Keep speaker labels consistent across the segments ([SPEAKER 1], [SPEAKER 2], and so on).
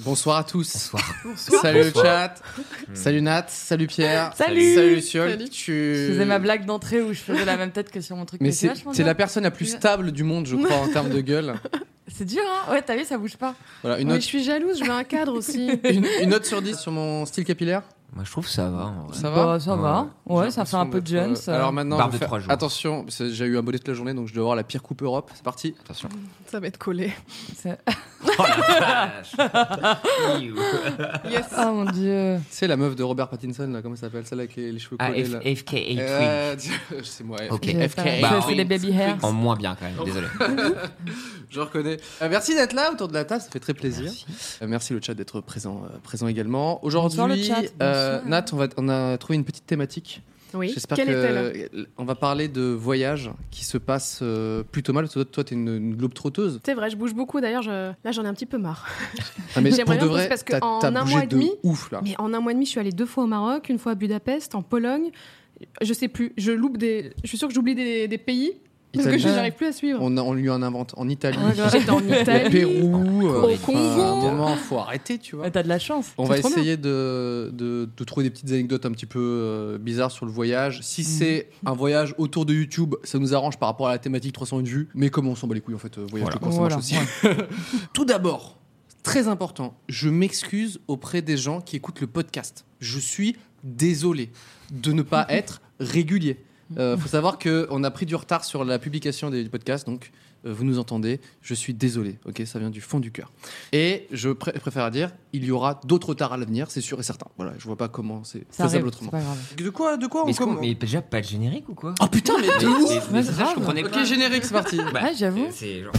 [SPEAKER 1] Bonsoir à tous. Salut le chat. Salut Nat. Salut Pierre.
[SPEAKER 2] Salut.
[SPEAKER 1] Salut Luciole.
[SPEAKER 2] Salut.
[SPEAKER 1] Tu...
[SPEAKER 2] Je faisais ma blague d'entrée où je faisais la même tête que sur mon truc.
[SPEAKER 1] Mais
[SPEAKER 2] c'est
[SPEAKER 1] c'est
[SPEAKER 2] vachement
[SPEAKER 1] t'es
[SPEAKER 2] bien.
[SPEAKER 1] la personne la plus stable du monde, je crois, en termes de gueule.
[SPEAKER 2] C'est dur, hein Ouais, t'as vu, ça bouge pas.
[SPEAKER 1] Voilà, une
[SPEAKER 3] Mais
[SPEAKER 1] note,
[SPEAKER 3] je suis jalouse, je veux un cadre aussi.
[SPEAKER 1] une, une note sur 10 sur mon style capillaire.
[SPEAKER 4] Moi, je trouve que ça va. en vrai.
[SPEAKER 1] Ça va
[SPEAKER 2] Bah, ça va. Ouais, ça fait un peu de
[SPEAKER 1] J'ai l'impression
[SPEAKER 2] Jones.
[SPEAKER 1] d'être, euh, Alors maintenant,
[SPEAKER 4] Barbe
[SPEAKER 1] je vais
[SPEAKER 4] de trois
[SPEAKER 1] faire-
[SPEAKER 4] jours.
[SPEAKER 1] attention, c'est- j'ai eu un bonnet toute la journée, donc je dois avoir la pire coupe Europe. C'est parti. Attention.
[SPEAKER 3] Ça va être collé.
[SPEAKER 2] C'est-
[SPEAKER 4] Oh la vache. Iou.
[SPEAKER 3] Yes.
[SPEAKER 2] Oh mon dieu.
[SPEAKER 1] C'est la meuf de Robert Pattinson, là, comment ça s'appelle celle avec les, les cheveux
[SPEAKER 4] Ah,
[SPEAKER 1] collés là.
[SPEAKER 4] F- FKA Twin.
[SPEAKER 1] Euh, tu- c'est moi.
[SPEAKER 4] Ok.
[SPEAKER 2] J'ai pas-
[SPEAKER 1] FK.
[SPEAKER 2] je
[SPEAKER 4] Bah,
[SPEAKER 2] fais
[SPEAKER 4] en-
[SPEAKER 2] des baby hairs.
[SPEAKER 4] En moins bien quand même, désolé.
[SPEAKER 1] Je reconnais. Euh, merci d'être là autour de la table, ça fait très plaisir. Euh, Merci, le chat d'être présent, euh, présent également.
[SPEAKER 2] Bonsoir, le
[SPEAKER 1] Aujourd'hui,
[SPEAKER 2] chat.
[SPEAKER 1] euh,
[SPEAKER 2] Bonsoir.
[SPEAKER 1] Nat, on, va, on a trouvé une petite thématique.
[SPEAKER 3] Oui.
[SPEAKER 1] J'espère
[SPEAKER 3] Quelle est-elle
[SPEAKER 1] que on va parler de voyages qui se passent euh, plutôt mal. Toi, toi, t'es une, une globe trotteuse.
[SPEAKER 3] C'est vrai, je bouge beaucoup. D'ailleurs, je- là, j'en ai un petit peu marre.
[SPEAKER 1] Ah, mais
[SPEAKER 3] J'aimerais
[SPEAKER 1] pour de
[SPEAKER 3] bien
[SPEAKER 1] vrai,
[SPEAKER 3] poser parce que
[SPEAKER 1] t'as
[SPEAKER 3] en
[SPEAKER 1] t'as
[SPEAKER 3] un
[SPEAKER 1] bougé
[SPEAKER 3] mois et
[SPEAKER 1] de
[SPEAKER 3] demi-
[SPEAKER 1] ouf là.
[SPEAKER 3] Mais en un mois et demi, je suis allée deux fois au Maroc, une fois à Budapest, en Pologne. Je sais plus, je loupe des. Je suis sûre que j'oublie des, des pays parce que
[SPEAKER 1] Italie.
[SPEAKER 3] je n'arrive plus à suivre.
[SPEAKER 1] On, a- on lui en invente en Italie,
[SPEAKER 3] Oh,
[SPEAKER 2] Ouais, grave.
[SPEAKER 3] J'étais en
[SPEAKER 1] au
[SPEAKER 3] Italie.
[SPEAKER 1] Pérou,
[SPEAKER 4] Au
[SPEAKER 1] euh,
[SPEAKER 3] Congo. Euh,
[SPEAKER 1] enfin, à un moment, faut arrêter, tu vois.
[SPEAKER 2] Ouais, T'as de la chance.
[SPEAKER 1] On
[SPEAKER 3] C'est
[SPEAKER 1] va
[SPEAKER 3] trop
[SPEAKER 1] essayer de, de, de trouver des petites anecdotes un petit peu euh, bizarres sur le voyage. Si c'est un voyage autour de YouTube, ça nous arrange par rapport à la thématique 301 vues. Mais comme on s'en bat les couilles, en fait, euh, voyage
[SPEAKER 4] Voilà.
[SPEAKER 1] local, ça
[SPEAKER 2] Voilà,
[SPEAKER 1] marche aussi. Tout d'abord, très important, je m'excuse auprès des gens qui écoutent le podcast. Je suis désolé de ne pas être régulier. Euh, faut savoir qu'on a pris du retard sur la publication des- du podcast, donc euh, vous nous entendez, je suis désolé, ok, ça vient du fond du cœur. Et je pré- préfère dire, il y aura d'autres retards à l'avenir, c'est sûr et certain. Voilà, je vois pas comment c'est
[SPEAKER 2] Ça
[SPEAKER 1] faisable
[SPEAKER 2] arrive, c'est
[SPEAKER 1] autrement.
[SPEAKER 2] pas grave.
[SPEAKER 1] De quoi, de quoi
[SPEAKER 4] Mais,
[SPEAKER 1] on
[SPEAKER 4] est-ce qu'on-
[SPEAKER 1] commence
[SPEAKER 4] mais déjà pas de générique ou quoi
[SPEAKER 1] Oh putain, mais de ouf
[SPEAKER 2] mais
[SPEAKER 4] c'est ça,
[SPEAKER 2] grave.
[SPEAKER 4] je comprenais pas.
[SPEAKER 1] Ok, générique, euh, c'est parti
[SPEAKER 4] Bah,
[SPEAKER 2] Ouais, j'avoue.
[SPEAKER 4] c'est- c'est genre-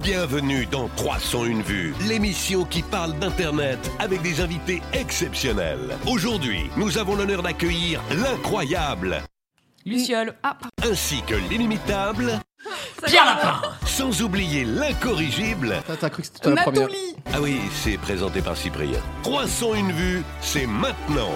[SPEAKER 5] Bienvenue dans 301 vues, l'émission qui parle d'Internet avec des invités exceptionnels. Aujourd'hui, nous avons l'honneur d'accueillir l'incroyable
[SPEAKER 2] Luciole. Ah,
[SPEAKER 5] ainsi que l'inimitable,
[SPEAKER 2] Pierre Lapin.
[SPEAKER 5] sans oublier l'incorrigible.
[SPEAKER 1] Ça, T'as cru que c'était toi la première
[SPEAKER 5] Ah oui, c'est présenté par Cyprien. 301 vues, c'est maintenant.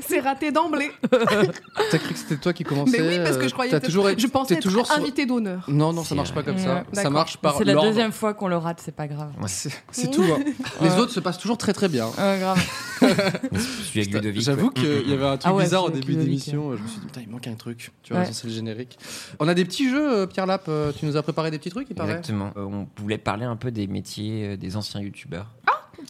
[SPEAKER 3] C'est raté d'emblée.
[SPEAKER 1] T'as cru que c'était toi qui commençais
[SPEAKER 3] Mais oui, parce que
[SPEAKER 1] euh,
[SPEAKER 3] je croyais.
[SPEAKER 1] t'as
[SPEAKER 3] être-
[SPEAKER 1] toujours été-
[SPEAKER 3] je
[SPEAKER 1] t'es
[SPEAKER 3] pensais être
[SPEAKER 1] toujours sur-
[SPEAKER 3] invité d'honneur.
[SPEAKER 1] Non, non, ça marche pas comme ça.
[SPEAKER 2] Ouais,
[SPEAKER 1] Ça
[SPEAKER 3] d'accord.
[SPEAKER 1] marche par
[SPEAKER 2] C'est la
[SPEAKER 1] l'ordre.
[SPEAKER 2] deuxième fois qu'on le rate, c'est pas grave.
[SPEAKER 1] C'est c'est tout. hein. Les
[SPEAKER 2] Ouais.
[SPEAKER 1] autres se passent toujours très très bien.
[SPEAKER 2] Ouais, grave.
[SPEAKER 4] Je suis avec Ludovic.
[SPEAKER 1] J'avoue
[SPEAKER 4] ouais.
[SPEAKER 1] qu'il y avait un truc
[SPEAKER 2] Ah ouais,
[SPEAKER 1] bizarre au
[SPEAKER 2] c'est avec
[SPEAKER 1] début
[SPEAKER 2] Ludovic,
[SPEAKER 1] d'émission. Je me suis dit, putain, il manque un truc. Tu vois,
[SPEAKER 2] Ouais.
[SPEAKER 1] raison, c'est le générique. On a des petits jeux, euh, Pierre Lap. euh, Tu nous as préparé des petits trucs, il paraît.
[SPEAKER 4] Exactement. Euh, on voulait parler un peu des métiers euh, des anciens youtubeurs.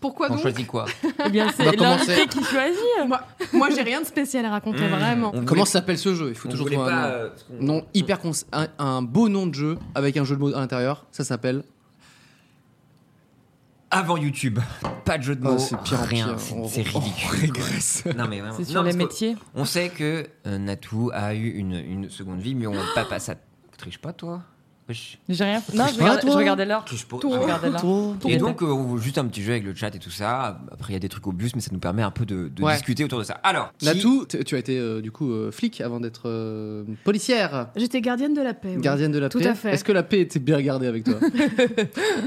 [SPEAKER 3] Pourquoi
[SPEAKER 1] Ah,
[SPEAKER 4] on
[SPEAKER 3] donc
[SPEAKER 4] choisit quoi
[SPEAKER 2] Eh bien,
[SPEAKER 1] On va
[SPEAKER 2] c'est
[SPEAKER 1] commencer.
[SPEAKER 2] l'invité qui choisit.
[SPEAKER 3] Moi, moi, j'ai rien de spécial à raconter,
[SPEAKER 4] Mmh.
[SPEAKER 3] vraiment.
[SPEAKER 4] On
[SPEAKER 1] Comment
[SPEAKER 4] voulait-
[SPEAKER 1] s'appelle ce jeu Il faut
[SPEAKER 4] on
[SPEAKER 1] toujours
[SPEAKER 4] voulait
[SPEAKER 1] trouver
[SPEAKER 4] pas,
[SPEAKER 1] un nom.
[SPEAKER 4] euh, parce qu'on-
[SPEAKER 1] Non, hyper cons- un, un beau nom de jeu avec un jeu de mots à l'intérieur. Ça s'appelle.
[SPEAKER 4] Avant YouTube, pas de jeu de
[SPEAKER 1] Oh,
[SPEAKER 4] mots,
[SPEAKER 1] c'est pire en
[SPEAKER 4] rien,
[SPEAKER 1] pire. Oh.
[SPEAKER 4] c'est
[SPEAKER 1] On-
[SPEAKER 4] c'est
[SPEAKER 1] on
[SPEAKER 4] ridicule.
[SPEAKER 1] régresse.
[SPEAKER 4] Non mais vraiment.
[SPEAKER 2] C'est
[SPEAKER 4] Non,
[SPEAKER 2] sur les
[SPEAKER 4] parce que
[SPEAKER 2] métiers.
[SPEAKER 4] On sait que euh, Natou a eu une, une seconde vie, mais on va pas passer. À... Triche pas toi. Wesh.
[SPEAKER 2] J'ai rien. Non, je
[SPEAKER 1] pas,
[SPEAKER 2] regardais-
[SPEAKER 1] toi.
[SPEAKER 2] je regardais l'heure.
[SPEAKER 4] Triche pas.
[SPEAKER 2] Je regardais l'heure.
[SPEAKER 4] Et donc, euh, on veut juste un petit jeu avec le chat et tout ça. Après, il y a des trucs au bus, mais ça nous permet un peu de, de
[SPEAKER 1] Ouais.
[SPEAKER 4] discuter autour de ça. Alors, qui-
[SPEAKER 1] Natou, t- tu as été euh, du coup euh, flic avant d'être euh, policière,
[SPEAKER 3] J'étais gardienne de la
[SPEAKER 2] Eh
[SPEAKER 3] paix. oui.
[SPEAKER 1] gardienne de la
[SPEAKER 3] Tout
[SPEAKER 1] paix.
[SPEAKER 3] à fait.
[SPEAKER 1] Est-ce que la paix était bien gardée avec toi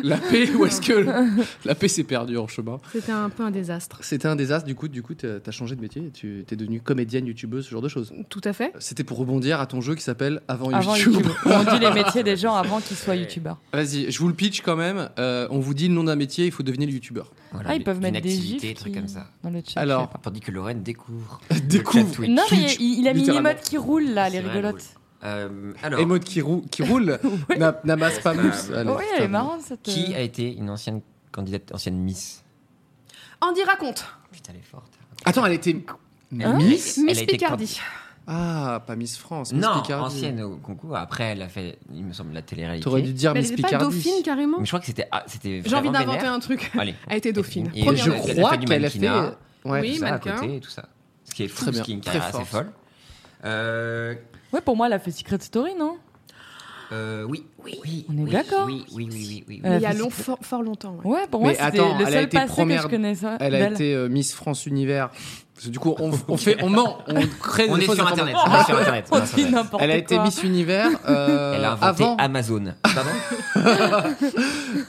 [SPEAKER 1] La paix ou est-ce que le- la paix s'est perdue en chemin
[SPEAKER 3] C'était un peu un désastre.
[SPEAKER 1] C'était un désastre, du coup, du coup, t'as t'as changé de métier, et tu t'es devenue comédienne, youtubeuse, ce genre de choses.
[SPEAKER 3] Tout à fait.
[SPEAKER 1] C'était pour rebondir à ton jeu qui s'appelle Avant,
[SPEAKER 2] Avant
[SPEAKER 1] YouTube.
[SPEAKER 2] YouTube. On dit les métiers des gens avant qu'ils soient youtubeurs.
[SPEAKER 1] Vas-y, je vous le pitch quand même. Euh, on vous dit le nom d'un métier, il faut deviner le youtubeur.
[SPEAKER 4] Voilà,
[SPEAKER 2] Ah, ils
[SPEAKER 4] une-
[SPEAKER 2] peuvent
[SPEAKER 4] une
[SPEAKER 2] mettre des
[SPEAKER 4] activité,
[SPEAKER 2] gifs.
[SPEAKER 4] des trucs
[SPEAKER 2] qui-
[SPEAKER 4] comme ça. Ah,
[SPEAKER 2] Dans le chat.
[SPEAKER 1] Alors,
[SPEAKER 2] je sais pas.
[SPEAKER 4] Tandis que Lorraine découvre.
[SPEAKER 1] Découvre.
[SPEAKER 4] Le chat Twitch.
[SPEAKER 2] Non, mais
[SPEAKER 1] Twitch,
[SPEAKER 2] il, il a mis une
[SPEAKER 1] littéralement.
[SPEAKER 2] émote qui roule là, elle est
[SPEAKER 4] C'est vrai, elle
[SPEAKER 2] rigolote.
[SPEAKER 4] Euh, alors,
[SPEAKER 1] Émote qui, rou- qui roule, Na- Namas pas
[SPEAKER 4] Euh,
[SPEAKER 1] mousse. Allez,
[SPEAKER 2] oui, elle
[SPEAKER 1] putain.
[SPEAKER 2] est marrante cette. euh.
[SPEAKER 4] qui a été une ancienne candidate, ancienne Miss Oh,
[SPEAKER 3] Andy raconte.
[SPEAKER 4] Putain, elle est forte.
[SPEAKER 1] Attends, elle était
[SPEAKER 4] Hein
[SPEAKER 1] Miss
[SPEAKER 4] Elle a
[SPEAKER 3] Miss
[SPEAKER 4] été
[SPEAKER 3] Picardie.
[SPEAKER 1] Ah, pas Miss France, Miss
[SPEAKER 4] Non,
[SPEAKER 1] Picardie.
[SPEAKER 4] ancienne au concours. Après, elle a fait, il me semble, la télé-réalité.
[SPEAKER 1] T'aurais dû dire
[SPEAKER 3] Mais
[SPEAKER 1] Miss
[SPEAKER 3] elle était pas
[SPEAKER 1] Picardie.
[SPEAKER 3] dauphine carrément
[SPEAKER 4] Mais je crois que c'était. ah, c'était
[SPEAKER 3] J'ai envie
[SPEAKER 4] vraiment
[SPEAKER 3] d'inventer
[SPEAKER 4] vénère.
[SPEAKER 3] un truc.
[SPEAKER 4] Allez.
[SPEAKER 3] Elle était dauphine.
[SPEAKER 4] Et
[SPEAKER 1] Et
[SPEAKER 3] Première
[SPEAKER 1] je
[SPEAKER 4] Elle a
[SPEAKER 3] dauphine.
[SPEAKER 1] crois
[SPEAKER 4] fait du
[SPEAKER 1] qu'elle a fait.
[SPEAKER 4] mannequinat.
[SPEAKER 1] Ouais.
[SPEAKER 3] Oui,
[SPEAKER 4] tout ça à
[SPEAKER 3] mannequin.
[SPEAKER 4] côté et tout ça. Ce qui est fou,
[SPEAKER 1] Très bien,
[SPEAKER 4] ce qui est une
[SPEAKER 1] très
[SPEAKER 4] carrière assez
[SPEAKER 1] fort.
[SPEAKER 4] folle. Euh,
[SPEAKER 2] Ouais, pour moi, elle a fait Secret Story, non
[SPEAKER 4] Euh, oui, oui, oui.
[SPEAKER 2] On est
[SPEAKER 4] oui,
[SPEAKER 2] d'accord
[SPEAKER 4] Oui, oui, oui, oui. oui, oui.
[SPEAKER 2] Euh,
[SPEAKER 3] il y a
[SPEAKER 2] parce
[SPEAKER 3] long-
[SPEAKER 2] que-
[SPEAKER 3] fort, fort longtemps. ouais.
[SPEAKER 2] Ouais, pour
[SPEAKER 1] Mais
[SPEAKER 2] moi, c'était
[SPEAKER 1] attends,
[SPEAKER 2] le
[SPEAKER 1] elle a
[SPEAKER 2] seul
[SPEAKER 1] été
[SPEAKER 2] passé
[SPEAKER 1] première-
[SPEAKER 2] que je connaissais.
[SPEAKER 1] Elle a
[SPEAKER 2] d'elle.
[SPEAKER 1] été euh, Miss France Univers. Parce que Du coup, on, on fait, on ment, on crée
[SPEAKER 4] On
[SPEAKER 1] des
[SPEAKER 4] est
[SPEAKER 1] fausses
[SPEAKER 4] sur
[SPEAKER 1] informations.
[SPEAKER 4] Internet. On est sur Internet. on
[SPEAKER 2] On
[SPEAKER 4] est sur
[SPEAKER 2] dit
[SPEAKER 4] Internet.
[SPEAKER 2] n'importe quoi.
[SPEAKER 1] Elle a été Miss Univers euh,
[SPEAKER 4] Elle a inventé
[SPEAKER 1] avant.
[SPEAKER 4] Amazon. Pardon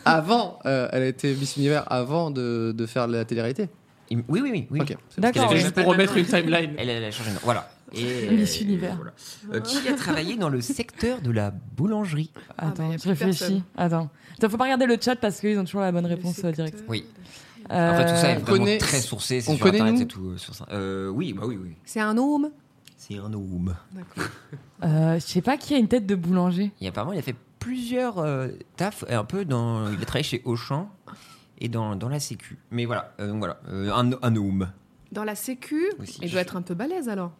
[SPEAKER 1] avant euh, elle a été Miss Univers avant de, de faire de la télé-réalité.
[SPEAKER 4] Il- Oui, oui, oui. oui.
[SPEAKER 1] Ok.
[SPEAKER 2] D'accord.
[SPEAKER 4] Parce que
[SPEAKER 2] ouais.
[SPEAKER 4] je-
[SPEAKER 6] Juste pour remettre une timeline.
[SPEAKER 4] Elle, elle a changé de nom. Voilà. Et,
[SPEAKER 2] Miss
[SPEAKER 4] et
[SPEAKER 2] Univers.
[SPEAKER 4] voilà. Euh, qui a travaillé dans le secteur de la boulangerie
[SPEAKER 2] Attends,
[SPEAKER 3] Ah, bah, y a
[SPEAKER 2] je
[SPEAKER 3] plus
[SPEAKER 2] réfléchis.
[SPEAKER 3] personne.
[SPEAKER 2] Attends. Attends, faut pas regarder le chat parce qu'ils ont toujours la bonne réponse
[SPEAKER 3] Le
[SPEAKER 2] euh, directe.
[SPEAKER 4] Oui.
[SPEAKER 2] Euh,
[SPEAKER 4] Après, tout ça est
[SPEAKER 1] on
[SPEAKER 4] vraiment
[SPEAKER 1] connaît-
[SPEAKER 4] très sourcé. C'est
[SPEAKER 1] on
[SPEAKER 4] sur
[SPEAKER 1] connaît,
[SPEAKER 4] Internet
[SPEAKER 1] nous
[SPEAKER 4] et tout. euh, sur ça. Euh, oui, bah oui, oui.
[SPEAKER 3] C'est un homme.
[SPEAKER 4] C'est un homme.
[SPEAKER 2] euh, je sais pas qui a une tête de boulanger.
[SPEAKER 4] Et apparemment, il a fait plusieurs euh, tafs, un peu dans. Il a travaillé chez Auchan et dans, dans la Sécu. Mais voilà, euh, donc voilà, euh, un, un homme.
[SPEAKER 3] Dans la sécu,
[SPEAKER 4] Aussi.
[SPEAKER 3] il doit être un peu balèze alors.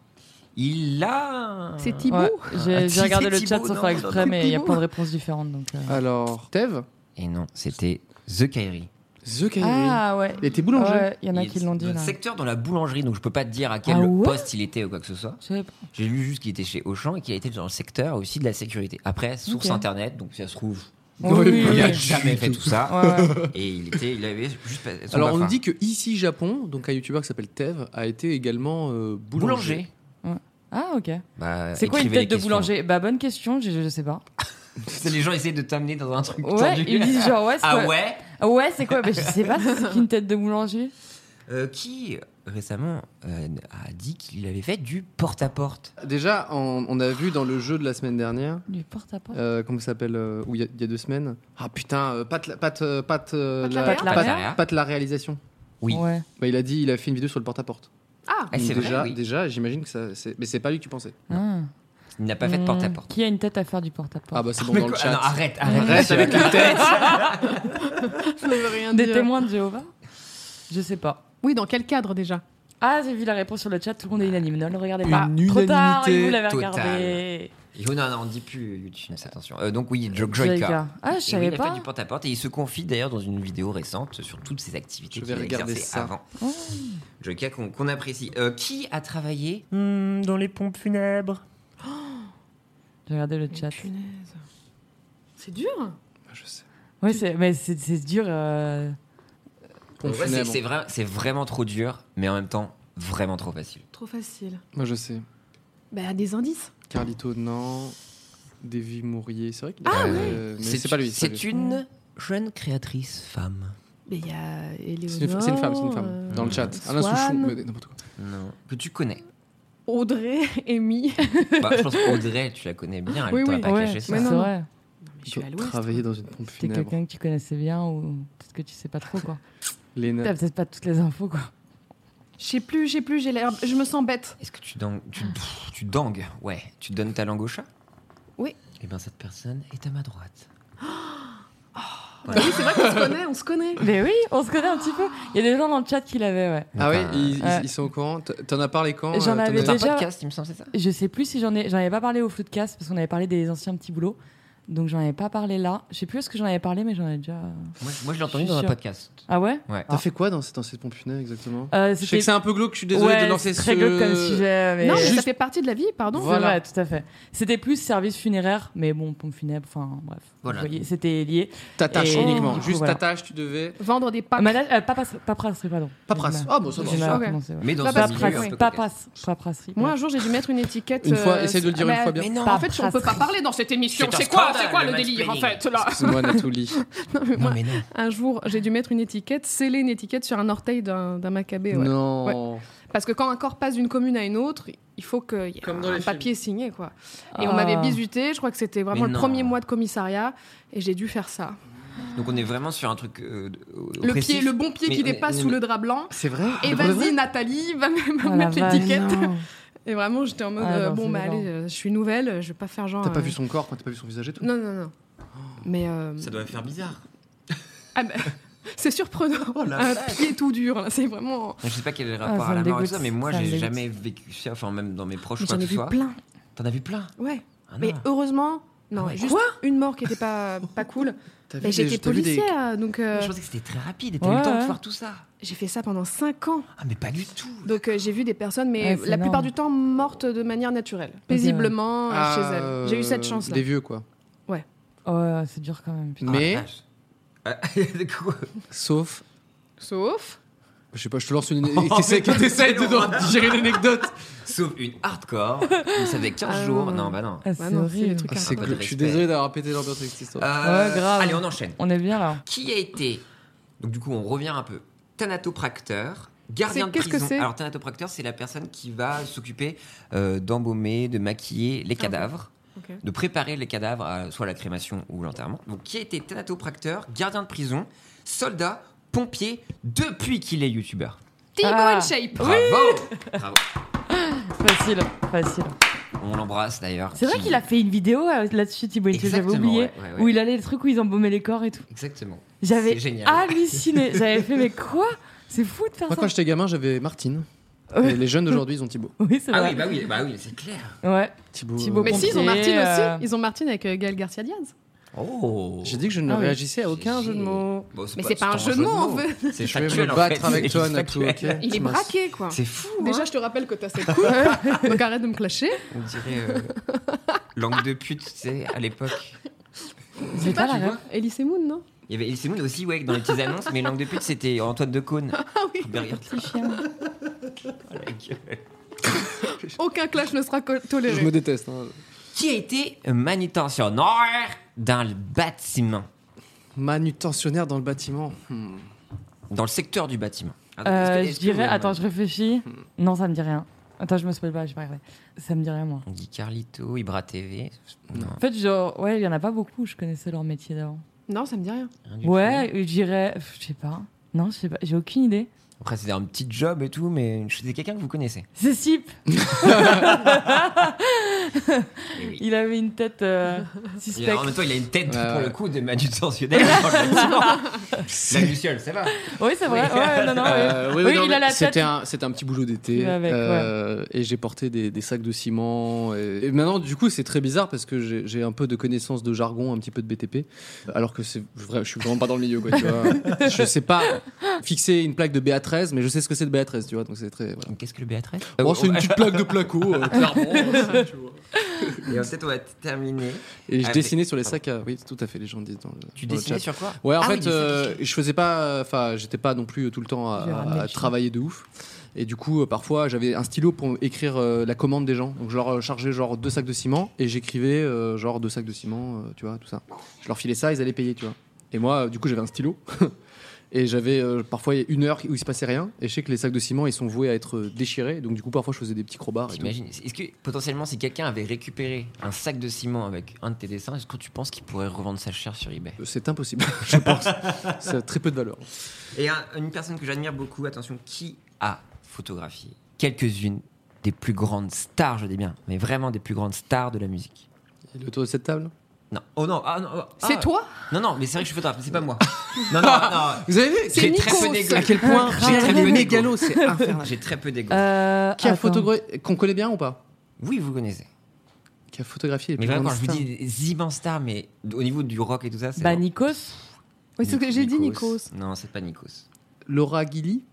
[SPEAKER 4] Il a. un-
[SPEAKER 3] C'est Thibaut
[SPEAKER 2] Euh, Ouais,
[SPEAKER 4] Ah,
[SPEAKER 2] J'ai j'ai
[SPEAKER 4] si,
[SPEAKER 2] regardé
[SPEAKER 4] c'est
[SPEAKER 2] le chat
[SPEAKER 4] Thibaut,
[SPEAKER 2] sans
[SPEAKER 4] non,
[SPEAKER 2] faire
[SPEAKER 4] non,
[SPEAKER 2] exprès,
[SPEAKER 4] c'est
[SPEAKER 2] mais il y a
[SPEAKER 4] Thibaut.
[SPEAKER 2] plein de réponses différentes. Donc, euh.
[SPEAKER 1] Alors, Tev,
[SPEAKER 4] Et non, c'était The Kairi.
[SPEAKER 1] The Kairi.
[SPEAKER 2] Ah ouais.
[SPEAKER 1] Elle était boulanger.
[SPEAKER 2] Ouais, Il y en a
[SPEAKER 4] Il
[SPEAKER 2] qui
[SPEAKER 4] est
[SPEAKER 2] l'ont dit
[SPEAKER 4] dans le
[SPEAKER 2] là.
[SPEAKER 4] secteur dans la boulangerie, donc je peux pas te dire à quel
[SPEAKER 2] Ah ouais
[SPEAKER 4] poste il était ou quoi que ce soit.
[SPEAKER 2] Je sais pas.
[SPEAKER 4] J'ai lu juste qu'il était chez Auchan et qu'il a été dans le secteur aussi de la sécurité. Après, source
[SPEAKER 2] Ok.
[SPEAKER 4] internet, donc si ça se trouve,
[SPEAKER 2] Oui, oui,
[SPEAKER 4] il
[SPEAKER 2] oui.
[SPEAKER 4] a jamais fait tout ça.
[SPEAKER 2] Ouais, ouais.
[SPEAKER 4] Et il était, il avait juste. pas- son
[SPEAKER 1] Alors, on
[SPEAKER 4] bafard.
[SPEAKER 1] nous dit que ici Japon, donc un youtubeur qui s'appelle Tev, a été également euh, boulanger.
[SPEAKER 4] boulanger.
[SPEAKER 2] Ah ok.
[SPEAKER 4] Bah,
[SPEAKER 2] C'est quoi une tête
[SPEAKER 4] écrivez les
[SPEAKER 2] de
[SPEAKER 4] questions.
[SPEAKER 2] boulanger Bah bonne question, je, je sais pas.
[SPEAKER 4] Les gens essaient de t'amener dans un truc
[SPEAKER 2] Ouais,
[SPEAKER 4] tendu.
[SPEAKER 2] ils me disent genre ouais, c'est
[SPEAKER 4] Ah
[SPEAKER 2] quoi
[SPEAKER 4] ouais
[SPEAKER 2] Ah ouais, c'est quoi Bah je sais pas, c'est qu'une tête de boulanger.
[SPEAKER 4] Euh, Qui récemment euh, a dit qu'il avait fait du porte-à-porte
[SPEAKER 1] Déjà, on, on a vu dans le jeu de la semaine dernière,
[SPEAKER 2] Du porte à porte.
[SPEAKER 1] euh, comment ça s'appelle, euh, où il y, a- il y a deux semaines. Ah putain, euh, Pat, la- Pat, euh, Pat, euh,
[SPEAKER 3] Pat la
[SPEAKER 1] la,
[SPEAKER 3] Pat
[SPEAKER 4] la
[SPEAKER 1] Pat,
[SPEAKER 4] Réa.
[SPEAKER 1] Pat la réalisation.
[SPEAKER 4] oui.
[SPEAKER 2] Ouais.
[SPEAKER 1] Bah, il a dit, il a fait une vidéo sur le porte-à-porte.
[SPEAKER 3] Ah,
[SPEAKER 4] Ah, c'est vrai,
[SPEAKER 1] déjà,
[SPEAKER 4] oui.
[SPEAKER 1] déjà, j'imagine que ça. c'est- Mais c'est pas lui que tu pensais.
[SPEAKER 2] Ah.
[SPEAKER 4] Il n'a pas fait de
[SPEAKER 2] Hmm,
[SPEAKER 4] porte-à-porte.
[SPEAKER 2] Qui a une tête à faire du porte à porte
[SPEAKER 1] Ah bah c'est bon
[SPEAKER 4] Mais
[SPEAKER 1] dans le
[SPEAKER 4] quoi
[SPEAKER 1] chat.
[SPEAKER 4] Ah non, arrête, arrête.
[SPEAKER 1] Arrête avec les têtes.
[SPEAKER 3] ça veut rien
[SPEAKER 2] Des
[SPEAKER 3] dire.
[SPEAKER 2] témoins de Jéhovah Je sais pas.
[SPEAKER 3] Oui, dans quel cadre déjà
[SPEAKER 2] Ah, j'ai vu la réponse sur le chat, tout le monde est unanime. Ne le regardez
[SPEAKER 1] Une
[SPEAKER 2] pas. Trop tard,
[SPEAKER 1] unanimité
[SPEAKER 2] vous l'avez
[SPEAKER 4] Bah. totale.
[SPEAKER 2] regardé.
[SPEAKER 4] Oh, non, non, on dit plus YouTube, attention. Euh, donc oui, Joe Joyka.
[SPEAKER 2] Joyka. Ah, je
[SPEAKER 4] Et oui,
[SPEAKER 2] savais
[SPEAKER 4] il a fait
[SPEAKER 2] pas.
[SPEAKER 4] du porte-à-porte et il se confie d'ailleurs dans une vidéo récente sur toutes ses activités
[SPEAKER 1] Je vais
[SPEAKER 4] qu'il a
[SPEAKER 1] regarder
[SPEAKER 4] exercées
[SPEAKER 1] ça.
[SPEAKER 4] avant.
[SPEAKER 2] Oh.
[SPEAKER 4] Joyka qu'on qu'on apprécie. Euh, qui a travaillé hmm, dans les pompes funèbres
[SPEAKER 2] J'ai regardé le chat.
[SPEAKER 3] Oh, Punaise. C'est dur. hein.
[SPEAKER 1] Je sais.
[SPEAKER 2] Ouais, c'est- mais c'est c'est dur. euh,
[SPEAKER 1] Pompe
[SPEAKER 4] En vrai, c'est-
[SPEAKER 1] funèbre.
[SPEAKER 4] C'est vra- c'est vraiment trop dur, mais en même temps, vraiment trop facile.
[SPEAKER 3] Trop facile.
[SPEAKER 1] Moi je sais.
[SPEAKER 3] Bah, des indices.
[SPEAKER 1] Carlito, non. Davy Mourier, c'est vrai qu'il
[SPEAKER 4] Ah
[SPEAKER 1] a-
[SPEAKER 4] oui.
[SPEAKER 1] euh, mais c'est pas lui. pas lui.
[SPEAKER 4] C'est une jeune créatrice femme.
[SPEAKER 3] Mais il y a
[SPEAKER 1] C'est une,
[SPEAKER 3] Éléonore.
[SPEAKER 1] c'est une femme, c'est une femme.
[SPEAKER 3] euh,
[SPEAKER 1] Dans le chat. Alain Souchon,
[SPEAKER 3] Swan,
[SPEAKER 1] mais n'importe quoi.
[SPEAKER 4] Non. Que tu connais.
[SPEAKER 3] Audrey, Amy.
[SPEAKER 4] Bah, je pense qu'Audrey, tu la connais bien. Elle
[SPEAKER 3] Oui,
[SPEAKER 4] t'aurait
[SPEAKER 3] oui.
[SPEAKER 4] pas
[SPEAKER 2] ouais,
[SPEAKER 4] caché
[SPEAKER 2] c'est
[SPEAKER 4] ça.
[SPEAKER 3] Mais non, non.
[SPEAKER 2] vrai.
[SPEAKER 3] Non, mais je
[SPEAKER 1] Tu
[SPEAKER 3] suis à l'ouest.
[SPEAKER 1] travailler dans une pompe
[SPEAKER 2] T'es
[SPEAKER 1] funèbre.
[SPEAKER 2] quelqu'un que tu connaissais bien ou peut-être que tu sais pas trop quoi. T'as
[SPEAKER 1] Léna.
[SPEAKER 2] peut-être pas toutes les infos quoi.
[SPEAKER 3] Je sais plus, je sais plus, j'ai l'air. Je me sens bête.
[SPEAKER 4] Est-ce que tu dangues tu, pff, tu dangues, ouais. Tu donnes ta langue au chat
[SPEAKER 3] Oui.
[SPEAKER 4] Et bien, cette personne est à ma droite.
[SPEAKER 3] Bah oui, c'est vrai qu'on se connaît, on se connaît.
[SPEAKER 2] Mais oui, on se connaît un petit peu. Il y a des gens dans le chat qui l'avaient, ouais.
[SPEAKER 1] Ah oui,
[SPEAKER 4] Enfin,
[SPEAKER 1] ils, ils-
[SPEAKER 2] Ouais.
[SPEAKER 1] ils sont au courant. T- T'en as parlé quand euh,
[SPEAKER 2] J'en
[SPEAKER 1] t'en
[SPEAKER 2] avais
[SPEAKER 1] as-
[SPEAKER 4] C'est un
[SPEAKER 2] déjà-
[SPEAKER 4] podcast, il me semble, c'est ça
[SPEAKER 2] Je sais plus si j'en ai, j'en avais pas parlé au flou de casse parce qu'on avait parlé des anciens petits boulots. Donc j'en avais pas parlé là. Je sais plus ce que j'en avais parlé, mais j'en avais déjà. euh.
[SPEAKER 4] Moi, je- moi, je l'ai
[SPEAKER 2] Je suis
[SPEAKER 4] entendu dans un
[SPEAKER 2] sûre.
[SPEAKER 4] podcast.
[SPEAKER 2] Ah ouais
[SPEAKER 4] Ouais.
[SPEAKER 1] T'as fait quoi dans cette, dans cette pompe funèbre exactement
[SPEAKER 2] Euh,
[SPEAKER 1] Je sais que c'est un peu glauque, je suis désolé
[SPEAKER 2] ouais,
[SPEAKER 1] de lancer
[SPEAKER 2] c'est très
[SPEAKER 1] ce-
[SPEAKER 2] glauque comme sujet. Mais...
[SPEAKER 3] Non, mais
[SPEAKER 1] Juste-
[SPEAKER 3] ça fait partie de la vie, pardon.
[SPEAKER 2] C'est
[SPEAKER 1] Voilà.
[SPEAKER 2] vrai, tout à fait. C'était plus service funéraire, mais bon, pompe funèbre, enfin bref.
[SPEAKER 4] Voilà.
[SPEAKER 2] Vous voyez, C'était lié.
[SPEAKER 1] T'attaches
[SPEAKER 2] Et-
[SPEAKER 1] uniquement.
[SPEAKER 2] du coup,
[SPEAKER 1] Juste
[SPEAKER 2] voilà.
[SPEAKER 1] t'attaches, tu devais.
[SPEAKER 3] Vendre des pâtes.
[SPEAKER 2] Madame, euh, papasse- paperasserie, pardon.
[SPEAKER 1] Paperasse. Ah bon, ça va.
[SPEAKER 2] J'ai mal
[SPEAKER 3] Ok.
[SPEAKER 2] commencé, ouais.
[SPEAKER 4] Mais dans un
[SPEAKER 3] Paparazzi,
[SPEAKER 4] milieu un peu
[SPEAKER 2] Paperasse,
[SPEAKER 4] cocasse.
[SPEAKER 2] papasse, paperasserie.
[SPEAKER 3] Moi, un jour, j'ai dû mettre une étiquette.
[SPEAKER 1] Une fois,
[SPEAKER 3] euh,
[SPEAKER 1] essaye de le dire
[SPEAKER 3] bah,
[SPEAKER 1] une fois bien.
[SPEAKER 4] Mais non,
[SPEAKER 3] En fait, on peut pas parler dans cette émission.
[SPEAKER 4] C'est un
[SPEAKER 3] C'est quoi,
[SPEAKER 4] scandale,
[SPEAKER 3] c'est quoi
[SPEAKER 4] le
[SPEAKER 3] le, délire en
[SPEAKER 4] mansplaining.
[SPEAKER 3] fait là
[SPEAKER 1] Excuse-moi, Nathalie.
[SPEAKER 3] Non, mais
[SPEAKER 4] Non,
[SPEAKER 3] moi,
[SPEAKER 4] mais non.
[SPEAKER 3] un jour, j'ai dû mettre une étiquette, sceller une étiquette sur un orteil d'un d'un Maccabée. ouais.
[SPEAKER 1] Non.
[SPEAKER 3] Parce que quand un corps passe d'une commune à une autre, il faut qu'il y ait
[SPEAKER 1] Comme dans
[SPEAKER 3] un
[SPEAKER 1] les
[SPEAKER 3] papier signé, quoi. Et
[SPEAKER 2] Ah.
[SPEAKER 3] on m'avait bisuté, je crois que c'était vraiment
[SPEAKER 4] Mais
[SPEAKER 3] le
[SPEAKER 4] non.
[SPEAKER 3] premier mois de commissariat, et j'ai dû faire ça.
[SPEAKER 4] Donc, on est vraiment sur un truc. euh,
[SPEAKER 3] Le,
[SPEAKER 4] oppressif.
[SPEAKER 3] pied, le bon pied
[SPEAKER 4] Mais
[SPEAKER 3] qui
[SPEAKER 4] on est-
[SPEAKER 3] dépasse
[SPEAKER 4] on est-
[SPEAKER 3] sous le drap blanc.
[SPEAKER 1] C'est vrai
[SPEAKER 3] Et
[SPEAKER 1] C'est pour de vrai
[SPEAKER 3] vas-y, Nathalie, va me va me
[SPEAKER 2] Ah, la
[SPEAKER 3] mettre
[SPEAKER 2] vache.
[SPEAKER 3] l'étiquette.
[SPEAKER 2] Non.
[SPEAKER 3] Et vraiment, j'étais en mode,
[SPEAKER 2] Ah,
[SPEAKER 3] euh,
[SPEAKER 2] non,
[SPEAKER 3] bon,
[SPEAKER 2] c'est
[SPEAKER 3] bah
[SPEAKER 2] violent.
[SPEAKER 3] allez, euh, je suis nouvelle, euh, je vais pas faire genre.
[SPEAKER 1] T'as pas
[SPEAKER 3] euh,
[SPEAKER 1] vu son corps, enfin, t'as pas vu son visage et tout
[SPEAKER 3] Non, non, non. Mais. euh,
[SPEAKER 4] Ça doit faire bizarre.
[SPEAKER 3] ah, bah, C'est surprenant. un pied tout dur, là, c'est vraiment.
[SPEAKER 4] Je sais pas quel est le
[SPEAKER 2] Ah,
[SPEAKER 4] rapport
[SPEAKER 2] ça
[SPEAKER 4] à
[SPEAKER 2] me
[SPEAKER 4] la mort et tout
[SPEAKER 2] dégoûte,
[SPEAKER 4] ça, mais moi,
[SPEAKER 2] ça me
[SPEAKER 4] j'ai
[SPEAKER 2] dégoûte.
[SPEAKER 4] jamais vécu ça, enfin, même dans mes proches,
[SPEAKER 3] Mais
[SPEAKER 4] quoi
[SPEAKER 3] J'en
[SPEAKER 4] que
[SPEAKER 3] ai
[SPEAKER 4] ce
[SPEAKER 3] vu
[SPEAKER 4] soit.
[SPEAKER 3] plein.
[SPEAKER 4] T'en as vu plein
[SPEAKER 3] Ouais.
[SPEAKER 4] Ah,
[SPEAKER 3] Mais
[SPEAKER 4] non.
[SPEAKER 3] heureusement, non,
[SPEAKER 4] Ah ouais.
[SPEAKER 3] juste une mort qui était pas, pas cool.
[SPEAKER 1] T'as vu
[SPEAKER 3] Mais
[SPEAKER 1] des-
[SPEAKER 3] j'étais
[SPEAKER 1] t'as vu des-
[SPEAKER 3] policière, donc euh,
[SPEAKER 4] Mais Je pensais que c'était très rapide et t'as eu
[SPEAKER 2] Ouais,
[SPEAKER 4] le temps de
[SPEAKER 2] ouais.
[SPEAKER 4] voir tout ça.
[SPEAKER 3] j'ai fait ça pendant 5 ans.
[SPEAKER 4] Ah, mais pas du tout.
[SPEAKER 3] Donc euh, j'ai vu des personnes, mais
[SPEAKER 2] Ouais, c'est
[SPEAKER 3] la plupart
[SPEAKER 2] énorme.
[SPEAKER 3] du temps mortes de manière naturelle, paisiblement euh,
[SPEAKER 1] Ah,
[SPEAKER 3] chez elles. J'ai eu cette chance-là.
[SPEAKER 4] Oh,
[SPEAKER 1] Des vieux, quoi.
[SPEAKER 3] Ouais.
[SPEAKER 2] Ouais, Oh, c'est dur quand même. putain.
[SPEAKER 1] Mais-
[SPEAKER 4] Ah, quoi
[SPEAKER 1] Sauf.
[SPEAKER 3] Sauf.
[SPEAKER 1] Je sais pas, je te lance une.
[SPEAKER 4] Oh,
[SPEAKER 1] T'essayes
[SPEAKER 4] mais
[SPEAKER 1] t'essayes
[SPEAKER 4] c'est
[SPEAKER 1] de
[SPEAKER 4] loin.
[SPEAKER 1] de digérer l'anecdote.
[SPEAKER 4] Sauf une hardcore, où ça fait 15
[SPEAKER 3] Ah,
[SPEAKER 4] jours.
[SPEAKER 3] ouais.
[SPEAKER 4] Non, bah non.
[SPEAKER 2] Ah,
[SPEAKER 3] Bah
[SPEAKER 2] c'est
[SPEAKER 3] non, c'est les
[SPEAKER 2] horrible.
[SPEAKER 3] trucs
[SPEAKER 4] Ah,
[SPEAKER 3] à-
[SPEAKER 1] C'est
[SPEAKER 4] pas de
[SPEAKER 1] glauque. Je suis
[SPEAKER 4] respect.
[SPEAKER 1] désolé d'avoir pété l'ambiance avec cette
[SPEAKER 3] Ah,
[SPEAKER 1] histoire.
[SPEAKER 4] Euh,
[SPEAKER 2] Ouais, grave.
[SPEAKER 4] Allez, on enchaîne.
[SPEAKER 2] On est bien là.
[SPEAKER 4] Qui a été Donc du coup, on revient un peu. Thanatopracteur, gardien
[SPEAKER 3] C'est-
[SPEAKER 4] de
[SPEAKER 3] qu'est-ce que
[SPEAKER 4] prison.
[SPEAKER 3] c'est
[SPEAKER 4] Alors Thanatopracteur, c'est la personne qui va s'occuper euh, d'embaumer, de maquiller les
[SPEAKER 3] Ah,
[SPEAKER 4] cadavres,
[SPEAKER 3] ok.
[SPEAKER 4] de préparer les cadavres à soit la crémation ou l'enterrement. Donc qui a été Thanatopracteur, gardien de prison, soldat, pompier depuis qu'il est youtubeur.
[SPEAKER 3] T-Bone
[SPEAKER 2] Ah.
[SPEAKER 3] Shape.
[SPEAKER 4] Bravo, Bravo.
[SPEAKER 2] Facile, facile.
[SPEAKER 4] On l'embrasse d'ailleurs.
[SPEAKER 2] C'est vrai
[SPEAKER 4] Qui-
[SPEAKER 2] qu'il a fait une vidéo euh, là-dessus, Thibaut, que j'avais
[SPEAKER 4] Exactement,
[SPEAKER 2] oublié,
[SPEAKER 4] ouais, ouais, ouais.
[SPEAKER 2] où il allait le truc où ils embaumaient les corps et tout.
[SPEAKER 4] Exactement.
[SPEAKER 2] J'avais
[SPEAKER 4] C'est génial.
[SPEAKER 2] halluciné. J'avais fait, mais quoi C'est fou de faire
[SPEAKER 1] Moi,
[SPEAKER 2] ça.
[SPEAKER 1] quand j'étais gamin, j'avais Martine.
[SPEAKER 2] Ouais.
[SPEAKER 1] Et les jeunes d'aujourd'hui, ils ont Thibaut.
[SPEAKER 2] Oui, c'est
[SPEAKER 4] Ah
[SPEAKER 2] vrai.
[SPEAKER 4] oui, bah oui, bah oui, c'est clair.
[SPEAKER 2] Ouais.
[SPEAKER 1] Thibaut.
[SPEAKER 2] Thibaut
[SPEAKER 1] euh,
[SPEAKER 3] Mais si, ils
[SPEAKER 2] pompier,
[SPEAKER 3] ont Martine
[SPEAKER 2] euh,
[SPEAKER 3] aussi. Ils ont Martine avec euh, Gaël Garcia Diaz.
[SPEAKER 4] Oh.
[SPEAKER 1] J'ai dit que je ne
[SPEAKER 2] Ah oui.
[SPEAKER 1] réagissais à aucun
[SPEAKER 4] J'ai-
[SPEAKER 1] jeu de mots.
[SPEAKER 4] Bon,
[SPEAKER 3] Mais c'est pas un
[SPEAKER 4] tant
[SPEAKER 3] jeu de mots, en fait.
[SPEAKER 4] C'est
[SPEAKER 1] Je vais me
[SPEAKER 4] factuel, en
[SPEAKER 1] battre
[SPEAKER 4] fait.
[SPEAKER 1] avec
[SPEAKER 4] C'est
[SPEAKER 1] toi, Nato,
[SPEAKER 4] factuel.
[SPEAKER 1] ok
[SPEAKER 3] Il est
[SPEAKER 1] Mince.
[SPEAKER 3] braqué, quoi.
[SPEAKER 4] C'est fou.
[SPEAKER 3] Déjà, je te rappelle que t'as cette coupe. donc arrête de me clasher.
[SPEAKER 4] On dirait euh, langue de pute, tu sais, à l'époque.
[SPEAKER 2] C'est pas la ref.
[SPEAKER 3] Elise Moon, non
[SPEAKER 4] Il y avait Elise Moon aussi, ouais, dans les petites annonces, mais langue de pute, c'était Antoine de Caunes.
[SPEAKER 3] Ah oui.
[SPEAKER 4] Derrière.
[SPEAKER 2] Petit chien.
[SPEAKER 3] Aucun clash ne sera co-
[SPEAKER 1] Je
[SPEAKER 3] toléré.
[SPEAKER 1] me déteste. hein.
[SPEAKER 4] Qui a été manutentionnaire dans le bâtiment
[SPEAKER 1] Manutentionnaire dans le bâtiment. Hmm.
[SPEAKER 4] Dans le secteur du bâtiment. Est-ce que-
[SPEAKER 2] Euh, je
[SPEAKER 4] est-ce que Hmm. vous
[SPEAKER 2] dirais,
[SPEAKER 4] avez-
[SPEAKER 2] attends, je réfléchis. Non, ça me dit rien. Attends, je me spoil pas, j'ai pas regardé. Ça me dit rien, moi.
[SPEAKER 4] On dit Carlito, Ibra TV. Non,
[SPEAKER 2] En fait, genre, ouais, il y en a pas beaucoup, je connaissais leur métier d'avant.
[SPEAKER 3] Non, ça me dit rien.
[SPEAKER 4] rien du
[SPEAKER 2] Ouais, je dirais, pff, je sais pas. Non, je sais pas, j'ai aucune idée.
[SPEAKER 4] tout. Après, c'était un petit job et tout, mais c'était quelqu'un que vous connaissez.
[SPEAKER 2] C'est Sip
[SPEAKER 4] Eh oui.
[SPEAKER 2] Il avait une tête euh,
[SPEAKER 4] Il a-
[SPEAKER 2] suspecte.
[SPEAKER 4] en même temps, il a une tête
[SPEAKER 1] Ouais,
[SPEAKER 4] pour
[SPEAKER 1] ouais.
[SPEAKER 4] le coup de manutentionnaire dans le bâtiment. La Luciole, ça va.
[SPEAKER 2] Oui, c'est vrai. Ouais, non, non, Ah ouais.
[SPEAKER 1] Euh,
[SPEAKER 2] Oui,
[SPEAKER 1] non,
[SPEAKER 2] il a la
[SPEAKER 1] c'était
[SPEAKER 2] tête.
[SPEAKER 1] Un, c'était un petit boulot
[SPEAKER 2] Qui
[SPEAKER 1] d'été.
[SPEAKER 2] va avec,
[SPEAKER 1] euh, Et j'ai porté des, des sacs de ciment. Et, et maintenant, du coup, c'est très bizarre parce que j'ai, j'ai un peu de connaissances de jargon, un petit peu de BTP. Alors que c'est vrai, je suis vraiment pas dans le milieu. Quoi, tu vois. je sais pas fixer une plaque de BA13, mais je sais ce que c'est de BA13. Tu vois, donc c'est très. Voilà.
[SPEAKER 4] Qu'est-ce que le Béatrice
[SPEAKER 1] Bon, c'est une petite plaque de placo, euh, clairement.
[SPEAKER 4] Et en fait, on va terminer.
[SPEAKER 1] Et je
[SPEAKER 4] Ah,
[SPEAKER 1] dessinais sur les sacs à. Oui, tout à fait, les gens disent dans le.
[SPEAKER 4] Tu
[SPEAKER 1] dans le
[SPEAKER 4] dessinais
[SPEAKER 1] chat.
[SPEAKER 4] sur quoi
[SPEAKER 1] Ouais, en
[SPEAKER 4] Ah oui,
[SPEAKER 1] fait,
[SPEAKER 4] des sacs à
[SPEAKER 1] euh, je faisais pas. Enfin, j'étais pas non plus euh, tout le temps
[SPEAKER 2] Je vais
[SPEAKER 1] à-
[SPEAKER 2] ramener
[SPEAKER 1] à,
[SPEAKER 2] le chien.
[SPEAKER 1] travailler de ouf. Et du coup, euh, parfois, j'avais un stylo pour écrire euh, la commande des gens. Donc, je leur euh, chargeais genre deux sacs de ciment et j'écrivais euh, genre deux sacs de ciment, euh, tu vois, tout ça. Je leur filais ça, ils allaient payer, tu vois. Et moi, euh, du coup, j'avais un stylo. Et j'avais euh, parfois une heure où il se passait rien. Et je sais que les sacs de ciment, ils sont voués à être euh, déchirés. Donc, du coup, parfois, je faisais des petits crobards. Et tout.
[SPEAKER 4] T'imagines Est-ce que potentiellement, si quelqu'un avait récupéré un sac de ciment avec un de tes dessins, est-ce que tu penses qu'il pourrait revendre ça cher sur eBay
[SPEAKER 1] Euh, C'est impossible, je pense. Ça a très peu de valeur.
[SPEAKER 4] Et un- une personne que j'admire beaucoup, attention, qui a photographié quelques-unes des plus grandes stars, je dis bien, mais vraiment des plus grandes stars de la musique
[SPEAKER 1] Et le tour de cette table
[SPEAKER 4] Non. Oh non, ah non, ah,
[SPEAKER 3] C'est
[SPEAKER 4] ah.
[SPEAKER 3] toi
[SPEAKER 4] Non, non, mais c'est vrai que je suis photographe, mais c'est pas moi. non, non, non.
[SPEAKER 1] Vous avez vu
[SPEAKER 4] J'ai
[SPEAKER 3] Nico,
[SPEAKER 4] très peu d'ego.
[SPEAKER 3] ça.
[SPEAKER 1] À quel point
[SPEAKER 2] Ah,
[SPEAKER 1] j'ai
[SPEAKER 2] grave.
[SPEAKER 1] très
[SPEAKER 4] Le
[SPEAKER 1] peu
[SPEAKER 4] mégalo,
[SPEAKER 1] d'ego. C'est infernal.
[SPEAKER 4] J'ai très peu d'ego.
[SPEAKER 2] Euh,
[SPEAKER 1] Qui a
[SPEAKER 2] attends.
[SPEAKER 1] photographié qu'on connaît bien ou pas
[SPEAKER 4] Oui, vous connaissez.
[SPEAKER 1] Qui a photographié les
[SPEAKER 4] Mais
[SPEAKER 1] plus
[SPEAKER 4] vraiment,
[SPEAKER 1] grandes
[SPEAKER 4] quand je vous
[SPEAKER 1] stars
[SPEAKER 4] dis des immenses stars, mais au niveau du rock et tout ça, c'est.
[SPEAKER 2] Bah,
[SPEAKER 4] genre-
[SPEAKER 2] Nikos.
[SPEAKER 3] Oui, c'est ce que j'ai dit, Nikos.
[SPEAKER 4] Non, c'est pas Nikos.
[SPEAKER 1] Laura Gilly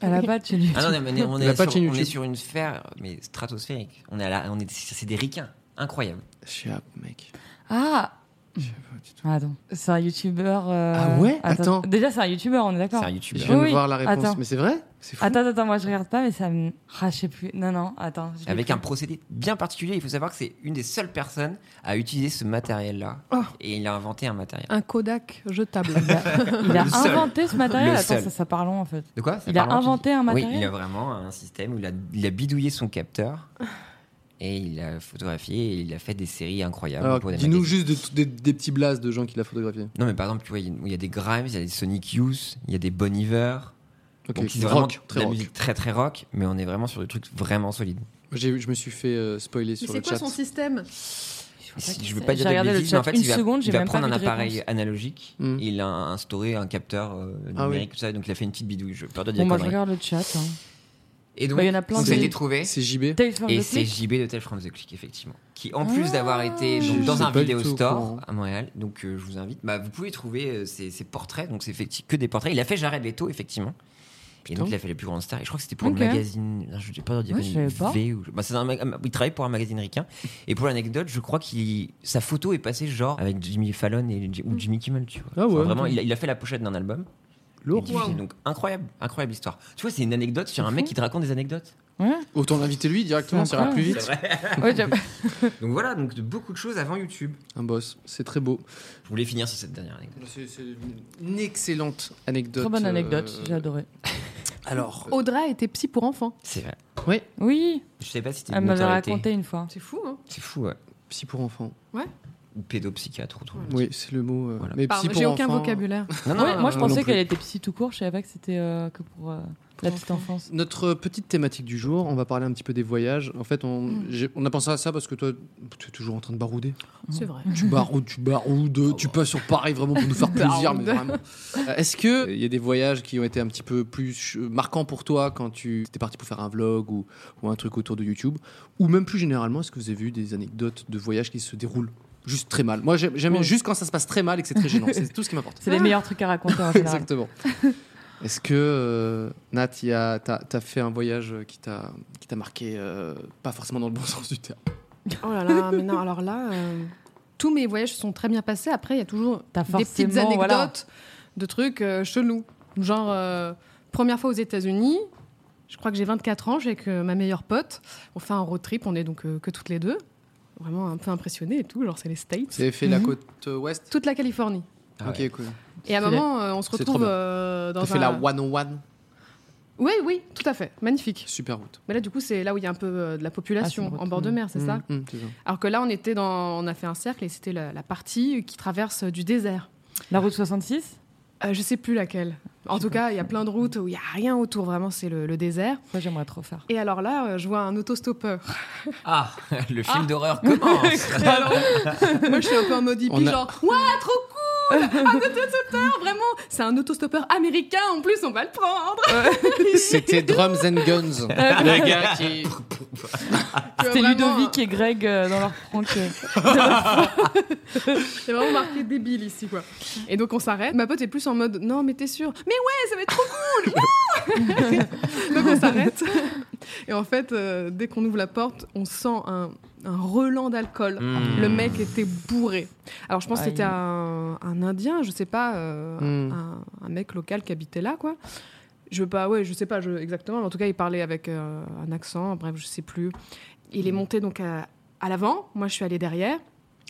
[SPEAKER 2] Elle a pas de chez lui.
[SPEAKER 4] Ah non, mais on est- on,
[SPEAKER 1] Il a
[SPEAKER 4] est
[SPEAKER 1] pas
[SPEAKER 4] sur,
[SPEAKER 1] de chaîne
[SPEAKER 4] on est
[SPEAKER 1] YouTube.
[SPEAKER 4] sur une sphère mais stratosphérique. On est à la- on est, c'est des ricains, incroyable.
[SPEAKER 1] Je sais pas, mec.
[SPEAKER 2] Ah
[SPEAKER 1] Je sais pas du tout.
[SPEAKER 2] Attends, c'est un youtubeur. euh,
[SPEAKER 1] Ah ouais Attends.
[SPEAKER 2] Déjà, c'est un youtubeur, on est
[SPEAKER 4] C'est
[SPEAKER 2] d'accord.
[SPEAKER 4] un
[SPEAKER 1] Je
[SPEAKER 4] youtubeur
[SPEAKER 1] viens
[SPEAKER 2] Oui,
[SPEAKER 1] de voir la réponse.
[SPEAKER 2] attends.
[SPEAKER 1] Mais c'est vrai C'est fou.
[SPEAKER 2] Attends, attends, moi je regarde pas, mais ça me. Ah, je sais plus. Non, non, attends. je l'ai
[SPEAKER 4] avec
[SPEAKER 2] plus.
[SPEAKER 4] un procédé bien particulier. Il faut savoir que c'est une des seules personnes à utiliser ce matériel-là,
[SPEAKER 3] Oh.
[SPEAKER 4] et il a inventé un matériel.
[SPEAKER 3] Un Kodak jetable.
[SPEAKER 2] Il a, il a
[SPEAKER 4] Le seul.
[SPEAKER 2] inventé ce matériel.
[SPEAKER 4] Le
[SPEAKER 2] attends,
[SPEAKER 4] seul.
[SPEAKER 2] ça, ça parlant en fait.
[SPEAKER 4] De quoi Ça
[SPEAKER 2] Il a
[SPEAKER 4] parle en plus
[SPEAKER 2] inventé un
[SPEAKER 4] Oui,
[SPEAKER 2] matériel
[SPEAKER 4] il a vraiment un système où il a, il a bidouillé son capteur
[SPEAKER 2] Ah.
[SPEAKER 4] et il a photographié et il a fait des séries incroyables.
[SPEAKER 1] Alors,
[SPEAKER 4] pour des
[SPEAKER 1] dis-nous
[SPEAKER 4] magazines.
[SPEAKER 1] juste de- des, des petits blasts de gens qui l'a photographié.
[SPEAKER 4] Non, mais par exemple, tu vois, il y a- il y a des Grimes, il y a des Sonic Youth, il y a des Bon Iver.
[SPEAKER 1] Ok,
[SPEAKER 4] Donc, c'est vraiment
[SPEAKER 1] rock,
[SPEAKER 4] de
[SPEAKER 1] très
[SPEAKER 4] la
[SPEAKER 1] rock.
[SPEAKER 4] musique très très rock, mais on est vraiment sur des trucs vraiment solides.
[SPEAKER 1] J'ai- Je me suis fait euh, spoiler
[SPEAKER 3] Mais
[SPEAKER 1] sur
[SPEAKER 3] c'est
[SPEAKER 1] le
[SPEAKER 3] quoi
[SPEAKER 1] chat. Euh.
[SPEAKER 3] son système
[SPEAKER 2] vois pas qui
[SPEAKER 4] je veux
[SPEAKER 2] c'est.
[SPEAKER 4] pas dire
[SPEAKER 2] J'ai
[SPEAKER 4] de
[SPEAKER 2] regardé le
[SPEAKER 4] bêtises,
[SPEAKER 2] chat
[SPEAKER 4] mais en fait,
[SPEAKER 2] une
[SPEAKER 4] il va,
[SPEAKER 2] seconde, j'ai
[SPEAKER 4] il va
[SPEAKER 2] même pas
[SPEAKER 4] prendre
[SPEAKER 2] vu
[SPEAKER 4] un
[SPEAKER 2] de
[SPEAKER 4] appareil
[SPEAKER 2] réponse.
[SPEAKER 4] analogique,
[SPEAKER 1] Mm.
[SPEAKER 4] il a instauré un capteur euh,
[SPEAKER 1] Ah
[SPEAKER 4] numérique, tout ça, donc il a fait une petite bidouille. Je peur de dire
[SPEAKER 2] Bon, moi je
[SPEAKER 4] conneries.
[SPEAKER 2] regarde le chat. Hein.
[SPEAKER 4] Et donc,
[SPEAKER 2] Bah, il y en a plein
[SPEAKER 4] ça a
[SPEAKER 1] de-
[SPEAKER 4] été trouvé.
[SPEAKER 1] C'est JB.
[SPEAKER 2] Tales from
[SPEAKER 4] Et
[SPEAKER 2] the
[SPEAKER 4] c'est
[SPEAKER 2] Flick.
[SPEAKER 4] JB de Tell from the Click, effectivement. Qui, en plus
[SPEAKER 2] Ah.
[SPEAKER 4] d'avoir été donc,
[SPEAKER 1] Je- je
[SPEAKER 4] dans
[SPEAKER 1] sais
[SPEAKER 4] un
[SPEAKER 1] pas du
[SPEAKER 4] vidéo
[SPEAKER 1] tout au
[SPEAKER 4] store
[SPEAKER 1] courant.
[SPEAKER 4] à Montréal, donc euh, je vous invite, bah, vous pouvez trouver euh, ses, ses portraits, donc c'est effecti- que des portraits. Il a fait Jared Leto, effectivement. Et donc, il a fait les plus grandes stars. Et je crois que c'était pour
[SPEAKER 2] Ok.
[SPEAKER 4] le magazine. non, Je ne sais pas dire
[SPEAKER 2] Ouais, je savais pas.
[SPEAKER 4] V ou- bah, c'est un mag- il travaille pour un magazine ricain. Et pour l'anecdote, je crois qu'il sa photo est passée genre avec Jimmy Fallon et,
[SPEAKER 2] Mm.
[SPEAKER 4] ou Jimmy Kimmel. Tu vois.
[SPEAKER 1] Ah ouais.
[SPEAKER 4] vraiment, il a, il a fait la pochette d'un album.
[SPEAKER 1] Lourd.
[SPEAKER 4] Et diffusé. Donc incroyable, incroyable histoire. Tu vois, c'est une anecdote sur un mec qui te raconte des anecdotes.
[SPEAKER 2] Ouais.
[SPEAKER 1] Autant l'inviter lui directement, ça ira plus vite.
[SPEAKER 2] Ouais, j'avoue.
[SPEAKER 4] Donc voilà, donc de beaucoup de choses avant YouTube.
[SPEAKER 1] Un boss, c'est très beau.
[SPEAKER 4] Je voulais finir sur cette dernière anecdote.
[SPEAKER 1] C'est une excellente anecdote. euh,
[SPEAKER 2] Très bonne anecdote,
[SPEAKER 4] euh,
[SPEAKER 2] j'ai adoré.
[SPEAKER 1] Alors,
[SPEAKER 3] Audra était psy pour enfants.
[SPEAKER 4] C'est vrai.
[SPEAKER 2] Oui,
[SPEAKER 4] Je sais pas si t'es
[SPEAKER 2] elle
[SPEAKER 4] une
[SPEAKER 2] m'avait
[SPEAKER 4] autorité.
[SPEAKER 2] raconté une fois.
[SPEAKER 3] C'est fou, hein
[SPEAKER 4] C'est fou, ouais.
[SPEAKER 1] psy pour enfants.
[SPEAKER 4] Ou pédopsychiatre ou tout.
[SPEAKER 1] Oui, c'est le mot. euh,
[SPEAKER 4] Voilà.
[SPEAKER 1] Mais psy
[SPEAKER 3] Pardon,
[SPEAKER 1] pour
[SPEAKER 3] j'ai aucun
[SPEAKER 1] enfants,
[SPEAKER 3] vocabulaire.
[SPEAKER 4] Non,
[SPEAKER 2] Ouais, moi, je
[SPEAKER 1] non, non
[SPEAKER 2] pensais
[SPEAKER 1] plus.
[SPEAKER 2] qu'elle était psy tout court. Je savais pas que c'était euh, que pour, euh, la petite enfance.
[SPEAKER 1] Notre petite thématique du jour, on va parler un petit peu des voyages. En fait, on,
[SPEAKER 2] Hmm.
[SPEAKER 1] j'ai- on a pensé à ça parce que toi, tu es toujours en train de barouder.
[SPEAKER 3] C'est vrai.
[SPEAKER 1] Tu baroudes, tu baroudes,
[SPEAKER 2] Ah
[SPEAKER 1] tu passes sur Paris vraiment pour nous faire plaisir. mais
[SPEAKER 3] Baroude.
[SPEAKER 1] vraiment. Euh, Est-ce que il y a des voyages qui ont été un petit peu plus euh, marquants pour toi quand tu étais parti pour faire un vlog ou, ou un truc autour de YouTube Ou même plus généralement, est-ce que vous avez vu des anecdotes de voyages qui se déroulent juste très mal Moi, j'aime j'aime
[SPEAKER 2] Ouais.
[SPEAKER 1] juste quand ça se passe très mal et que c'est très gênant. c'est tout ce qui
[SPEAKER 3] Ah.
[SPEAKER 1] m'importe.
[SPEAKER 2] C'est les meilleurs trucs à raconter en général.
[SPEAKER 1] Exactement. Est-ce que, euh, Nat, il y a- t'as as fait un voyage qui t'a qui t'a marqué, euh, pas forcément dans le bon sens du terme
[SPEAKER 3] Oh là là, mais non, alors là, euh, tous mes voyages se sont très bien passés. Après, il y a toujours
[SPEAKER 2] T'as
[SPEAKER 3] des petites
[SPEAKER 2] forcément,
[SPEAKER 3] anecdotes
[SPEAKER 2] voilà.
[SPEAKER 3] de trucs euh, chelous. Genre, euh, première fois aux États-Unis, je crois que j'ai 24 ans, j'ai avec euh, ma meilleure pote. On fait un road trip, on est donc euh, que toutes les deux. Vraiment un peu impressionnés et tout. Genre, c'est les States.
[SPEAKER 1] Vous avez fait la
[SPEAKER 3] Mhm.
[SPEAKER 1] côte euh, ouest
[SPEAKER 3] Toute la Californie.
[SPEAKER 4] Ah
[SPEAKER 1] Ok,
[SPEAKER 4] ouais.
[SPEAKER 1] cool.
[SPEAKER 3] Et à un
[SPEAKER 2] C'est
[SPEAKER 3] moment, euh, on
[SPEAKER 1] c'est
[SPEAKER 3] se
[SPEAKER 1] trop
[SPEAKER 3] retrouve
[SPEAKER 1] bien.
[SPEAKER 3] euh, dans
[SPEAKER 1] T'as
[SPEAKER 3] un.
[SPEAKER 1] fait la 101,
[SPEAKER 3] Oui, oui, tout à fait. Magnifique.
[SPEAKER 1] super route.
[SPEAKER 3] Mais là, du coup, c'est là où il y a un peu euh, de la
[SPEAKER 2] Ah,
[SPEAKER 3] population
[SPEAKER 2] c'est une
[SPEAKER 3] en bord de mer, c'est ça
[SPEAKER 1] Mm, c'est ça.
[SPEAKER 3] Alors que là, on était dans, on a fait un cercle et c'était la, la partie qui traverse euh, du désert.
[SPEAKER 2] La route 66
[SPEAKER 3] Euh, je sais plus laquelle. En tout cas, il y a plein de routes où il y a rien autour. Vraiment, c'est le, le désert.
[SPEAKER 2] Moi, j'aimerais trop faire.
[SPEAKER 3] Et alors là, euh, je vois un autostoppeur.
[SPEAKER 4] Ah, le film
[SPEAKER 3] Ah.
[SPEAKER 4] d'horreur commence.
[SPEAKER 3] Et alors, moi, je suis un peu en mode hippie,
[SPEAKER 1] On a-
[SPEAKER 3] genre, ouah, trop cool, Ah, un autostoppeur, vraiment. C'est un autostoppeur américain en plus, on va le prendre.
[SPEAKER 1] C'était Drums and
[SPEAKER 3] Euh,
[SPEAKER 1] Guns. le gars qui.
[SPEAKER 3] Tu vois,
[SPEAKER 2] C'était
[SPEAKER 3] vraiment,
[SPEAKER 2] Ludovic et Greg euh, dans leur prank. euh.
[SPEAKER 3] C'est vraiment marqué débile ici, quoi. Et donc on s'arrête. Ma pote est plus en mode non, mais t'es sûre Mais ouais, ça va être trop cool Wouh Donc on s'arrête. Et en fait, euh, dès qu'on ouvre la porte, on sent un, un relent d'alcool.
[SPEAKER 4] Mm.
[SPEAKER 3] Le mec était bourré. Alors je pense que c'était
[SPEAKER 2] Aïe.
[SPEAKER 3] un, un Indien, je sais pas, euh,
[SPEAKER 1] Mm.
[SPEAKER 3] un, un mec local qui habitait là, quoi. Je veux pas, ouais, je sais pas je- exactement. mais En tout cas, il parlait avec euh, un accent. Bref, je sais plus. Il est monté donc à- à l'avant. Moi, je suis allée derrière.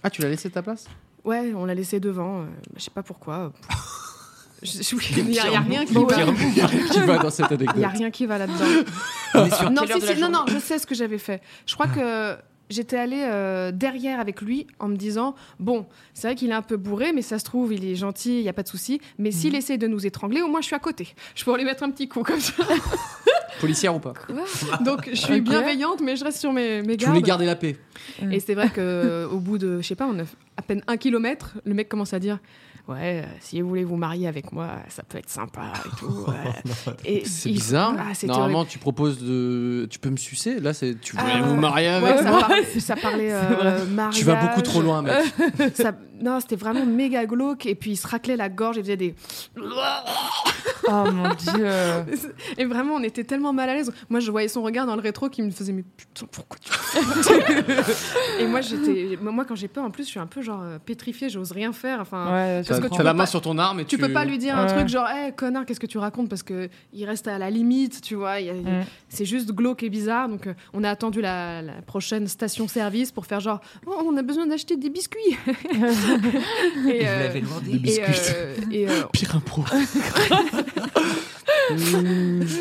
[SPEAKER 1] Ah, tu l'as laissé ta place
[SPEAKER 3] Ouais, on l'a laissé devant. euh, je sais pas pourquoi. Je- je- oui, Il n'y a,
[SPEAKER 4] pires
[SPEAKER 3] il y a rien qui
[SPEAKER 4] mots.
[SPEAKER 3] va.
[SPEAKER 4] Les pires
[SPEAKER 1] Qui va dans cette
[SPEAKER 3] Il y a
[SPEAKER 1] anecdote
[SPEAKER 3] rien qui va là-dedans.
[SPEAKER 4] On est sur
[SPEAKER 3] non,
[SPEAKER 4] quelle heure
[SPEAKER 3] si,
[SPEAKER 4] de
[SPEAKER 3] si,
[SPEAKER 4] la
[SPEAKER 3] non,
[SPEAKER 4] journée
[SPEAKER 3] non, je sais ce que j'avais fait. Je crois que j'étais allée euh, derrière avec lui en me disant bon, c'est vrai qu'il est un peu bourré, mais ça se trouve il est gentil, il y a pas de souci. Mais
[SPEAKER 4] Mhm.
[SPEAKER 3] s'il essaie de nous étrangler, au moins je suis à côté. Je pourrais lui mettre un petit coup comme ça.
[SPEAKER 1] Policière ou pas
[SPEAKER 3] Donc je suis
[SPEAKER 2] Ok.
[SPEAKER 3] bienveillante, mais je reste sur mes, mes
[SPEAKER 1] Tu voulais
[SPEAKER 3] gardes.
[SPEAKER 1] garder la paix.
[SPEAKER 3] Et c'est vrai que au bout de, je sais pas, on a f- à peine un kilomètre, le mec commence à dire Ouais, euh, si vous voulez vous marier avec moi, ça peut être sympa et tout. ouais. Et
[SPEAKER 1] Oh, C'est
[SPEAKER 3] il-
[SPEAKER 1] bizarre.
[SPEAKER 3] Ah, c'était
[SPEAKER 1] Normalement, tu proposes de. Tu peux me sucer. Là, c'est. Tu voulais
[SPEAKER 3] Ah.
[SPEAKER 1] vous marier
[SPEAKER 3] horrible.
[SPEAKER 1] avec.
[SPEAKER 3] Ouais, ça,
[SPEAKER 2] Ouais,
[SPEAKER 3] parlait-
[SPEAKER 2] c'est-
[SPEAKER 3] ça parlait euh,
[SPEAKER 2] c'est vrai.
[SPEAKER 3] mariage.
[SPEAKER 1] Tu vas beaucoup trop loin, mec.
[SPEAKER 3] Ça- non, c'était vraiment méga glauque. Et puis il se raclait la gorge et faisait des.
[SPEAKER 2] Oh mon dieu.
[SPEAKER 3] Et vraiment, on était tellement mal à l'aise. Moi, je voyais son regard dans le rétro qui me faisait mais putain, pourquoi tu Et moi, j'étais, moi, quand j'ai peur, en plus, je suis un peu genre euh, pétrifiée. J'ose rien faire. Enfin,
[SPEAKER 2] Ouais, je
[SPEAKER 1] T'as
[SPEAKER 3] que
[SPEAKER 2] comprends.
[SPEAKER 1] t'as la
[SPEAKER 3] peux
[SPEAKER 1] main
[SPEAKER 3] pas-
[SPEAKER 1] sur ton arme et
[SPEAKER 3] Tu
[SPEAKER 1] tu.
[SPEAKER 3] peux pas lui dire un
[SPEAKER 2] Ouais.
[SPEAKER 3] truc genre, hé connard, qu'est-ce que tu racontes Parce que il reste à la limite, tu vois. il y a- il y a-
[SPEAKER 2] Mm.
[SPEAKER 3] C'est juste glauque et bizarre. Donc, euh, on a attendu la, la prochaine station-service pour faire genre, oh, on a besoin d'acheter des biscuits. et,
[SPEAKER 4] Je vous
[SPEAKER 3] euh,
[SPEAKER 4] l'avais demandé.
[SPEAKER 3] et, euh, et, euh,
[SPEAKER 1] Pire impro. Mmh.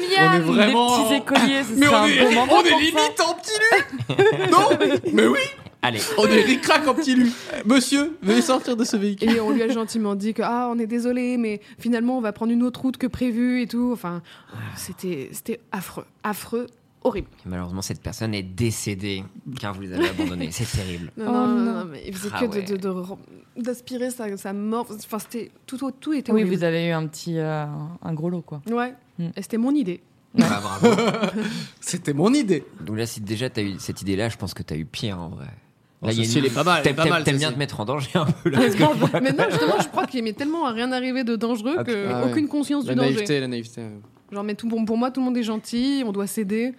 [SPEAKER 2] Miam,
[SPEAKER 1] vraiment-
[SPEAKER 2] Les petits écoliers, ce
[SPEAKER 1] Mais
[SPEAKER 2] serait
[SPEAKER 1] on
[SPEAKER 2] un
[SPEAKER 1] est,
[SPEAKER 2] bon moment
[SPEAKER 1] on
[SPEAKER 2] pour
[SPEAKER 1] est
[SPEAKER 2] ça.
[SPEAKER 1] limite en petit lu Non Mais oui
[SPEAKER 4] Allez,
[SPEAKER 1] On est ric-rac en petit lu Monsieur, veuillez sortir de ce véhicule
[SPEAKER 3] et on lui a gentiment dit que, ah, on est désolé, mais finalement, on va prendre une autre route que prévu et tout. Enfin, c'était c'était affreux, affreux, horrible.
[SPEAKER 4] Et Malheureusement, cette personne est décédée car vous les avez abandonnés. C'est terrible.
[SPEAKER 3] Non,
[SPEAKER 2] Oh
[SPEAKER 3] non, non,
[SPEAKER 2] non.
[SPEAKER 3] non, mais il faisait
[SPEAKER 4] Ah
[SPEAKER 3] que
[SPEAKER 4] ouais.
[SPEAKER 3] de- de- de- d'aspirer sa, sa mort. Enfin, c'était tout, tout était
[SPEAKER 2] Oui,
[SPEAKER 3] horrible.
[SPEAKER 2] vous avez eu un petit. euh, un gros lot, quoi.
[SPEAKER 3] Ouais.
[SPEAKER 2] Mm.
[SPEAKER 3] Et c'était mon idée.
[SPEAKER 4] Bah, bravo.
[SPEAKER 1] C'était mon idée
[SPEAKER 4] Donc là, si déjà t'as eu cette idée-là, je pense que t'as eu pire en vrai.
[SPEAKER 1] Oh,
[SPEAKER 4] Là, il y a
[SPEAKER 1] celle-ci, elle est pas mal, elle est
[SPEAKER 4] T'aimes
[SPEAKER 1] pas mal,
[SPEAKER 4] t'aimes- t'aimes
[SPEAKER 1] celle-ci.
[SPEAKER 4] bien te mettre en danger un peu là. parce que-
[SPEAKER 3] Mais non, justement, je crois qu'il m'est tellement à rien arrivé de dangereux
[SPEAKER 4] Ah,
[SPEAKER 3] que
[SPEAKER 1] ah ouais.
[SPEAKER 3] aucune conscience
[SPEAKER 1] La
[SPEAKER 3] du danger.
[SPEAKER 1] naïveté, la naïveté.
[SPEAKER 3] Genre, mais tout, bon, pour moi, tout le monde est gentil, on doit s'aider.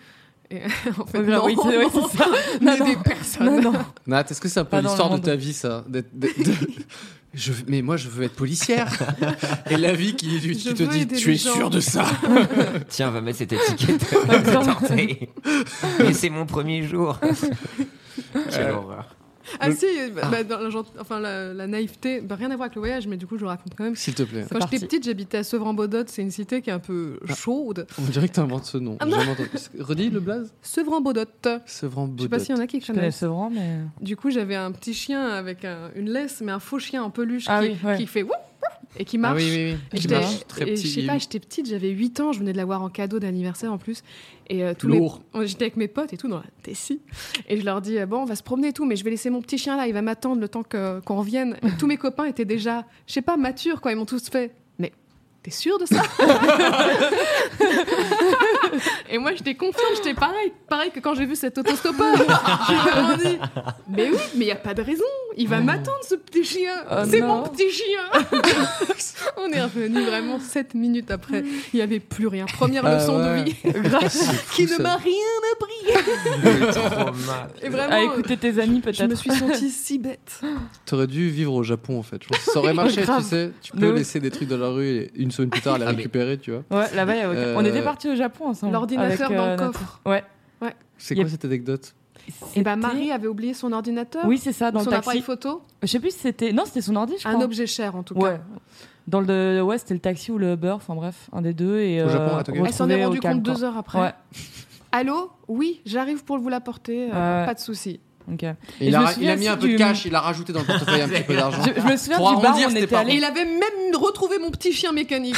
[SPEAKER 3] Et en fait,
[SPEAKER 2] Ouais, bah
[SPEAKER 3] non.
[SPEAKER 2] oui, c'est- ouais, c'est ça.
[SPEAKER 3] On
[SPEAKER 2] Non,
[SPEAKER 3] est
[SPEAKER 2] non.
[SPEAKER 3] des personnes.
[SPEAKER 2] Non, non.
[SPEAKER 1] Nat, est-ce que c'est un peu
[SPEAKER 2] Pas dans le
[SPEAKER 1] l'histoire de
[SPEAKER 2] monde.
[SPEAKER 1] ta vie, ça d'être- d'être- de- je, Mais moi, je veux être policière. Et la vie qui, qui
[SPEAKER 3] Je
[SPEAKER 1] te
[SPEAKER 3] veux
[SPEAKER 1] dit
[SPEAKER 3] aider
[SPEAKER 1] Tu
[SPEAKER 3] les
[SPEAKER 1] es
[SPEAKER 3] gens.
[SPEAKER 1] sûr de ça
[SPEAKER 4] Tiens, va mettre cette étiquette. Mais c'est mon premier jour. Quelle horreur.
[SPEAKER 3] Ah si, bah, bah, dans la gent- enfin, la, la naïveté, bah, rien à voir avec le voyage, mais du coup, je le raconte quand même.
[SPEAKER 1] S'il te plaît.
[SPEAKER 3] Quand j'étais
[SPEAKER 2] parti.
[SPEAKER 3] petite, j'habitais à Sevran-Beaudotte, c'est une cité qui est un peu
[SPEAKER 1] Ah.
[SPEAKER 3] chaude.
[SPEAKER 1] On dirait que t'inventes ce nom.
[SPEAKER 3] Ah
[SPEAKER 1] J'ai
[SPEAKER 3] non.
[SPEAKER 1] jamais entendu. Redis le blaze
[SPEAKER 3] Sevran-Beaudotte.
[SPEAKER 1] Sevran Ah
[SPEAKER 3] Je sais pas
[SPEAKER 1] Beaudotte.
[SPEAKER 3] s'il y en a qui
[SPEAKER 2] Je connais
[SPEAKER 3] connaissent.
[SPEAKER 2] Sevran, mais.
[SPEAKER 3] Du coup, j'avais un petit chien avec un- une laisse, mais un faux chien en peluche
[SPEAKER 2] Ah
[SPEAKER 3] qui,
[SPEAKER 2] oui, ouais.
[SPEAKER 3] qui fait wouh, wouh et qui
[SPEAKER 1] Ah
[SPEAKER 3] marche.
[SPEAKER 1] oui, oui,
[SPEAKER 3] Et
[SPEAKER 1] oui. Qui
[SPEAKER 3] j'étais-
[SPEAKER 1] marche très
[SPEAKER 3] et je sais
[SPEAKER 1] petit.
[SPEAKER 3] pas, j'étais petite, j'avais 8 ans, je venais de l'avoir en cadeau d'anniversaire en plus. Et euh, tous
[SPEAKER 1] Lourd.
[SPEAKER 3] mes- j'étais avec mes potes et tout dans la Tessie. Et je leur dis euh, bon, on va se promener et tout, mais je vais laisser mon petit chien là, il va m'attendre le temps que- qu'on revienne. Et tous mes copains étaient déjà, je sais pas, matures quoi, ils m'ont tous fait. Mais t'es sûr de ça Et moi j'étais confiante, j'étais pareil, pareil que quand j'ai vu cet autostoppeur. J'ai vraiment dit mais oui, mais il y a pas de raison, il va m'attendre ce petit chien.
[SPEAKER 2] Oh
[SPEAKER 3] C'est
[SPEAKER 2] non.
[SPEAKER 3] mon petit chien. On est revenu vraiment 7 minutes après. Il n'y avait plus rien. Première
[SPEAKER 1] Ah
[SPEAKER 3] leçon
[SPEAKER 1] ouais.
[SPEAKER 3] de vie.
[SPEAKER 1] fou,
[SPEAKER 3] qui
[SPEAKER 1] ça.
[SPEAKER 3] ne m'a rien appris.
[SPEAKER 4] Le trauma.
[SPEAKER 3] Et
[SPEAKER 2] À
[SPEAKER 3] vraiment, euh,
[SPEAKER 2] écouter tes amis,
[SPEAKER 3] je me
[SPEAKER 2] Ah, peut-être.
[SPEAKER 3] suis sentie si bête.
[SPEAKER 1] T'aurais dû vivre au Japon en fait. Je pense que ça aurait marché, tu
[SPEAKER 2] Grave.
[SPEAKER 1] sais. Tu
[SPEAKER 2] De
[SPEAKER 1] peux
[SPEAKER 2] ouf.
[SPEAKER 1] laisser des trucs dans la rue et une semaine plus tard les
[SPEAKER 4] Ah, mais-
[SPEAKER 1] récupérer, tu vois.
[SPEAKER 2] Ouais, là-bas, il y a aucun-
[SPEAKER 1] Euh,
[SPEAKER 2] on était partis au Japon ensemble.
[SPEAKER 3] L'ordinateur
[SPEAKER 2] avec,
[SPEAKER 3] dans
[SPEAKER 2] euh,
[SPEAKER 3] le
[SPEAKER 2] notre-
[SPEAKER 3] coffre.
[SPEAKER 2] Ouais.
[SPEAKER 1] C'est
[SPEAKER 2] Y a-
[SPEAKER 1] quoi cette anecdote
[SPEAKER 3] Et bah
[SPEAKER 2] C'était-
[SPEAKER 3] Marie avait oublié son ordinateur.
[SPEAKER 2] Oui, c'est ça, dans
[SPEAKER 3] son
[SPEAKER 2] le
[SPEAKER 3] appareil
[SPEAKER 2] taxi.
[SPEAKER 3] photo.
[SPEAKER 2] Je sais plus si c'était. Non, c'était son ordi, je crois.
[SPEAKER 3] Un objet cher en tout cas.
[SPEAKER 2] Ouais. Dans le de- ouais, c'était le taxi ou le Uber, enfin bref, un des deux et
[SPEAKER 1] Au
[SPEAKER 2] euh,
[SPEAKER 1] Japon, à Tokyo.
[SPEAKER 2] on
[SPEAKER 3] Elle s'en est
[SPEAKER 2] retrouvait au
[SPEAKER 3] rendue compte
[SPEAKER 2] calme,
[SPEAKER 3] deux heures après.
[SPEAKER 2] quoi.
[SPEAKER 3] Allô Oui, j'arrive pour vous l'apporter. euh,
[SPEAKER 2] Ouais.
[SPEAKER 3] Pas de souci.
[SPEAKER 2] Ouais. ok.
[SPEAKER 1] Et
[SPEAKER 2] Et
[SPEAKER 1] il
[SPEAKER 2] je me
[SPEAKER 1] a,
[SPEAKER 2] souviens
[SPEAKER 1] il a mis
[SPEAKER 2] aussi
[SPEAKER 1] un peu de
[SPEAKER 2] du-
[SPEAKER 1] cash, il a rajouté dans le portefeuille un petit peu d'argent.
[SPEAKER 2] Je, je me souviens
[SPEAKER 1] Ah. Pour
[SPEAKER 2] du bar
[SPEAKER 1] arrondir,
[SPEAKER 2] où on
[SPEAKER 1] c'était
[SPEAKER 2] était
[SPEAKER 1] pas
[SPEAKER 3] Et
[SPEAKER 2] allé.
[SPEAKER 3] il avait même retrouvé mon petit chien mécanique.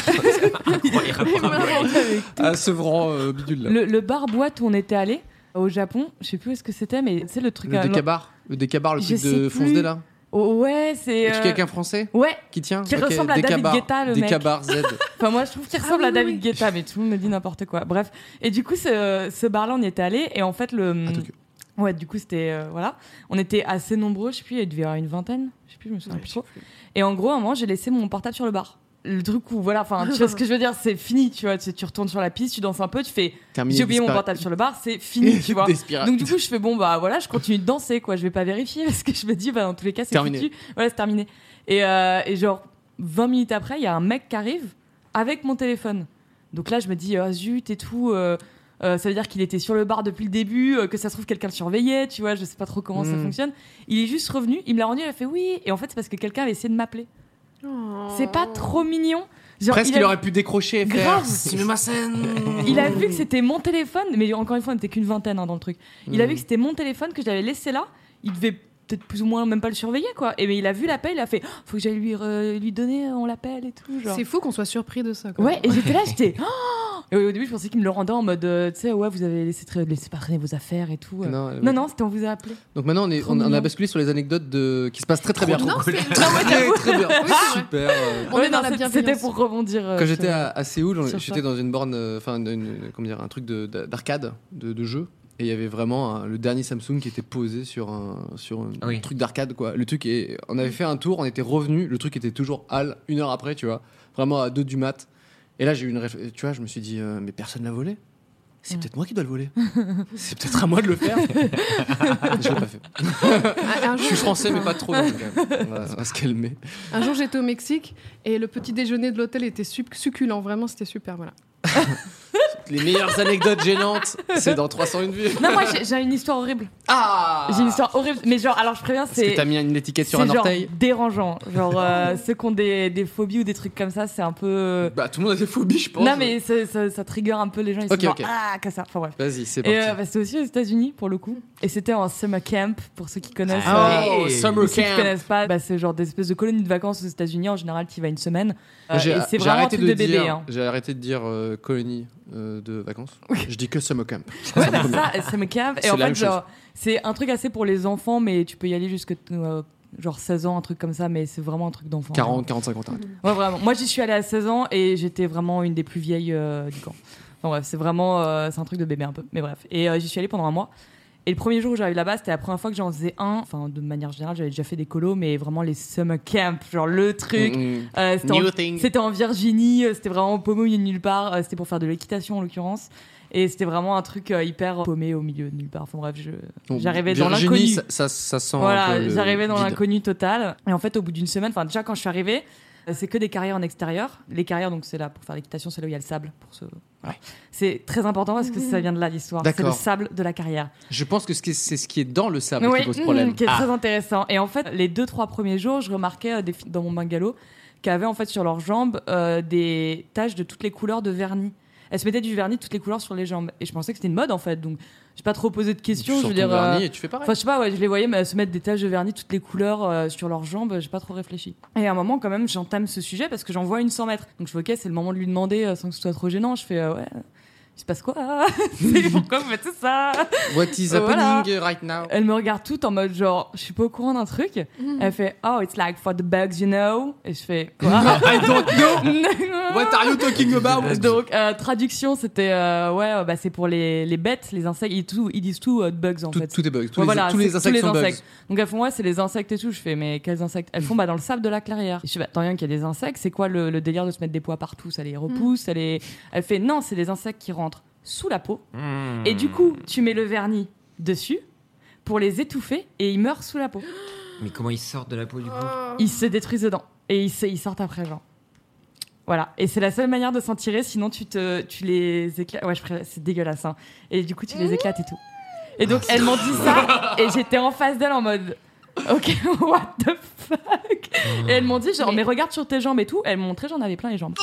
[SPEAKER 1] À Sevran euh, bidule là.
[SPEAKER 2] Le, le bar boîte où on était allé au Japon, je sais plus où est-ce que c'était, mais c'est le truc.
[SPEAKER 1] Le
[SPEAKER 2] à-
[SPEAKER 1] décabar, le décabar, le
[SPEAKER 2] Je
[SPEAKER 1] truc de
[SPEAKER 2] sais
[SPEAKER 1] Fonce D
[SPEAKER 2] plus.
[SPEAKER 1] là.
[SPEAKER 2] Oh, ouais, c'est.
[SPEAKER 1] Est-ce
[SPEAKER 2] euh,
[SPEAKER 1] quelqu'un français
[SPEAKER 2] Ouais.
[SPEAKER 1] qui tient
[SPEAKER 2] Qui
[SPEAKER 1] Ok,
[SPEAKER 2] ressemble à David
[SPEAKER 1] Décabar,
[SPEAKER 2] Guetta, le mec.
[SPEAKER 1] Décabar Z.
[SPEAKER 2] Enfin, moi, je trouve qu'il ressemble
[SPEAKER 3] Ah oui,
[SPEAKER 2] à
[SPEAKER 3] oui, oui.
[SPEAKER 2] David Guetta, mais tout le monde me dit n'importe quoi. Bref. Et du coup, ce, ce bar-là, on y était allé. Et en fait, le.
[SPEAKER 1] À Tokyo.
[SPEAKER 2] Ouais, du coup, c'était. euh, voilà. On était assez nombreux, je sais plus, il devait y avoir une vingtaine. Je sais plus, je me souviens plus trop. Et en gros, à un moment, j'ai laissé mon portable sur le bar. Le truc où, voilà, enfin, tu vois ce que je veux dire, c'est fini, tu vois. Tu, tu retournes sur la piste, tu danses un peu, tu fais.
[SPEAKER 1] Terminé,
[SPEAKER 2] J'ai oublié mon
[SPEAKER 1] disparaît.
[SPEAKER 2] portable sur le bar, c'est fini, tu vois.
[SPEAKER 1] Des spirales.
[SPEAKER 2] Donc du coup, je fais bon bah voilà, je continue de danser quoi. Je vais pas vérifier parce que je me dis bah dans tous les cas c'est
[SPEAKER 1] Terminé.
[SPEAKER 2] foutu. Voilà, c'est terminé. Et, euh, et genre 20 minutes après, il y a un mec qui arrive avec mon téléphone. Donc là, je me dis ah zut et tout. euh, euh, ça veut dire qu'il était sur le bar depuis le début, euh, que ça se trouve quelqu'un le surveillait, tu vois. Je sais pas trop comment ça
[SPEAKER 1] Mm.
[SPEAKER 2] fonctionne. Il est juste revenu, il me l'a rendu, il a fait oui. Et en fait, c'est parce que quelqu'un avait essayé de m'appeler. C'est pas trop mignon.
[SPEAKER 1] Oh.
[SPEAKER 2] Genre,
[SPEAKER 1] Presque
[SPEAKER 2] a-
[SPEAKER 1] il aurait pu décrocher et faire.
[SPEAKER 2] Grave.
[SPEAKER 1] C'est ma scène.
[SPEAKER 2] il a vu que c'était mon téléphone, mais encore une fois, on n'était qu'une vingtaine hein, dans le truc. Il
[SPEAKER 1] Mm.
[SPEAKER 2] a vu que c'était mon téléphone que j'avais laissé là. Il devait peut-être plus ou moins même pas le surveiller, quoi. Et mais il a vu l'appel, il a fait Oh, Faut que j'aille lui, re- lui donner, euh, on l'appelle et tout. Genre.
[SPEAKER 3] C'est fou qu'on soit surpris de ça. quoi.
[SPEAKER 2] Ouais, et j'étais là, j'étais. Oh et au début, je pensais qu'il me le rendait en mode euh, Tu sais, ouais, vous avez laissé, très- laissé parler vos affaires et tout. euh.
[SPEAKER 1] Non, euh,
[SPEAKER 2] non, non, c'était on vous a appelé.
[SPEAKER 1] Donc maintenant on, est,
[SPEAKER 2] Trop
[SPEAKER 1] on, on a
[SPEAKER 2] mignon.
[SPEAKER 1] basculé sur les anecdotes de qui se passent très très bien.
[SPEAKER 3] Non, c'est-
[SPEAKER 1] très, très bien.
[SPEAKER 3] Oui, c'est vrai.
[SPEAKER 1] Super. euh,
[SPEAKER 3] On est dans
[SPEAKER 2] non,
[SPEAKER 3] la
[SPEAKER 2] c'est-
[SPEAKER 3] bienveillance.
[SPEAKER 2] C'était pour rebondir. euh,
[SPEAKER 1] Quand j'étais
[SPEAKER 2] sur-
[SPEAKER 1] à, à Séoul, on-
[SPEAKER 2] sur
[SPEAKER 1] j'étais
[SPEAKER 2] ça.
[SPEAKER 1] dans une borne, euh, enfin, une- une- comment dire, un truc de- d'a- d'arcade, de, de jeu. Et il y avait vraiment un- le dernier Samsung qui était posé sur un, sur un
[SPEAKER 4] Ah oui.
[SPEAKER 1] truc d'arcade, quoi. Le truc est, on avait fait un tour, on était revenu, le truc était toujours hal une heure après, tu vois, vraiment à deux du mat. Et là, j'ai eu une, réf- tu vois, je me suis dit, euh, mais personne l'a volé. C'est
[SPEAKER 2] Mm.
[SPEAKER 1] peut-être moi qui dois le voler. C'est peut-être à moi de le faire. je l'ai pas fait.
[SPEAKER 3] Un- un
[SPEAKER 1] Je
[SPEAKER 3] jour,
[SPEAKER 1] suis français, mais pas trop. donc, quand même. On va- on va se calmer.
[SPEAKER 3] Un jour, j'étais au Mexique et le petit déjeuner de l'hôtel était suc- succulent. Vraiment, c'était super. Voilà.
[SPEAKER 1] Les meilleures anecdotes gênantes, c'est dans 301 vues.
[SPEAKER 2] Non, moi, j'ai- j'ai une histoire horrible.
[SPEAKER 1] Ah
[SPEAKER 2] J'ai une histoire horrible. Mais genre, alors je préviens,
[SPEAKER 1] Est-ce
[SPEAKER 2] c'est.
[SPEAKER 1] que t'as mis une étiquette sur
[SPEAKER 2] c'est
[SPEAKER 1] un
[SPEAKER 2] genre
[SPEAKER 1] orteil
[SPEAKER 2] dérangeant. Genre, euh, ceux qui ont des, des phobies ou des trucs comme ça, c'est un peu.
[SPEAKER 1] Bah, tout le monde a des phobies, je pense.
[SPEAKER 2] Non, mais ça, ça, ça trigger un peu les gens. Ils
[SPEAKER 1] Ok,
[SPEAKER 2] se disent
[SPEAKER 1] ok.
[SPEAKER 2] Ah, que ça. Enfin bref.
[SPEAKER 1] Vas-y, c'est
[SPEAKER 2] Et
[SPEAKER 1] parti.
[SPEAKER 2] euh, bah, c'était aussi aux États-Unis pour le coup. Et c'était en summer camp pour ceux qui connaissent. euh,
[SPEAKER 4] Ah, ouais.
[SPEAKER 1] oh,
[SPEAKER 4] et-
[SPEAKER 1] Summer
[SPEAKER 2] ceux qui
[SPEAKER 1] Camp
[SPEAKER 2] connaissent pas, bah, c'est genre des espèces de colonies de vacances aux États-Unis. En général, tu vas une semaine. Euh,
[SPEAKER 1] J'ai
[SPEAKER 2] et
[SPEAKER 1] j'ai
[SPEAKER 2] c'est vraiment un
[SPEAKER 1] arrêté
[SPEAKER 2] truc
[SPEAKER 1] de,
[SPEAKER 2] de,
[SPEAKER 1] dire,
[SPEAKER 2] bébé. Hein.
[SPEAKER 1] J'ai arrêté de dire euh, colonie euh, de vacances. Je dis que Summer Camp.
[SPEAKER 2] Ouais, bah, ça, euh, summer camp.
[SPEAKER 1] C'est
[SPEAKER 2] Et en
[SPEAKER 1] la
[SPEAKER 2] fait,
[SPEAKER 1] même chose.
[SPEAKER 2] genre, c'est un truc assez pour les enfants, mais tu peux y aller jusque euh, genre 16 ans, un truc comme ça. Mais c'est vraiment un truc d'enfant.
[SPEAKER 1] 40, 45 ans, t'arrêtes.
[SPEAKER 2] Ouais, vraiment. Moi, j'y suis allée à 16 ans et j'étais vraiment une des plus vieilles euh, du camp. Enfin, bref, c'est vraiment. euh, c'est un truc de bébé un peu. Mais bref. Et euh, j'y suis allée pendant un mois. Et le premier jour où j'arrive là-bas, c'était la première fois que j'en faisais un. Enfin, de manière générale, j'avais déjà fait des colos, mais vraiment les summer camp, genre le truc.
[SPEAKER 1] Mhm.
[SPEAKER 2] Euh, c'était en-
[SPEAKER 1] New thing.
[SPEAKER 2] c'était en, Virginie, euh, c'était vraiment paumé au milieu de nulle part. euh, C'était pour faire de l'équitation en l'occurrence. Et c'était vraiment un truc euh, hyper paumé au milieu de nulle part. Enfin bref, je-
[SPEAKER 1] Donc,
[SPEAKER 2] j'arrivais dans
[SPEAKER 1] Virginie,
[SPEAKER 2] l'inconnu.
[SPEAKER 1] Ça, ça, ça sent. un peu
[SPEAKER 2] Voilà,
[SPEAKER 1] le
[SPEAKER 2] j'arrivais dans
[SPEAKER 1] vide.
[SPEAKER 2] l'inconnu total. Et en fait, au bout d'une semaine, enfin déjà quand je suis arrivée, euh, c'est que des carrières en extérieur. Les carrières, donc c'est là pour faire l'équitation, c'est là où il y a le sable. Pour ce... voilà. C'est très important parce que ça vient de là l'histoire. C'est le
[SPEAKER 1] D'accord.
[SPEAKER 2] sable de la carrière.
[SPEAKER 1] Je pense que ce qui est- c'est ce qui est dans le sable qui pose
[SPEAKER 2] Mm,
[SPEAKER 1] problème.
[SPEAKER 2] qui est
[SPEAKER 1] Ah.
[SPEAKER 2] très intéressant. Et en fait, les deux trois premiers jours, je remarquais euh, des filles dans mon bungalow qui avaient en fait sur leurs jambes euh, des taches de toutes les couleurs de vernis. Elles se mettaient du vernis de toutes les couleurs sur les jambes. Et je pensais que c'était une mode en fait. Donc, j'ai pas trop posé de
[SPEAKER 1] Tu
[SPEAKER 2] questions.
[SPEAKER 1] sors
[SPEAKER 2] Je veux
[SPEAKER 1] ton
[SPEAKER 2] dire. euh,
[SPEAKER 1] vernis et tu fais pareil.
[SPEAKER 2] Enfin, je sais pas, ouais, je les voyais mais, se mettre des taches de vernis toutes les couleurs euh, sur leurs jambes, j'ai pas trop réfléchi. Et à un moment, quand même, j'entame ce sujet parce que j'en vois une 100 mètres. Donc je fais, ok, c'est le moment de lui demander euh, sans que ce soit trop gênant. Je fais, euh, ouais, il se passe quoi C'est- Pourquoi vous faites ça
[SPEAKER 1] What is
[SPEAKER 2] Voilà.
[SPEAKER 1] happening right now?
[SPEAKER 2] Elle me regarde toute en mode genre, je suis pas au courant d'un truc. Elle fait, oh, it's like for the bugs, you know. Et je fais, quoi
[SPEAKER 1] I don't know! What are you talking about?
[SPEAKER 2] Donc, euh, traduction, c'était, euh, ouais, euh, bah, c'est pour les, les bêtes, les insectes, ils, tout, ils disent tout, euh, de bugs en
[SPEAKER 1] Tout,
[SPEAKER 2] fait.
[SPEAKER 1] tout est bug. Tous, les,
[SPEAKER 2] Ouais, voilà,
[SPEAKER 1] tous
[SPEAKER 2] c'est-
[SPEAKER 1] les insectes sont bugs.
[SPEAKER 2] Donc elles font ouais c'est les insectes et tout. Je fais mais quels insectes Elles font bah dans le sable de la clairière. Je fais bah attends rien qu'il y a des insectes. C'est quoi le, le délire de se mettre des poids partout Ça les repousse. Ça les... Elle fait non c'est des insectes qui rentrent sous la peau. Et
[SPEAKER 4] Hmm.
[SPEAKER 2] du coup tu mets le vernis dessus pour les étouffer et ils meurent sous la peau.
[SPEAKER 4] Mais comment ils sortent de la peau du coup
[SPEAKER 2] Ils se détruisent dedans et ils, se- ils sortent après genre. Voilà et c'est la seule manière de s'en tirer. Sinon tu te tu les éclates. Ouais je pré- c'est dégueulasse hein. Et du coup tu les éclates et tout. Et donc elles m'ont dit ça et j'étais en face d'elles en mode Ok, what the fuck Et elles m'ont dit genre, mais...
[SPEAKER 3] Mais-
[SPEAKER 2] regarde sur tes jambes et tout. Elles m'ont montré, j'en avais plein les jambes.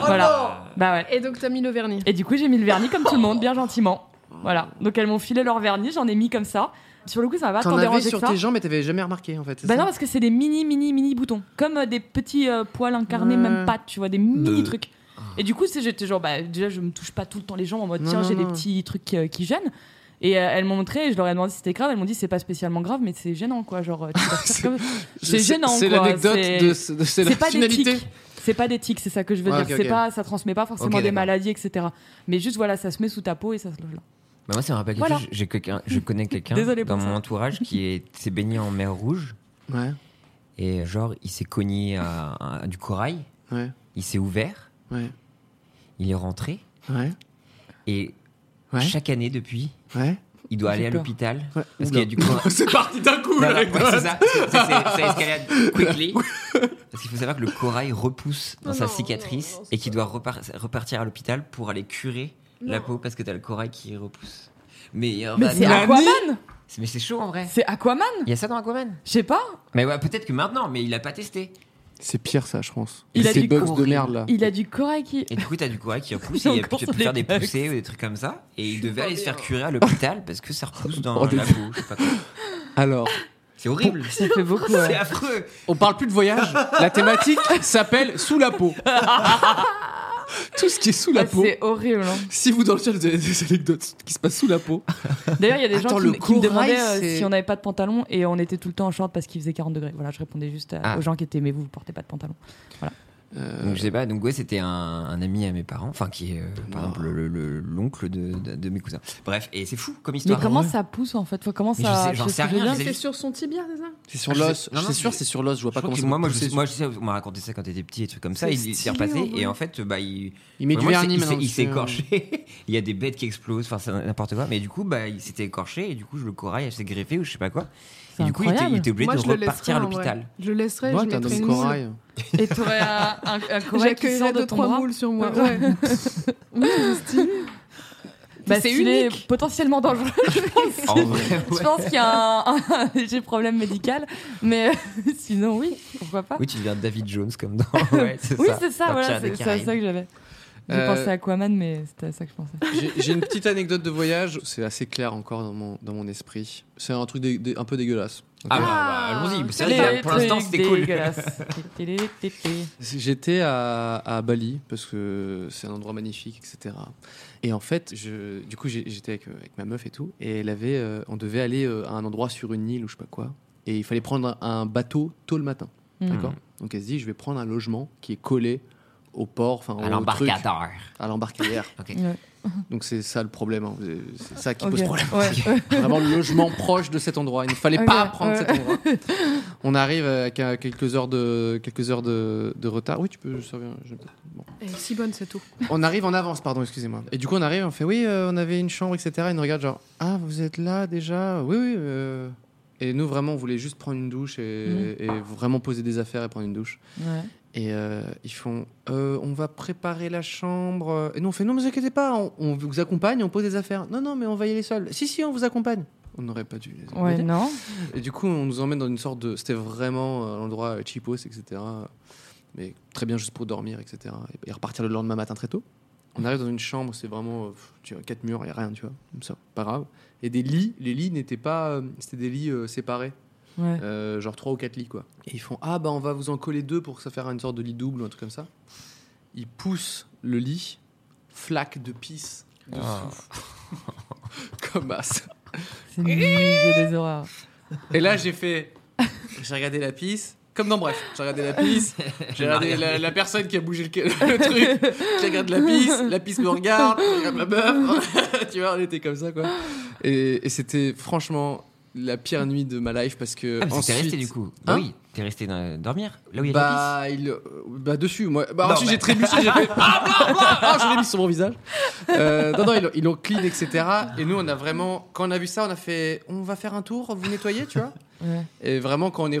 [SPEAKER 2] voilà. bah ouais.
[SPEAKER 3] Et donc, t'as mis le vernis.
[SPEAKER 2] Et du coup, j'ai mis le vernis comme tout le monde, bien gentiment. Voilà. Donc elles m'ont filé leur vernis, j'en ai mis comme ça. Sur le coup, ça m'a pas tant
[SPEAKER 1] T'en avais
[SPEAKER 2] dérangé que
[SPEAKER 1] sur
[SPEAKER 2] ça.
[SPEAKER 1] tes jambes, mais t'avais jamais remarqué en fait. c'est
[SPEAKER 2] Bah
[SPEAKER 1] ça
[SPEAKER 2] non, parce que c'est des mini, mini, mini boutons. Comme euh, des petits euh, poils incarnés,
[SPEAKER 1] Ouais.
[SPEAKER 2] même pas, tu vois, des mini
[SPEAKER 5] Bleu.
[SPEAKER 2] trucs. Et du coup, c'est- j'étais genre, bah déjà, je me touche pas tout le temps les jambes en mode,
[SPEAKER 1] Non,
[SPEAKER 2] tiens,
[SPEAKER 1] non,
[SPEAKER 2] j'ai des
[SPEAKER 1] non.
[SPEAKER 2] petits trucs qui, euh, qui gênent. Et euh, elles m'ont montré, et je leur ai demandé si c'était grave. Elles m'ont dit, c'est pas spécialement grave, mais c'est gênant, quoi. Genre, euh, tu dois faire comme- c'est gênant,
[SPEAKER 1] C'est
[SPEAKER 2] quoi,
[SPEAKER 1] l'anecdote
[SPEAKER 2] c'est-
[SPEAKER 1] de, ce- de- c'est la
[SPEAKER 2] c'est pas
[SPEAKER 1] finalité.
[SPEAKER 2] d'éthique. C'est pas d'éthique, c'est ça que je veux
[SPEAKER 1] Ouais, ok,
[SPEAKER 2] dire. c'est
[SPEAKER 1] ok.
[SPEAKER 2] pas, ça transmet pas forcément
[SPEAKER 4] Ok,
[SPEAKER 2] des
[SPEAKER 4] d'accord.
[SPEAKER 2] maladies, etc. Mais juste voilà, ça se met sous ta peau et ça se loge là.
[SPEAKER 4] Bah, Moi, ça me rappelle quelque
[SPEAKER 2] Voilà.
[SPEAKER 4] chose. J'ai quelqu'un- Je connais quelqu'un
[SPEAKER 2] Désolée
[SPEAKER 4] dans
[SPEAKER 2] pour
[SPEAKER 4] mon
[SPEAKER 2] ça.
[SPEAKER 4] entourage qui est- s'est baigné en mer rouge
[SPEAKER 1] Ouais,
[SPEAKER 4] et genre il s'est cogné à, à du corail,
[SPEAKER 1] ouais,
[SPEAKER 4] il s'est ouvert,
[SPEAKER 1] ouais,
[SPEAKER 4] il est rentré
[SPEAKER 1] ouais,
[SPEAKER 4] et
[SPEAKER 1] Ouais.
[SPEAKER 4] chaque année depuis,
[SPEAKER 1] ouais.
[SPEAKER 4] il doit
[SPEAKER 2] J'ai
[SPEAKER 4] aller à
[SPEAKER 2] peur.
[SPEAKER 4] l'hôpital
[SPEAKER 1] Ouais.
[SPEAKER 4] parce qu'il y a
[SPEAKER 1] Oula.
[SPEAKER 4] du corail.
[SPEAKER 1] C'est parti d'un coup
[SPEAKER 4] Voilà, ouais,
[SPEAKER 1] l'anecdote.
[SPEAKER 4] c'est ça, C'est- c'est- ça escalade quickly. Parce qu'il faut savoir que le corail repousse dans
[SPEAKER 3] Non,
[SPEAKER 4] sa
[SPEAKER 3] non,
[SPEAKER 4] cicatrice
[SPEAKER 3] non, non, c'est
[SPEAKER 4] et qu'il doit repar- repartir à l'hôpital pour aller curer la peau parce que t'as le corail qui repousse. Mais, euh,
[SPEAKER 2] Mais
[SPEAKER 4] bah,
[SPEAKER 2] c'est
[SPEAKER 4] non.
[SPEAKER 2] Aquaman
[SPEAKER 4] C'est- mais c'est chaud en vrai.
[SPEAKER 2] C'est Aquaman
[SPEAKER 4] Il y a ça dans Aquaman
[SPEAKER 2] Je sais pas.
[SPEAKER 4] Mais ouais, peut-être que maintenant, mais il a pas testé.
[SPEAKER 1] C'est pire ça, je pense.
[SPEAKER 2] Il a
[SPEAKER 1] Ces
[SPEAKER 2] du
[SPEAKER 1] bugs de
[SPEAKER 4] courrier.
[SPEAKER 1] merde là.
[SPEAKER 2] Il a du corail qui.
[SPEAKER 4] Et du coup, t'as du corail qui repousse
[SPEAKER 2] Il
[SPEAKER 4] et
[SPEAKER 2] est
[SPEAKER 4] il a
[SPEAKER 2] encore
[SPEAKER 4] pu
[SPEAKER 2] sur
[SPEAKER 4] pu faire
[SPEAKER 2] les
[SPEAKER 4] des
[SPEAKER 2] bugs.
[SPEAKER 4] poussées ou des trucs comme ça. Et il devait aller se faire
[SPEAKER 3] bien.
[SPEAKER 4] curer à l'hôpital parce que ça repousse dans
[SPEAKER 1] Oh,
[SPEAKER 4] la
[SPEAKER 1] des-
[SPEAKER 4] peau. je sais pas quoi.
[SPEAKER 1] Alors,
[SPEAKER 4] C'est horrible.
[SPEAKER 2] Ça fait beaucoup.
[SPEAKER 4] C'est
[SPEAKER 2] ouais.
[SPEAKER 4] affreux.
[SPEAKER 1] on parle plus de voyage. La thématique s'appelle Sous la peau. Tout ce qui est sous la
[SPEAKER 2] Ah,
[SPEAKER 1] peau.
[SPEAKER 2] C'est horrible. hein.
[SPEAKER 1] Si vous dans le chat vous avez des anecdotes qui se passent sous la peau,
[SPEAKER 2] D'ailleurs, il y a des
[SPEAKER 1] Attends,
[SPEAKER 2] gens qui,
[SPEAKER 1] le
[SPEAKER 2] m- qui
[SPEAKER 1] corail,
[SPEAKER 2] me demandaient euh,
[SPEAKER 1] c'est-
[SPEAKER 2] si on n'avait pas de pantalon et on était tout le temps en short parce qu'il faisait 40 degrés. Voilà, je répondais juste à-
[SPEAKER 4] Ah.
[SPEAKER 2] aux gens qui étaient mais vous, vous portez pas de pantalon.
[SPEAKER 1] Euh,
[SPEAKER 4] Donc, je sais pas, donc ouais, c'était un, un ami à mes parents, enfin qui est euh, par exemple le- le- l'oncle de, de- de mes cousins. Bref, et c'est fou comme
[SPEAKER 2] Mais
[SPEAKER 4] histoire.
[SPEAKER 2] comment
[SPEAKER 4] Ouais.
[SPEAKER 2] ça pousse en fait Faut- Comment
[SPEAKER 4] Mais
[SPEAKER 2] ça
[SPEAKER 4] je sais- j'en
[SPEAKER 2] tu ce
[SPEAKER 4] sais
[SPEAKER 2] que je veux
[SPEAKER 4] rien,
[SPEAKER 2] dire
[SPEAKER 4] mais
[SPEAKER 3] C'est sur son tibia, c'est ça
[SPEAKER 1] c'est sur
[SPEAKER 4] Je sais-
[SPEAKER 1] l'os.
[SPEAKER 4] non, non,
[SPEAKER 1] C'est sûr,
[SPEAKER 4] c'est-
[SPEAKER 1] c'est sur l'os. Je vois
[SPEAKER 4] Je
[SPEAKER 1] pas
[SPEAKER 4] crois
[SPEAKER 1] comment
[SPEAKER 4] que
[SPEAKER 1] ça
[SPEAKER 4] moi,
[SPEAKER 1] peut
[SPEAKER 4] moi, je,
[SPEAKER 1] pousser
[SPEAKER 4] sais- moi, je sais, on m'a raconté ça quand t'étais petit, des trucs comme ça.
[SPEAKER 3] C'est
[SPEAKER 4] Il il s'est
[SPEAKER 3] stylé, en
[SPEAKER 4] repassé
[SPEAKER 3] vrai.
[SPEAKER 4] et en fait, bah, il,
[SPEAKER 1] Il met
[SPEAKER 4] Enfin,
[SPEAKER 1] du
[SPEAKER 4] moi, c'est-
[SPEAKER 1] vernis
[SPEAKER 4] il s'est-
[SPEAKER 1] maintenant.
[SPEAKER 4] Il s'est
[SPEAKER 1] dessus, hein.
[SPEAKER 4] écorché. il y a des bêtes qui explosent. Enfin, c'est n'importe quoi. Mais du coup, bah, il s'était écorché et du coup, je le corail s'est greffé ou je sais pas quoi.
[SPEAKER 2] C'est
[SPEAKER 4] Et du coup, il était, il
[SPEAKER 2] incroyable.
[SPEAKER 4] était obligé
[SPEAKER 3] Moi,
[SPEAKER 4] de
[SPEAKER 3] je le laisserai.
[SPEAKER 4] repartir à
[SPEAKER 3] en vrai.
[SPEAKER 4] l'hôpital.
[SPEAKER 3] Je le laisserai.
[SPEAKER 1] Ouais,
[SPEAKER 3] je
[SPEAKER 1] t'as un
[SPEAKER 3] mettrai
[SPEAKER 1] homme
[SPEAKER 3] une moule.
[SPEAKER 1] corail.
[SPEAKER 2] Et t'aurais un, un, un corail qui
[SPEAKER 3] J'accueillerai
[SPEAKER 2] sort de
[SPEAKER 3] deux,
[SPEAKER 2] ton
[SPEAKER 3] trois
[SPEAKER 2] bras.
[SPEAKER 3] moules sur moi.
[SPEAKER 2] Ouais.
[SPEAKER 3] Ouais. Oui, c'est stylé.
[SPEAKER 2] Bah,
[SPEAKER 3] C'est
[SPEAKER 2] s'il est
[SPEAKER 3] unique.
[SPEAKER 2] potentiellement dangereux, je pense.
[SPEAKER 4] En vrai,
[SPEAKER 2] Je
[SPEAKER 4] ouais.
[SPEAKER 2] pense qu'il y a un, un léger problème médical, mais euh, sinon, oui, pourquoi pas.
[SPEAKER 4] Oui, tu deviens David Jones comme dans. Ouais, c'est
[SPEAKER 2] Oui,
[SPEAKER 4] ça.
[SPEAKER 2] c'est ça,
[SPEAKER 4] Dans
[SPEAKER 2] voilà,
[SPEAKER 4] Pirates des
[SPEAKER 2] c'est c'est à ça
[SPEAKER 4] Caraïbes.
[SPEAKER 2] que j'avais. J'ai
[SPEAKER 1] Euh,
[SPEAKER 2] pensé à Aquaman, mais c'était à ça que je pensais.
[SPEAKER 1] J'ai j'ai une petite anecdote de voyage, c'est assez clair encore dans mon, dans mon esprit. C'est un truc dé- dé- un peu dégueulasse.
[SPEAKER 4] Ah, bah, bah, allons-y. C'est
[SPEAKER 3] Les
[SPEAKER 4] vrai que pour l'instant, c'était cool.
[SPEAKER 2] Dégueulasse.
[SPEAKER 1] J'étais à, à Bali parce que c'est un endroit magnifique, etc. Et en fait, je, du coup, j'ai- j'étais avec, euh, avec ma meuf et tout, et elle avait, euh, on devait aller euh, à un endroit sur une île ou je sais pas quoi, et il fallait prendre un un bateau tôt le matin,
[SPEAKER 4] Mmh.
[SPEAKER 2] Mm.
[SPEAKER 1] d'accord Donc elle se dit, je vais prendre un logement qui est collé au port, enfin
[SPEAKER 4] À
[SPEAKER 1] au truc,
[SPEAKER 4] l'embarcadère.
[SPEAKER 1] à l'embarcadère.
[SPEAKER 4] Ok.
[SPEAKER 2] Ouais.
[SPEAKER 1] Donc c'est ça le problème. hein. C'est- C'est ça qui
[SPEAKER 2] Ok.
[SPEAKER 1] pose problème.
[SPEAKER 2] Ouais.
[SPEAKER 1] Vraiment le logement proche de cet endroit. Il ne fallait
[SPEAKER 2] Ok,
[SPEAKER 1] pas prendre
[SPEAKER 2] ouais.
[SPEAKER 1] cet endroit. On arrive à qu'à quelques heures de quelques heures de, de retard. Oui, tu peux. je reviens, je- bon.
[SPEAKER 3] Elle est si bonne, c'est tout.
[SPEAKER 1] On arrive en avance, pardon, excusez-moi. Et du coup, on arrive, on fait oui, euh, on avait une chambre, etc. Ils nous regardent genre ah vous êtes là déjà. Oui oui. euh. Et nous vraiment, on voulait juste prendre une douche
[SPEAKER 2] Mhm.
[SPEAKER 1] et, et vraiment poser des affaires et prendre une douche.
[SPEAKER 2] Ouais.
[SPEAKER 1] Et euh, ils font euh, on va préparer la chambre. Et nous, on fait non, mais vous inquiétez pas, on, on vous accompagne, on pose des affaires. Non, non, mais on va y aller seul. Si, si, on vous accompagne. On n'aurait pas dû les
[SPEAKER 2] Ouais,
[SPEAKER 1] accompagner.
[SPEAKER 2] non.
[SPEAKER 1] Et du coup, on nous emmène dans une sorte de. C'était vraiment euh, l'endroit euh, cheapos, etc. Mais très bien juste pour dormir, etc. Et, et repartir le lendemain matin très tôt. On arrive dans une chambre, c'est vraiment. euh, pff, tu vois, quatre murs, il a rien, tu vois. Comme ça, pas grave. Et des lits, les lits n'étaient pas. euh, C'était des lits euh, séparés.
[SPEAKER 2] Ouais.
[SPEAKER 1] Euh, genre trois ou quatre lits quoi. Et ils font ah bah on va vous en coller deux pour que ça faire une sorte de lit double ou un truc comme ça. Ils poussent le lit, flaque de pisse dessous. comme as.
[SPEAKER 2] C'est une ligue des horreurs.
[SPEAKER 1] Et là j'ai fait, j'ai regardé la pisse. Comme dans Bref, j'ai regardé la pisse, j'ai regardé la, la personne qui a bougé le, le truc, qui regarde la pisse, la pisse me regarde, je regarde la meuf, tu vois, on était comme ça quoi. Et, et c'était franchement la pire nuit de ma life parce que
[SPEAKER 4] Ah, mais t'es
[SPEAKER 1] ensuite-
[SPEAKER 4] resté du coup. Bah
[SPEAKER 1] Hein
[SPEAKER 4] oui, t'es resté dans- dormir là où il y a de la
[SPEAKER 1] Bah, il, euh, bah dessus, moi. Bah,
[SPEAKER 4] Non,
[SPEAKER 1] ensuite,
[SPEAKER 4] mais-
[SPEAKER 1] j'ai trébuché, j'ai fait. Ah, bla, bla Ah, je l'ai mis sur mon visage. Euh, non, non, ils l'ont- ils l'ont clean, etc. Et nous, on a vraiment. Quand on a vu ça, on a fait. On va faire un tour, vous nettoyez, tu vois.
[SPEAKER 2] Ouais.
[SPEAKER 1] Et vraiment, quand on est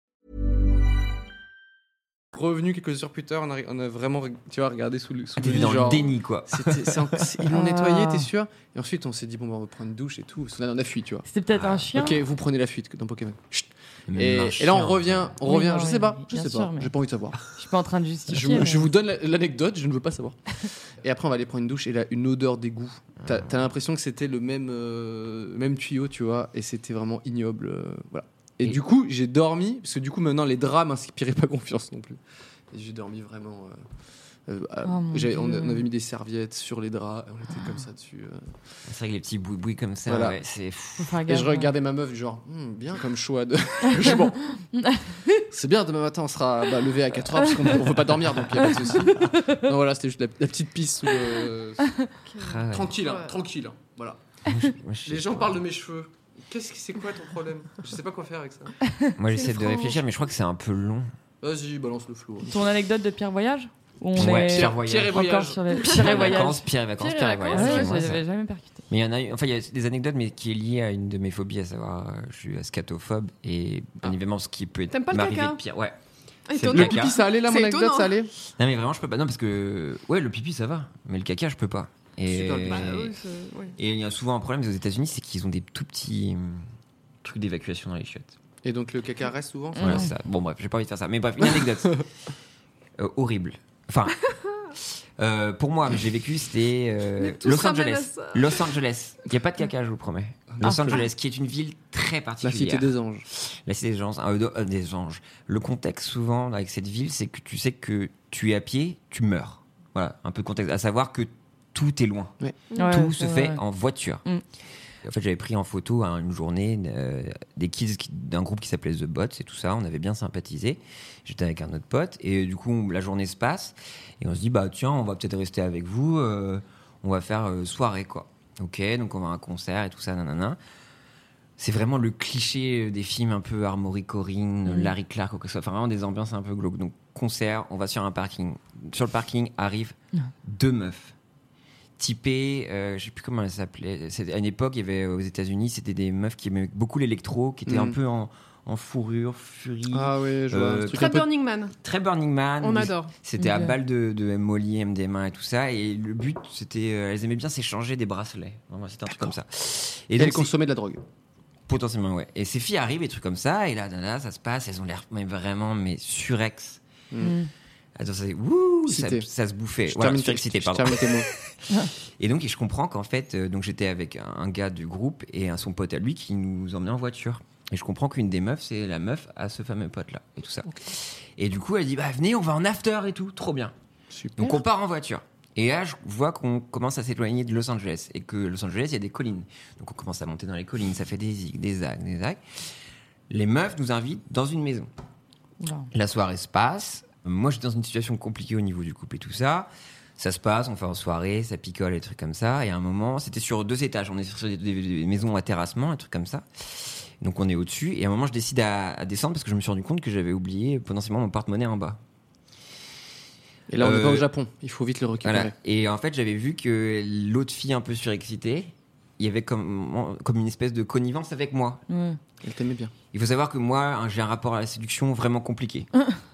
[SPEAKER 1] revenu quelques heures plus tard, on a, on a vraiment, tu vois, regardé sous le, sous
[SPEAKER 4] pisse.
[SPEAKER 1] le lit.
[SPEAKER 4] T'es Ah, dans
[SPEAKER 1] genre,
[SPEAKER 4] le déni quoi.
[SPEAKER 1] c'était- c'est en- c'est- ils l'ont
[SPEAKER 2] Ah.
[SPEAKER 1] nettoyé, t'es sûr Et ensuite, on s'est dit, bon, bah, on va prendre une douche et tout. Parce qu'on a- on a fui, tu vois.
[SPEAKER 2] C'était peut-être un chien.
[SPEAKER 1] Ok, vous prenez la fuite dans Pokémon. Chut.
[SPEAKER 4] Mais
[SPEAKER 1] Et,
[SPEAKER 4] un
[SPEAKER 1] et là, on
[SPEAKER 4] chien.
[SPEAKER 1] revient, on
[SPEAKER 2] Oui,
[SPEAKER 1] revient.
[SPEAKER 2] non,
[SPEAKER 1] je
[SPEAKER 2] oui,
[SPEAKER 1] sais pas, je
[SPEAKER 2] bien
[SPEAKER 1] sais
[SPEAKER 2] sûr,
[SPEAKER 1] pas,
[SPEAKER 2] mais-
[SPEAKER 1] j'ai pas envie de savoir.
[SPEAKER 2] Je suis pas en train de
[SPEAKER 1] Je,
[SPEAKER 2] justifier. mais-
[SPEAKER 1] je vous donne la- l'anecdote, je ne veux pas savoir. Et après, on va aller prendre une douche et là, une odeur d'égout. T'as t'as l'impression que c'était le même, euh, même tuyau, tu vois, et c'était vraiment ignoble. euh, voilà. Et,
[SPEAKER 4] Et-
[SPEAKER 1] du coup, j'ai dormi, parce que du coup, maintenant, les drames m'inspiraient pas confiance non plus. Et j'ai dormi vraiment. euh, euh, à-
[SPEAKER 2] Oh mon
[SPEAKER 1] j'avais- on, a-
[SPEAKER 2] Dieu.
[SPEAKER 1] on avait mis des serviettes sur les draps, et on était comme ça dessus. euh.
[SPEAKER 4] C'est vrai que les petits boui-boui comme ça,
[SPEAKER 1] Voilà.
[SPEAKER 4] ouais, c'est.
[SPEAKER 2] Faut faire
[SPEAKER 1] Et
[SPEAKER 2] gaffe, hein.
[SPEAKER 1] je regardais ma meuf, genre, Hum, bien comme choix de. Je suis bon. C'est bien, demain matin, on sera bah, levé à 4h parce qu'on ne veut pas dormir, donc il n'y a pas de souci. Non, voilà, c'était juste la, la petite piste. sous le-
[SPEAKER 4] Ah ouais.
[SPEAKER 1] Tranquille, hein,
[SPEAKER 3] Ouais.
[SPEAKER 1] tranquille. hein, Voilà.
[SPEAKER 4] Moi, je-
[SPEAKER 1] Les gens parlent de mes cheveux. Qu'est-ce que c'est quoi ton problème Je sais pas quoi faire avec ça.
[SPEAKER 4] Moi
[SPEAKER 3] C'est
[SPEAKER 4] j'essaie de
[SPEAKER 3] franc.
[SPEAKER 4] réfléchir, mais je crois que c'est un peu long.
[SPEAKER 1] Vas-y, balance le flou.
[SPEAKER 2] Ton anecdote de Pierre Voyage On
[SPEAKER 4] Ouais,
[SPEAKER 2] est
[SPEAKER 4] Pierre Voyage.
[SPEAKER 1] Pierre et
[SPEAKER 2] encore
[SPEAKER 1] voyage.
[SPEAKER 2] sur les Pierre et Voyage.
[SPEAKER 4] vacances, Pierre et vacances,
[SPEAKER 3] Pierre et
[SPEAKER 4] Pierre et
[SPEAKER 3] vacances,
[SPEAKER 4] voyage. c'est
[SPEAKER 2] Ouais,
[SPEAKER 4] moi,
[SPEAKER 2] je
[SPEAKER 4] ça.
[SPEAKER 2] l'avais jamais percuté.
[SPEAKER 4] Mais il y en a eu, enfin il y a des anecdotes, mais qui est liée à une de mes phobies, à savoir euh, je suis ascatophobe et bien évidemment ce qui peut
[SPEAKER 3] T'aimes pas
[SPEAKER 4] être
[SPEAKER 3] le
[SPEAKER 4] m'arriver
[SPEAKER 3] caca
[SPEAKER 4] de pire. Ouais.
[SPEAKER 3] Ah,
[SPEAKER 4] C'est
[SPEAKER 3] étonnant.
[SPEAKER 4] le
[SPEAKER 1] Le pipi, ça allait là, mon
[SPEAKER 3] C'est
[SPEAKER 1] anecdote,
[SPEAKER 3] étonnant.
[SPEAKER 1] ça allait
[SPEAKER 4] Non mais vraiment je peux pas. Non parce que ouais le pipi ça va, mais le caca je peux pas. Et
[SPEAKER 1] Super, le
[SPEAKER 3] Bah, oui, c'est- ouais.
[SPEAKER 4] et il y a souvent un problème aux États-Unis, c'est qu'ils ont des tout petits hum, trucs d'évacuation dans les chiottes.
[SPEAKER 1] Et donc le caca reste souvent
[SPEAKER 4] Voilà, c'est ça. Bon, bref, j'ai pas envie de faire ça. Mais bref, une anecdote. Euh, horrible. Enfin, euh, pour moi, j'ai vécu, c'était euh,
[SPEAKER 3] Mais tout se
[SPEAKER 4] Los
[SPEAKER 3] ramène à
[SPEAKER 4] Angeles.
[SPEAKER 3] ça.
[SPEAKER 4] Los Angeles. Il n'y a pas de caca, je vous promets. Los Angeles, qui est une ville très
[SPEAKER 1] La
[SPEAKER 4] particulière.
[SPEAKER 1] cité des anges.
[SPEAKER 4] La cité des anges. euh, de- euh, des anges. Le contexte, souvent, avec cette ville, c'est que tu sais que tu es à pied, tu meurs. Voilà, un peu de contexte. À savoir que tout est loin
[SPEAKER 2] Ouais,
[SPEAKER 4] tout
[SPEAKER 2] ouais,
[SPEAKER 4] se
[SPEAKER 2] c'est
[SPEAKER 4] fait
[SPEAKER 2] vrai.
[SPEAKER 4] en voiture.
[SPEAKER 2] Mm.
[SPEAKER 4] En fait, j'avais pris en photo hein, une journée euh, des kids qui- d'un groupe qui s'appelait The Bots et tout ça. On avait bien sympathisé. J'étais avec un autre pote et euh, du coup, on- la journée se passe et on se dit bah tiens, on va peut-être rester avec vous. euh, on va faire euh, soirée quoi. Ok, donc on va à un concert et tout ça, nanana. C'est vraiment le cliché euh, des films un peu Armory Corinne,
[SPEAKER 2] Mm.
[SPEAKER 4] Larry Clark, ou que ce soit. Enfin, vraiment des ambiances un peu glauques. Donc, concert, on va sur un parking. Sur le parking arrivent deux meufs typées, euh, je sais plus comment elles s'appelaient. C'était- À une époque, il y avait euh, aux États-Unis, c'était des meufs qui aimaient beaucoup l'électro, qui étaient
[SPEAKER 1] Mm.
[SPEAKER 4] un peu en, en fourrure, furie.
[SPEAKER 1] Ah oui, je vois.
[SPEAKER 4] Euh,
[SPEAKER 1] un truc
[SPEAKER 3] Très
[SPEAKER 1] un peu-
[SPEAKER 3] Burning Man,
[SPEAKER 4] Très Burning Man.
[SPEAKER 3] on
[SPEAKER 4] Ah, mais
[SPEAKER 3] adore.
[SPEAKER 4] C'était à
[SPEAKER 2] Ok.
[SPEAKER 4] balle de, de Molly, MDMA et tout ça. Et le but, c'était. euh, elles aimaient bien s'échanger des bracelets. Vraiment, c'était un truc comme ça.
[SPEAKER 1] Et
[SPEAKER 4] donc,
[SPEAKER 1] d'aller
[SPEAKER 4] c'est-
[SPEAKER 1] consommer de la drogue.
[SPEAKER 4] Potentiellement, ouais. Et ces filles arrivent, des trucs comme ça, et là, là, là, ça se passe, elles ont l'air mais vraiment mais surex. Attends, Ah, ça, c'est- wouh, ça,
[SPEAKER 1] Cité.
[SPEAKER 4] ça se bouffait.
[SPEAKER 1] Hmm. Je
[SPEAKER 4] Voilà,
[SPEAKER 1] termine
[SPEAKER 4] sur-
[SPEAKER 1] tes-
[SPEAKER 4] cité,
[SPEAKER 1] je
[SPEAKER 4] pardon.
[SPEAKER 1] termine tes mots.
[SPEAKER 4] Et donc, je comprends qu'en fait, euh, donc j'étais avec un, un gars du groupe et un, son pote à lui qui nous emmenait en voiture. Et je comprends qu'une des meufs, c'est la meuf à ce fameux pote-là et tout ça. Et du coup, elle dit Bah, venez, on va en after et tout, trop bien.
[SPEAKER 1] Super.
[SPEAKER 4] Donc, on part en voiture. Et là, je vois qu'on commence à s'éloigner de Los Angeles et que Los Angeles, il y a des collines. Donc, on commence à monter dans les collines, ça fait des zigs, des zags, des zags. Les meufs nous invitent dans une maison.
[SPEAKER 2] Oula.
[SPEAKER 4] La soirée se passe. Moi, j'étais dans une situation compliquée au niveau du couple et tout ça. Ça se passe, on fait en soirée, ça picole, et trucs comme ça. Et à un moment, c'était sur deux étages. On est sur des, des- des maisons à terrassement, un truc comme ça. Donc on est au-dessus. Et à un moment, je décide à, à descendre parce que je me suis rendu compte que j'avais oublié potentiellement mon porte-monnaie en bas.
[SPEAKER 1] Et là, on est pas
[SPEAKER 4] Euh,
[SPEAKER 1] au Japon. Il faut vite le récupérer.
[SPEAKER 4] Voilà. Et en fait, j'avais vu que l'autre fille un peu surexcitée, il y avait comme, comme une espèce de connivence avec moi.
[SPEAKER 2] Ouais.
[SPEAKER 1] Elle t'aimait bien.
[SPEAKER 4] Il faut savoir que moi, hein, j'ai un rapport à la séduction vraiment compliqué.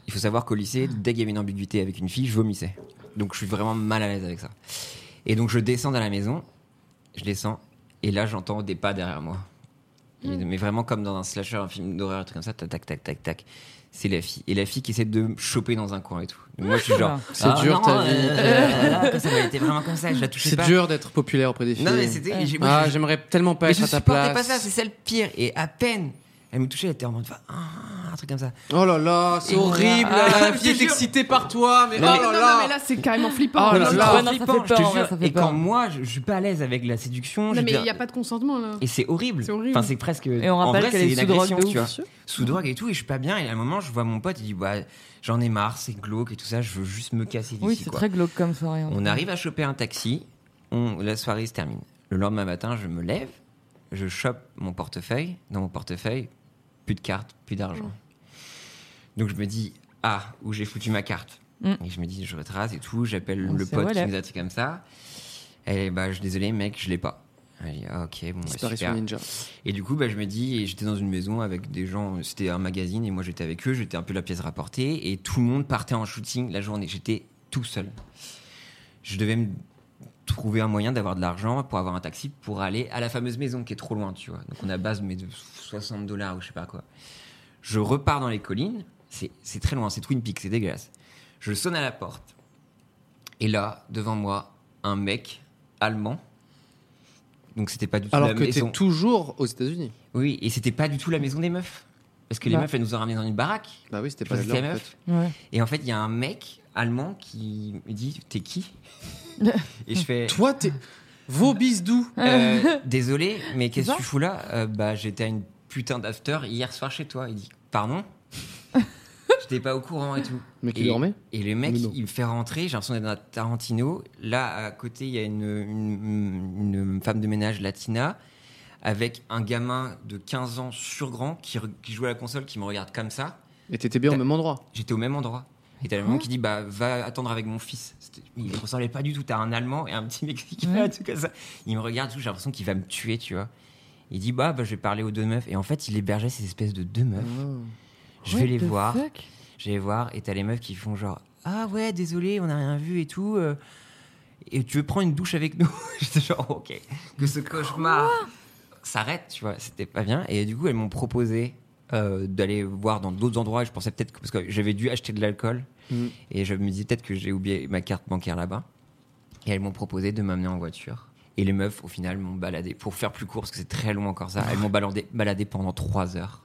[SPEAKER 4] Il faut savoir qu'au lycée, dès qu'il y avait une ambiguïté avec une fille, je vomissais. Donc je suis vraiment mal à l'aise avec ça. Et donc je descends dans la maison, je descends, et là j'entends des pas derrière moi. Et- Mais vraiment comme dans un slasher, un film d'horreur, un truc comme ça, tac, tac, tac, tac, tac. C'est la fille. Et la fille qui essaie de me choper dans un coin et tout. Et moi je suis genre. Ah,
[SPEAKER 1] C'est dur, ta vie.
[SPEAKER 4] vie. Ça m'a été vraiment euh, comme ça, je la touchais
[SPEAKER 1] C'est
[SPEAKER 4] pas.
[SPEAKER 1] dur d'être populaire auprès des filles.
[SPEAKER 4] Non, mais c'était. et j'ai- moi,
[SPEAKER 1] Ah,
[SPEAKER 4] j'ai-
[SPEAKER 1] j'aimerais tellement pas
[SPEAKER 4] mais
[SPEAKER 1] être
[SPEAKER 4] je
[SPEAKER 1] à ta
[SPEAKER 4] supportais
[SPEAKER 1] place.
[SPEAKER 4] pas ça, c'est ça le pire. Et à peine, elle me touchait, elle était en mode, Ah, un truc comme ça.
[SPEAKER 1] Oh là là, c'est
[SPEAKER 4] Et voilà.
[SPEAKER 1] horrible.
[SPEAKER 4] Ah,
[SPEAKER 1] la
[SPEAKER 4] je te
[SPEAKER 1] fille est
[SPEAKER 4] jure.
[SPEAKER 1] excitée par toi, mais oh
[SPEAKER 4] Non, mais-
[SPEAKER 1] là
[SPEAKER 3] non, non,
[SPEAKER 1] là.
[SPEAKER 3] mais là, c'est carrément flippant.
[SPEAKER 1] Oh là
[SPEAKER 4] Non,
[SPEAKER 1] là.
[SPEAKER 4] c'est
[SPEAKER 1] Ouais,
[SPEAKER 2] non, ça
[SPEAKER 4] flippant,
[SPEAKER 2] fait
[SPEAKER 4] je te
[SPEAKER 2] peur, ouais,
[SPEAKER 4] jure.
[SPEAKER 2] ça fait
[SPEAKER 4] Et
[SPEAKER 2] peur.
[SPEAKER 4] quand moi, je, je suis pas à l'aise avec la séduction, je
[SPEAKER 3] Non, mais
[SPEAKER 4] veux
[SPEAKER 3] il n'y a pas de consentement là.
[SPEAKER 4] et c'est horrible.
[SPEAKER 3] C'est horrible.
[SPEAKER 4] Enfin, c'est presque.
[SPEAKER 2] Et on
[SPEAKER 4] en
[SPEAKER 2] rappelle
[SPEAKER 4] vrai,
[SPEAKER 2] qu'elle
[SPEAKER 4] c'est
[SPEAKER 2] est
[SPEAKER 4] une
[SPEAKER 2] sous drogue
[SPEAKER 4] agression,
[SPEAKER 2] de
[SPEAKER 4] tu
[SPEAKER 2] ouf.
[SPEAKER 4] vois. Sous drogue et tout, et je suis pas bien. Et à un moment, je vois mon pote, il dit bah, J'en ai marre, c'est glauque et tout ça, je veux juste me casser d'ici.
[SPEAKER 2] Oui, c'est
[SPEAKER 4] quoi.
[SPEAKER 2] très glauque comme soirée. en
[SPEAKER 4] On
[SPEAKER 2] tout cas.
[SPEAKER 4] arrive à choper un taxi, on, la soirée se termine. Le lendemain matin, je me lève, je chope mon portefeuille. Dans mon portefeuille, plus de carte, plus d'argent. Donc je me dis, ah, où j'ai foutu ma carte
[SPEAKER 2] Mm.
[SPEAKER 4] Et je me dis, je retrace et tout, j'appelle
[SPEAKER 2] On
[SPEAKER 4] le
[SPEAKER 2] sait,
[SPEAKER 4] pote
[SPEAKER 2] voilà.
[SPEAKER 4] qui nous a dit comme ça. Et bah, je suis désolé, mec, je l'ai pas. Elle dit, ah, ok, bon, bah,
[SPEAKER 1] Disparition
[SPEAKER 4] super.
[SPEAKER 1] ninja.
[SPEAKER 4] Et du coup, bah, je me dis, et j'étais dans une maison avec des gens, c'était un magazine, et moi j'étais avec eux, j'étais un peu la pièce rapportée, et tout le monde partait en shooting la journée. J'étais tout seul. Je devais me trouver un moyen d'avoir de l'argent pour avoir un taxi pour aller à la fameuse maison qui est trop loin, tu vois. Donc on a base mais de 60 dollars ou je sais pas quoi. Je repars dans les collines, c'est c'est très loin, c'est Twin Peaks, c'est dégueulasse. Je sonne à la porte, et là, devant moi, un mec allemand. Donc c'était pas du tout
[SPEAKER 1] Alors
[SPEAKER 4] la
[SPEAKER 1] que
[SPEAKER 4] maison.
[SPEAKER 1] t'es toujours aux États-Unis.
[SPEAKER 4] Oui, et c'était pas du tout la maison des meufs. Parce que les
[SPEAKER 2] Bah.
[SPEAKER 4] meufs, elles nous ont ramenés dans une baraque.
[SPEAKER 1] Bah oui, c'était
[SPEAKER 4] Je
[SPEAKER 1] pas
[SPEAKER 4] pense
[SPEAKER 1] là
[SPEAKER 4] que c'est
[SPEAKER 1] en
[SPEAKER 4] la
[SPEAKER 1] fait.
[SPEAKER 2] Ouais.
[SPEAKER 4] meuf. Et en fait, il y a un mec allemand qui me dit T'es qui Et je fais
[SPEAKER 1] Toi, t'es. Vos bisous.
[SPEAKER 4] Euh, Désolé, mais
[SPEAKER 2] C'est
[SPEAKER 4] qu'est-ce
[SPEAKER 2] ça
[SPEAKER 4] que tu fous là Euh, Bah, j'étais à une putain d'after hier soir chez toi. Il dit Pardon J'étais pas au courant et tout.
[SPEAKER 1] Mais qui
[SPEAKER 4] Et-
[SPEAKER 1] dormait
[SPEAKER 4] Et le mec,
[SPEAKER 1] Mais non.
[SPEAKER 4] il me fait rentrer. J'ai l'impression d'être dans un Tarantino. Là, à côté, il y a une, une- une femme de ménage latina avec un gamin de 15 ans surgrand qui, re- qui joue à la console, qui me regarde comme ça.
[SPEAKER 1] Et t'étais bien au
[SPEAKER 4] T'as-
[SPEAKER 1] même endroit.
[SPEAKER 4] J'étais au même endroit. Et t'as le
[SPEAKER 2] Ah.
[SPEAKER 4] maman qui dit bah va attendre avec mon fils. C'était- Il ne ressemblait pas du tout. T'as un Allemand et un petit Mexicain,
[SPEAKER 2] Ouais.
[SPEAKER 4] tout comme ça. Il me regarde, tout. J'ai l'impression qu'il va me tuer, tu vois. Il dit bah, bah, je vais parler aux deux meufs. Et en fait, il hébergeait ces espèces de deux
[SPEAKER 1] Ah.
[SPEAKER 4] meufs. Je vais
[SPEAKER 2] What
[SPEAKER 4] les
[SPEAKER 2] the
[SPEAKER 4] voir.
[SPEAKER 2] fuck
[SPEAKER 4] Je vais les voir et t'as les meufs qui font genre ah ouais désolé on n'a rien vu et tout. euh, et tu veux prendre une douche avec nous J'étais genre ok que ce cauchemar s'arrête tu vois c'était pas bien et du coup elles m'ont proposé euh, d'aller voir dans d'autres endroits et je pensais peut-être que parce que j'avais dû acheter de l'alcool
[SPEAKER 1] Mhm.
[SPEAKER 4] et je me disais peut-être que j'ai oublié ma carte bancaire là-bas et elles m'ont proposé de m'amener en voiture. Et les meufs, au final, m'ont baladé. Pour faire plus court, parce que c'est très long encore ça, elles m'ont baladé, baladé pendant trois heures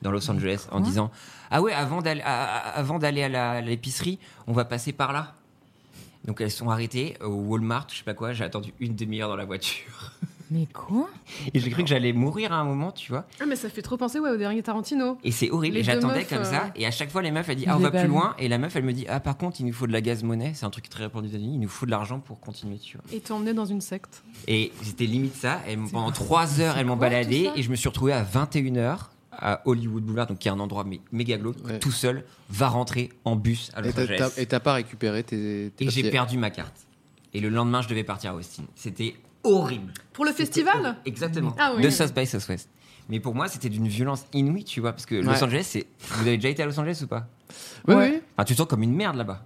[SPEAKER 4] dans Los Angeles en disant Ah ouais, avant d'aller à, à- avant d'aller à la- à l'épicerie, on va passer par là. Donc elles sont arrêtées au Walmart, je sais pas quoi. J'ai attendu une demi-heure dans la voiture.
[SPEAKER 2] Mais quoi
[SPEAKER 4] Et j'ai cru que j'allais mourir à un moment, tu vois.
[SPEAKER 3] Ah, mais ça fait trop penser ouais, au dernier Tarantino.
[SPEAKER 4] Et c'est horrible.
[SPEAKER 3] Les
[SPEAKER 4] Et
[SPEAKER 3] deux
[SPEAKER 4] j'attendais
[SPEAKER 3] meufs,
[SPEAKER 4] comme
[SPEAKER 3] euh,
[SPEAKER 4] ça. Et à chaque fois, les meufs, elles disent
[SPEAKER 2] ils
[SPEAKER 4] Ah, on va
[SPEAKER 2] dévalent.
[SPEAKER 4] plus loin. Et la meuf, elle me dit Ah, par contre, il nous faut de la gaz-monnaie. C'est un truc très répandu aux États-Unis. Il nous faut de l'argent pour continuer, tu vois.
[SPEAKER 3] Et t'es emmené dans une secte.
[SPEAKER 4] Et c'était limite ça. Elles m'ont- pendant trois heures, elles m'ont baladé et je me suis retrouvé à 21h à Hollywood Boulevard, donc qui est un endroit mé- méga glauque,
[SPEAKER 1] Ouais.
[SPEAKER 4] tout seul, va rentrer en bus à
[SPEAKER 1] Et
[SPEAKER 4] Los
[SPEAKER 1] t'as-
[SPEAKER 4] Angeles.
[SPEAKER 1] t'as- et t'as pas récupéré tes. tes
[SPEAKER 4] Et j'ai
[SPEAKER 1] papiers.
[SPEAKER 4] perdu ma carte. Et le lendemain, je devais partir à Austin. C'était horrible.
[SPEAKER 3] Pour le
[SPEAKER 4] C'était horrible.
[SPEAKER 3] festival
[SPEAKER 4] Exactement.
[SPEAKER 3] Ah oui.
[SPEAKER 4] De South by Southwest. Mais pour moi, c'était d'une violence inouïe, tu vois, parce que
[SPEAKER 1] Ouais.
[SPEAKER 4] Los Angeles, c'est. Vous avez déjà été à Los Angeles ou pas
[SPEAKER 1] Ouais,
[SPEAKER 2] Ouais.
[SPEAKER 1] ouais.
[SPEAKER 4] Enfin, tu te sens comme une merde là-bas.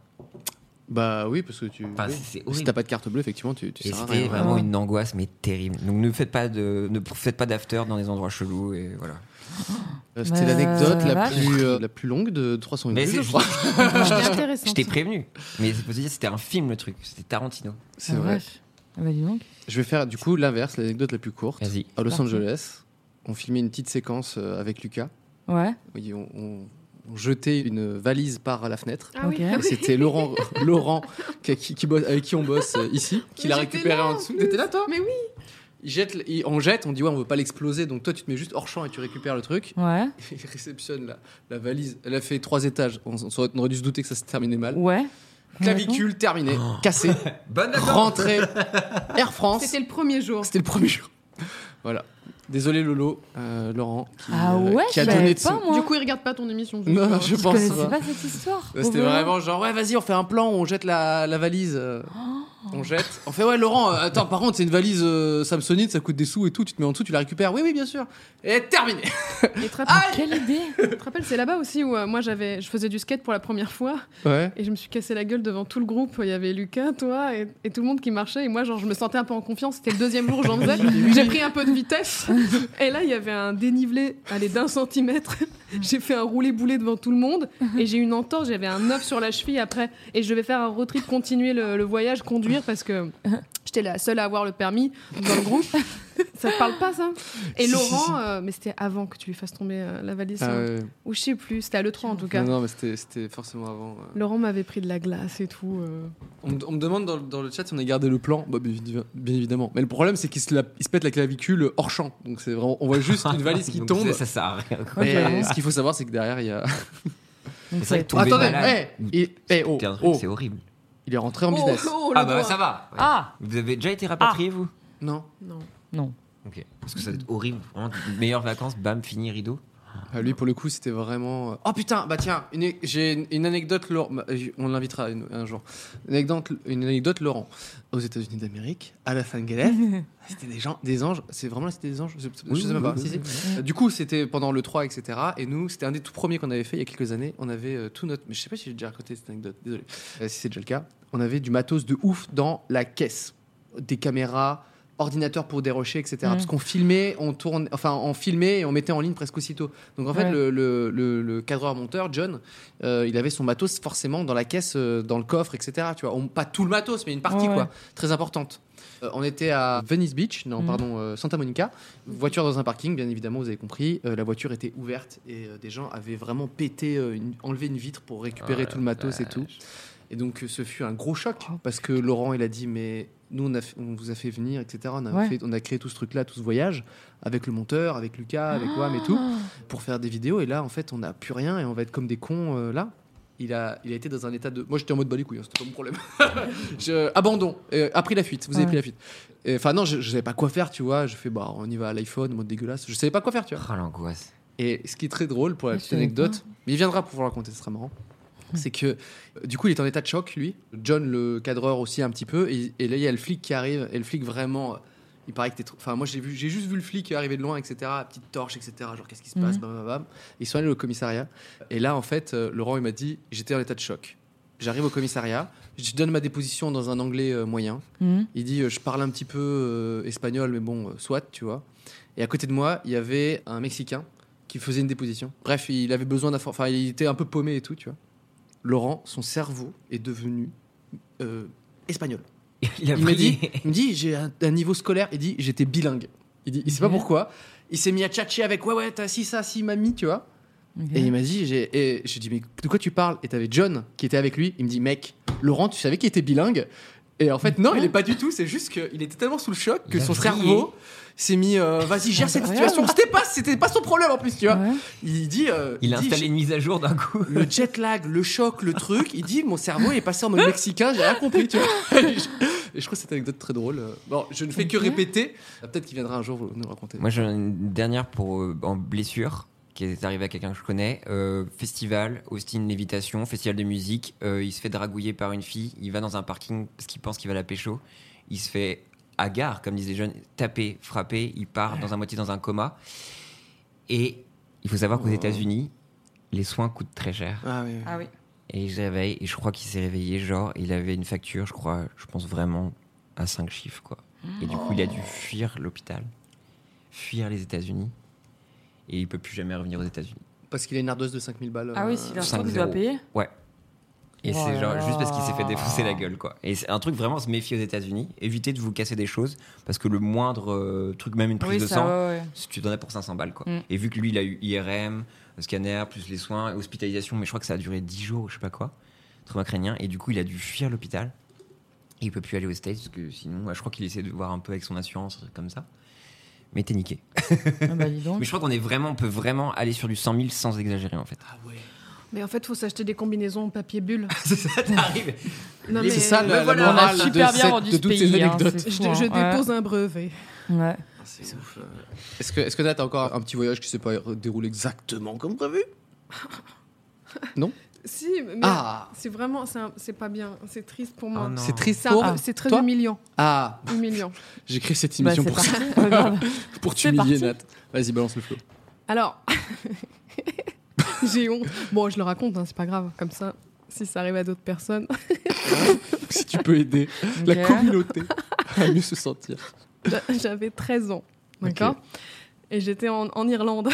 [SPEAKER 1] Bah oui, parce que tu.
[SPEAKER 4] Enfin,
[SPEAKER 1] oui.
[SPEAKER 4] c'est- c'est
[SPEAKER 1] Si
[SPEAKER 4] horrible.
[SPEAKER 1] t'as pas de carte bleue, effectivement, tu, tu
[SPEAKER 4] Et
[SPEAKER 1] sers à
[SPEAKER 4] c'était
[SPEAKER 1] rien.
[SPEAKER 4] vraiment
[SPEAKER 2] Ouais.
[SPEAKER 4] une angoisse, mais terrible. Donc ne faites pas de, ne faites pas d'after dans les endroits chelous et voilà.
[SPEAKER 1] Euh, C'était
[SPEAKER 2] Bah,
[SPEAKER 1] l'anecdote la,
[SPEAKER 2] vache.
[SPEAKER 1] plus euh, la plus longue de 300
[SPEAKER 4] Mais
[SPEAKER 1] vues,
[SPEAKER 4] c'est-
[SPEAKER 1] je crois.
[SPEAKER 3] C'était intéressant.
[SPEAKER 4] Je t'ai prévenu, mais c'est pour te dire c'était un film le truc, c'était Tarantino.
[SPEAKER 1] C'est
[SPEAKER 2] Ah,
[SPEAKER 1] vrai.
[SPEAKER 2] vache. Ah bah dis donc.
[SPEAKER 1] Je vais faire du coup l'inverse, l'anecdote la plus courte.
[SPEAKER 4] Vas-y.
[SPEAKER 1] À Los
[SPEAKER 2] Parfait.
[SPEAKER 1] Angeles, on filmait une petite séquence euh, avec Lucas.
[SPEAKER 2] Ouais.
[SPEAKER 1] Oui, on, on- on jetait une valise par la fenêtre.
[SPEAKER 3] Ah
[SPEAKER 2] Ok.
[SPEAKER 3] oui.
[SPEAKER 1] Et C'était Laurent, Laurent qui, qui- qui bosse- avec qui on bosse euh, ici, qui
[SPEAKER 3] Mais
[SPEAKER 1] l'a
[SPEAKER 3] j'étais
[SPEAKER 1] récupéré
[SPEAKER 3] là,
[SPEAKER 1] en
[SPEAKER 3] en
[SPEAKER 1] dessous.
[SPEAKER 3] plus.
[SPEAKER 1] T'étais là, toi
[SPEAKER 3] Mais oui.
[SPEAKER 1] Il jette, le- il- On jette, on dit ouais, on veut pas l'exploser, donc toi tu te mets juste hors champ et tu récupères le truc.
[SPEAKER 2] Ouais.
[SPEAKER 1] Il réceptionne la, la valise. Elle a fait trois étages. On, s- on aurait dû se douter que ça se terminait mal.
[SPEAKER 2] Ouais.
[SPEAKER 1] Clavicule terminée, cassée,
[SPEAKER 4] Bonne
[SPEAKER 1] rentrée. Air France.
[SPEAKER 3] C'était le premier jour.
[SPEAKER 1] C'était le premier jour. Voilà. Désolé Lolo, euh, Laurent, qui,
[SPEAKER 2] Ah
[SPEAKER 1] euh,
[SPEAKER 2] ouais,
[SPEAKER 1] qui a
[SPEAKER 2] je savais
[SPEAKER 1] donné de
[SPEAKER 2] pas,
[SPEAKER 1] son.
[SPEAKER 2] moi.
[SPEAKER 3] Du coup, il regarde pas ton émission.
[SPEAKER 1] Non, je
[SPEAKER 2] Je
[SPEAKER 1] pense
[SPEAKER 2] connaissais
[SPEAKER 1] pas.
[SPEAKER 2] pas cette histoire.
[SPEAKER 1] C'était
[SPEAKER 2] Oh,
[SPEAKER 1] vraiment genre ouais vas-y on fait un plan, on jette la, la valise, euh,
[SPEAKER 2] Oh.
[SPEAKER 1] on jette. On fait ouais Laurent, euh, attends par contre c'est une valise euh, Samsonite, ça coûte des sous et tout, tu te mets en dessous, tu la récupères. Oui oui bien sûr. Et terminé.
[SPEAKER 3] Et te rappelles-
[SPEAKER 2] Mais Quelle idée
[SPEAKER 3] tu te rappelles, c'est là-bas aussi où euh, moi j'avais, je faisais du skate pour la première fois
[SPEAKER 1] Ouais.
[SPEAKER 3] et je me suis cassé la gueule devant tout le groupe. Il y avait Lucas, toi et, et tout le monde qui marchait et moi genre je me sentais un peu en confiance. C'était le deuxième jour, j'en faisais. J'ai pris un peu de vitesse et là il y avait un dénivelé, allez d'un centimètre. J'ai fait un roulé boulet devant tout le monde et j'ai eu une entorse. J'avais un œuf sur la cheville après et je vais faire un road trip, continuer le, le voyage, conduire parce que. J'étais la seule à avoir le permis dans le groupe. ça te parle pas, ça Et
[SPEAKER 1] Si, si,
[SPEAKER 3] Laurent,
[SPEAKER 1] si.
[SPEAKER 3] euh, mais c'était avant que tu lui fasses tomber euh, la valise.
[SPEAKER 1] Ah
[SPEAKER 3] hein.
[SPEAKER 1] ouais.
[SPEAKER 3] Ou je sais plus, c'était à l'E3 en tout cas.
[SPEAKER 1] Non, non mais c'était- c'était forcément avant. euh.
[SPEAKER 3] Laurent m'avait pris de la glace et tout. euh.
[SPEAKER 1] On, me- on me demande dans, le- dans le chat si on a gardé le plan. Bah, bien, évi- bien évidemment. Mais le problème, c'est qu'il se, la- il se pète la clavicule hors champ. Donc c'est vraiment, on voit juste une valise qui
[SPEAKER 4] Donc,
[SPEAKER 1] tombe.
[SPEAKER 4] Ça, ça sert à rien. quoi.
[SPEAKER 1] Mais
[SPEAKER 2] Ok.
[SPEAKER 1] ce qu'il faut savoir, c'est que derrière, il y a.
[SPEAKER 2] Donc,
[SPEAKER 4] C'est vrai que
[SPEAKER 2] ça-
[SPEAKER 4] tomber
[SPEAKER 1] Attendez,
[SPEAKER 4] malade.
[SPEAKER 1] hey, il, hey, oh,
[SPEAKER 4] C'est un truc,
[SPEAKER 1] oh,
[SPEAKER 4] c'est horrible.
[SPEAKER 1] il est rentré en business.
[SPEAKER 3] Oh, oh, le
[SPEAKER 4] Ah bah
[SPEAKER 3] doigt.
[SPEAKER 4] ça va. ouais.
[SPEAKER 2] Ah
[SPEAKER 4] Vous avez déjà été rapatrié vous
[SPEAKER 1] Non,
[SPEAKER 3] Non.
[SPEAKER 2] Non.
[SPEAKER 4] Ok. Parce que ça doit être horrible. Vraiment, meilleures vacances, bam, fini rideau.
[SPEAKER 1] Ah, lui pour le coup, c'était vraiment. Oh putain, bah tiens, une- j'ai une, une anecdote. Laurent- bah, j- On l'invitera une- un jour. Une anecdote, une anecdote Laurent. Aux États-Unis d'Amérique, à la San Galef, c'était des gens, des anges. C'est vraiment là, c'était des anges. Je, je
[SPEAKER 4] Oui,
[SPEAKER 1] sais
[SPEAKER 4] oui,
[SPEAKER 1] même pas.
[SPEAKER 4] oui,
[SPEAKER 1] Si, si.
[SPEAKER 4] oui,
[SPEAKER 1] Du coup, c'était pendant le 3, etc. Et nous, c'était un des tout premiers qu'on avait fait il y a quelques années. On avait euh, tout notre. Mais je sais pas si j'ai déjà raconté cette anecdote, désolé. Euh, si c'est déjà le cas, on avait du matos de ouf dans la caisse. Des caméras, ordinateurs pour dérocher, etc.
[SPEAKER 2] Mm.
[SPEAKER 1] Parce qu'on filmait, on tourne, enfin, on filmait et on mettait en ligne presque aussitôt. Donc en fait,
[SPEAKER 2] Ouais.
[SPEAKER 1] le, le, le, le cadreur-monteur, John, euh, il avait son matos forcément dans la caisse, euh, dans le coffre, etc. Tu vois, On- pas tout le matos, mais une partie,
[SPEAKER 2] Ouais,
[SPEAKER 1] quoi,
[SPEAKER 2] ouais.
[SPEAKER 1] très importante. Euh, on était à Venice Beach, non,
[SPEAKER 2] Mhm.
[SPEAKER 1] pardon, euh, Santa Monica. Voiture dans un parking, bien évidemment, vous avez compris. Euh, la voiture était ouverte et euh, des gens avaient vraiment pété, euh, une- enlevé une vitre pour récupérer
[SPEAKER 4] Oh
[SPEAKER 1] tout le matos et
[SPEAKER 4] vache.
[SPEAKER 1] tout. Et donc, euh, ce fut un gros choc
[SPEAKER 2] Oh,
[SPEAKER 1] parce que Laurent, il a dit Mais nous, on, a fait- on vous a fait venir, etc. On a,
[SPEAKER 2] Ouais.
[SPEAKER 1] fait, on a créé tout ce truc-là, tout ce voyage, avec le monteur, avec Lucas, avec
[SPEAKER 2] Ah.
[SPEAKER 1] Wam et tout pour faire des vidéos. Et là, en fait, on n'a plus rien et on va être comme des cons euh, là. Il a, il a été dans un état de. Moi, j'étais en mode bah, balécouille, hein, c'était pas mon problème. je, abandon, euh, a pris la fuite, vous avez
[SPEAKER 2] Ouais.
[SPEAKER 1] pris la fuite. Et, Enfin, non, je, je savais pas quoi faire, tu vois. Je fais, bah, on y va à l'iPhone, mode dégueulasse. Je savais pas quoi faire, tu vois.
[SPEAKER 4] Ah l'angoisse.
[SPEAKER 1] Et ce qui est très drôle pour la
[SPEAKER 2] Mais
[SPEAKER 1] petite
[SPEAKER 2] Ah, je savais
[SPEAKER 1] anecdote, mais il viendra pour vous raconter, ce sera marrant. C'est que euh, du coup, il est en état de choc, lui. John, le cadreur aussi un petit peu. Et, et là, il y a le flic qui arrive. Et le flic vraiment, euh, il paraît que t'es trop. Enfin, moi, j'ai vu, j'ai juste vu le flic arriver de loin, etc. Petite torche, etc. Genre, qu'est-ce qui se passe,
[SPEAKER 2] Mhm.
[SPEAKER 1] bam, bam, bam. Ils sont allés au commissariat. Et là, en fait, euh, Laurent, il m'a dit, j'étais en état de choc. J'arrive au commissariat. Je donne ma déposition dans un anglais euh, moyen.
[SPEAKER 2] Mhm.
[SPEAKER 1] Il dit euh, je parle un petit peu euh, espagnol, mais bon, euh, soit, tu vois. Et à côté de moi, il y avait un Mexicain qui faisait une déposition. Bref, il avait besoin d'informations. Enfin, il était un peu paumé et tout, tu vois. Laurent, son cerveau est devenu euh, espagnol.
[SPEAKER 4] Il a
[SPEAKER 1] Il m'a
[SPEAKER 4] pris-
[SPEAKER 1] dit, il me dit j'ai un, un niveau scolaire. Il dit j'étais bilingue. Il dit il sait pas
[SPEAKER 2] Ok.
[SPEAKER 1] pourquoi. Il s'est mis à tchatcher avec ouais ouais t'as si ça si mamie tu vois.
[SPEAKER 2] Ok.
[SPEAKER 1] Et il m'a dit, j'ai, et j'ai dit, mais de quoi tu parles Et t'avais John qui était avec lui. Il me dit, mec, Laurent, tu savais qu'il était bilingue Et en fait, non, il est pas du tout. C'est juste qu'il était tellement sous le choc que
[SPEAKER 4] Il a
[SPEAKER 1] son
[SPEAKER 4] brillé.
[SPEAKER 1] cerveau s'est mis, euh, vas-y, gère cette
[SPEAKER 2] Incroyable.
[SPEAKER 1] situation. C'était pas, c'était pas son problème en plus, tu vois.
[SPEAKER 2] Ouais.
[SPEAKER 1] Il dit, euh,
[SPEAKER 4] Il a
[SPEAKER 1] dit,
[SPEAKER 4] installé une mise à jour d'un coup.
[SPEAKER 1] le jet lag, le choc, le truc. Il dit mon cerveau est passé en mode mexicain, j'ai rien compris, tu vois. Et je, et je trouve cette anecdote très drôle. Bon, je ne fais que
[SPEAKER 2] Ok.
[SPEAKER 1] répéter. Peut-être qu'il viendra un jour vous nous raconter.
[SPEAKER 4] Moi, j'en ai une dernière pour euh, en blessure qui est arrivée à quelqu'un que je connais. Euh, festival, Austin Lévitation, festival de musique. Euh, il se fait dragouiller par une fille. Il va dans un parking parce qu'il pense qu'il va la pécho. Il se fait hagard, comme disent les jeunes, taper, frapper. Il part dans un moitié dans un coma. Et il faut savoir qu'aux États-Unis, les soins coûtent très cher.
[SPEAKER 1] Ah oui.
[SPEAKER 2] Ah oui.
[SPEAKER 4] Et il se réveille, et je crois qu'il s'est réveillé, genre, il avait une facture, je crois, je pense vraiment à 5 chiffres, quoi. Et du coup, il a dû fuir l'hôpital, fuir les États-Unis, et il peut plus jamais revenir aux États-Unis.
[SPEAKER 1] Parce qu'il a une ardoise de 5000 balles.
[SPEAKER 2] Ah
[SPEAKER 1] euh,
[SPEAKER 2] oui, s'il a un truc,
[SPEAKER 4] 5-0.
[SPEAKER 2] il doit payer.
[SPEAKER 4] Ouais. Et
[SPEAKER 2] Oh
[SPEAKER 4] c'est
[SPEAKER 2] là
[SPEAKER 4] genre
[SPEAKER 2] là.
[SPEAKER 4] juste parce qu'il s'est fait défoncer la gueule, quoi. Et c'est un truc vraiment se méfier aux États-Unis, éviter de vous casser des choses, parce que le moindre euh, truc, même une prise
[SPEAKER 2] Oui,
[SPEAKER 4] de
[SPEAKER 2] ça,
[SPEAKER 4] sang,
[SPEAKER 2] ouais, ouais.
[SPEAKER 4] tu donnais pour 500 balles quoi.
[SPEAKER 2] Mm.
[SPEAKER 4] Et vu que lui il a eu IRM, le scanner, plus les soins, hospitalisation, mais je crois que ça a duré 10 jours, je sais pas quoi, trauma crânien, et du coup il a dû fuir l'hôpital. Et il peut plus aller aux States parce que sinon, ouais, je crois qu'il essaie de voir un peu avec son assurance, un truc comme ça. Mais t'es niqué.
[SPEAKER 3] Mm.
[SPEAKER 2] Ah bah, dis donc.
[SPEAKER 4] Mais je crois qu'on est vraiment, on peut vraiment aller sur du 100 000 sans exagérer en fait.
[SPEAKER 1] Ah ouais.
[SPEAKER 3] Mais en fait, faut s'acheter des combinaisons en papier bulle.
[SPEAKER 4] C'est ça, t'arrives.
[SPEAKER 3] Non,
[SPEAKER 1] C'est ça
[SPEAKER 3] mais
[SPEAKER 1] la,
[SPEAKER 3] voilà.
[SPEAKER 1] la morale
[SPEAKER 2] On a
[SPEAKER 1] hein, de,
[SPEAKER 2] super bien
[SPEAKER 1] cette-
[SPEAKER 2] rendu
[SPEAKER 1] de
[SPEAKER 2] ce
[SPEAKER 1] toutes
[SPEAKER 2] pays,
[SPEAKER 1] ces
[SPEAKER 2] hein,
[SPEAKER 1] anecdotes.
[SPEAKER 2] c'est-
[SPEAKER 3] Je,
[SPEAKER 2] Fou, hein.
[SPEAKER 3] je
[SPEAKER 2] Ouais.
[SPEAKER 3] dépose un brevet.
[SPEAKER 2] Ouais.
[SPEAKER 1] C'est ouf. euh. Est-ce que, est-ce que là, t'as encore un petit voyage qui s'est pas déroulé exactement comme prévu
[SPEAKER 3] Si, mais
[SPEAKER 1] Ah.
[SPEAKER 3] c'est vraiment, c'est un- c'est pas bien. C'est triste pour moi.
[SPEAKER 4] Oh non.
[SPEAKER 1] C'est triste
[SPEAKER 3] C'est un
[SPEAKER 1] pour
[SPEAKER 3] peu- c'est très
[SPEAKER 1] toi
[SPEAKER 3] humiliant.
[SPEAKER 1] Ah,
[SPEAKER 3] humiliant.
[SPEAKER 1] j'ai créé cette
[SPEAKER 2] Bah,
[SPEAKER 1] émission
[SPEAKER 2] c'est
[SPEAKER 1] pour ça,
[SPEAKER 2] parti. Ouais, grave.
[SPEAKER 1] pour
[SPEAKER 2] C'est
[SPEAKER 1] t'humilier, Nat.
[SPEAKER 2] parti.
[SPEAKER 1] Vas-y, balance le flot.
[SPEAKER 3] Alors, j'ai honte. Bon, je le raconte, hein, c'est pas grave. Comme ça, si ça arrive à d'autres personnes.
[SPEAKER 1] si tu peux aider la
[SPEAKER 2] Ok.
[SPEAKER 1] communauté à mieux se sentir.
[SPEAKER 3] J'avais 13 ans, d'accord Et j'étais en, en Irlande.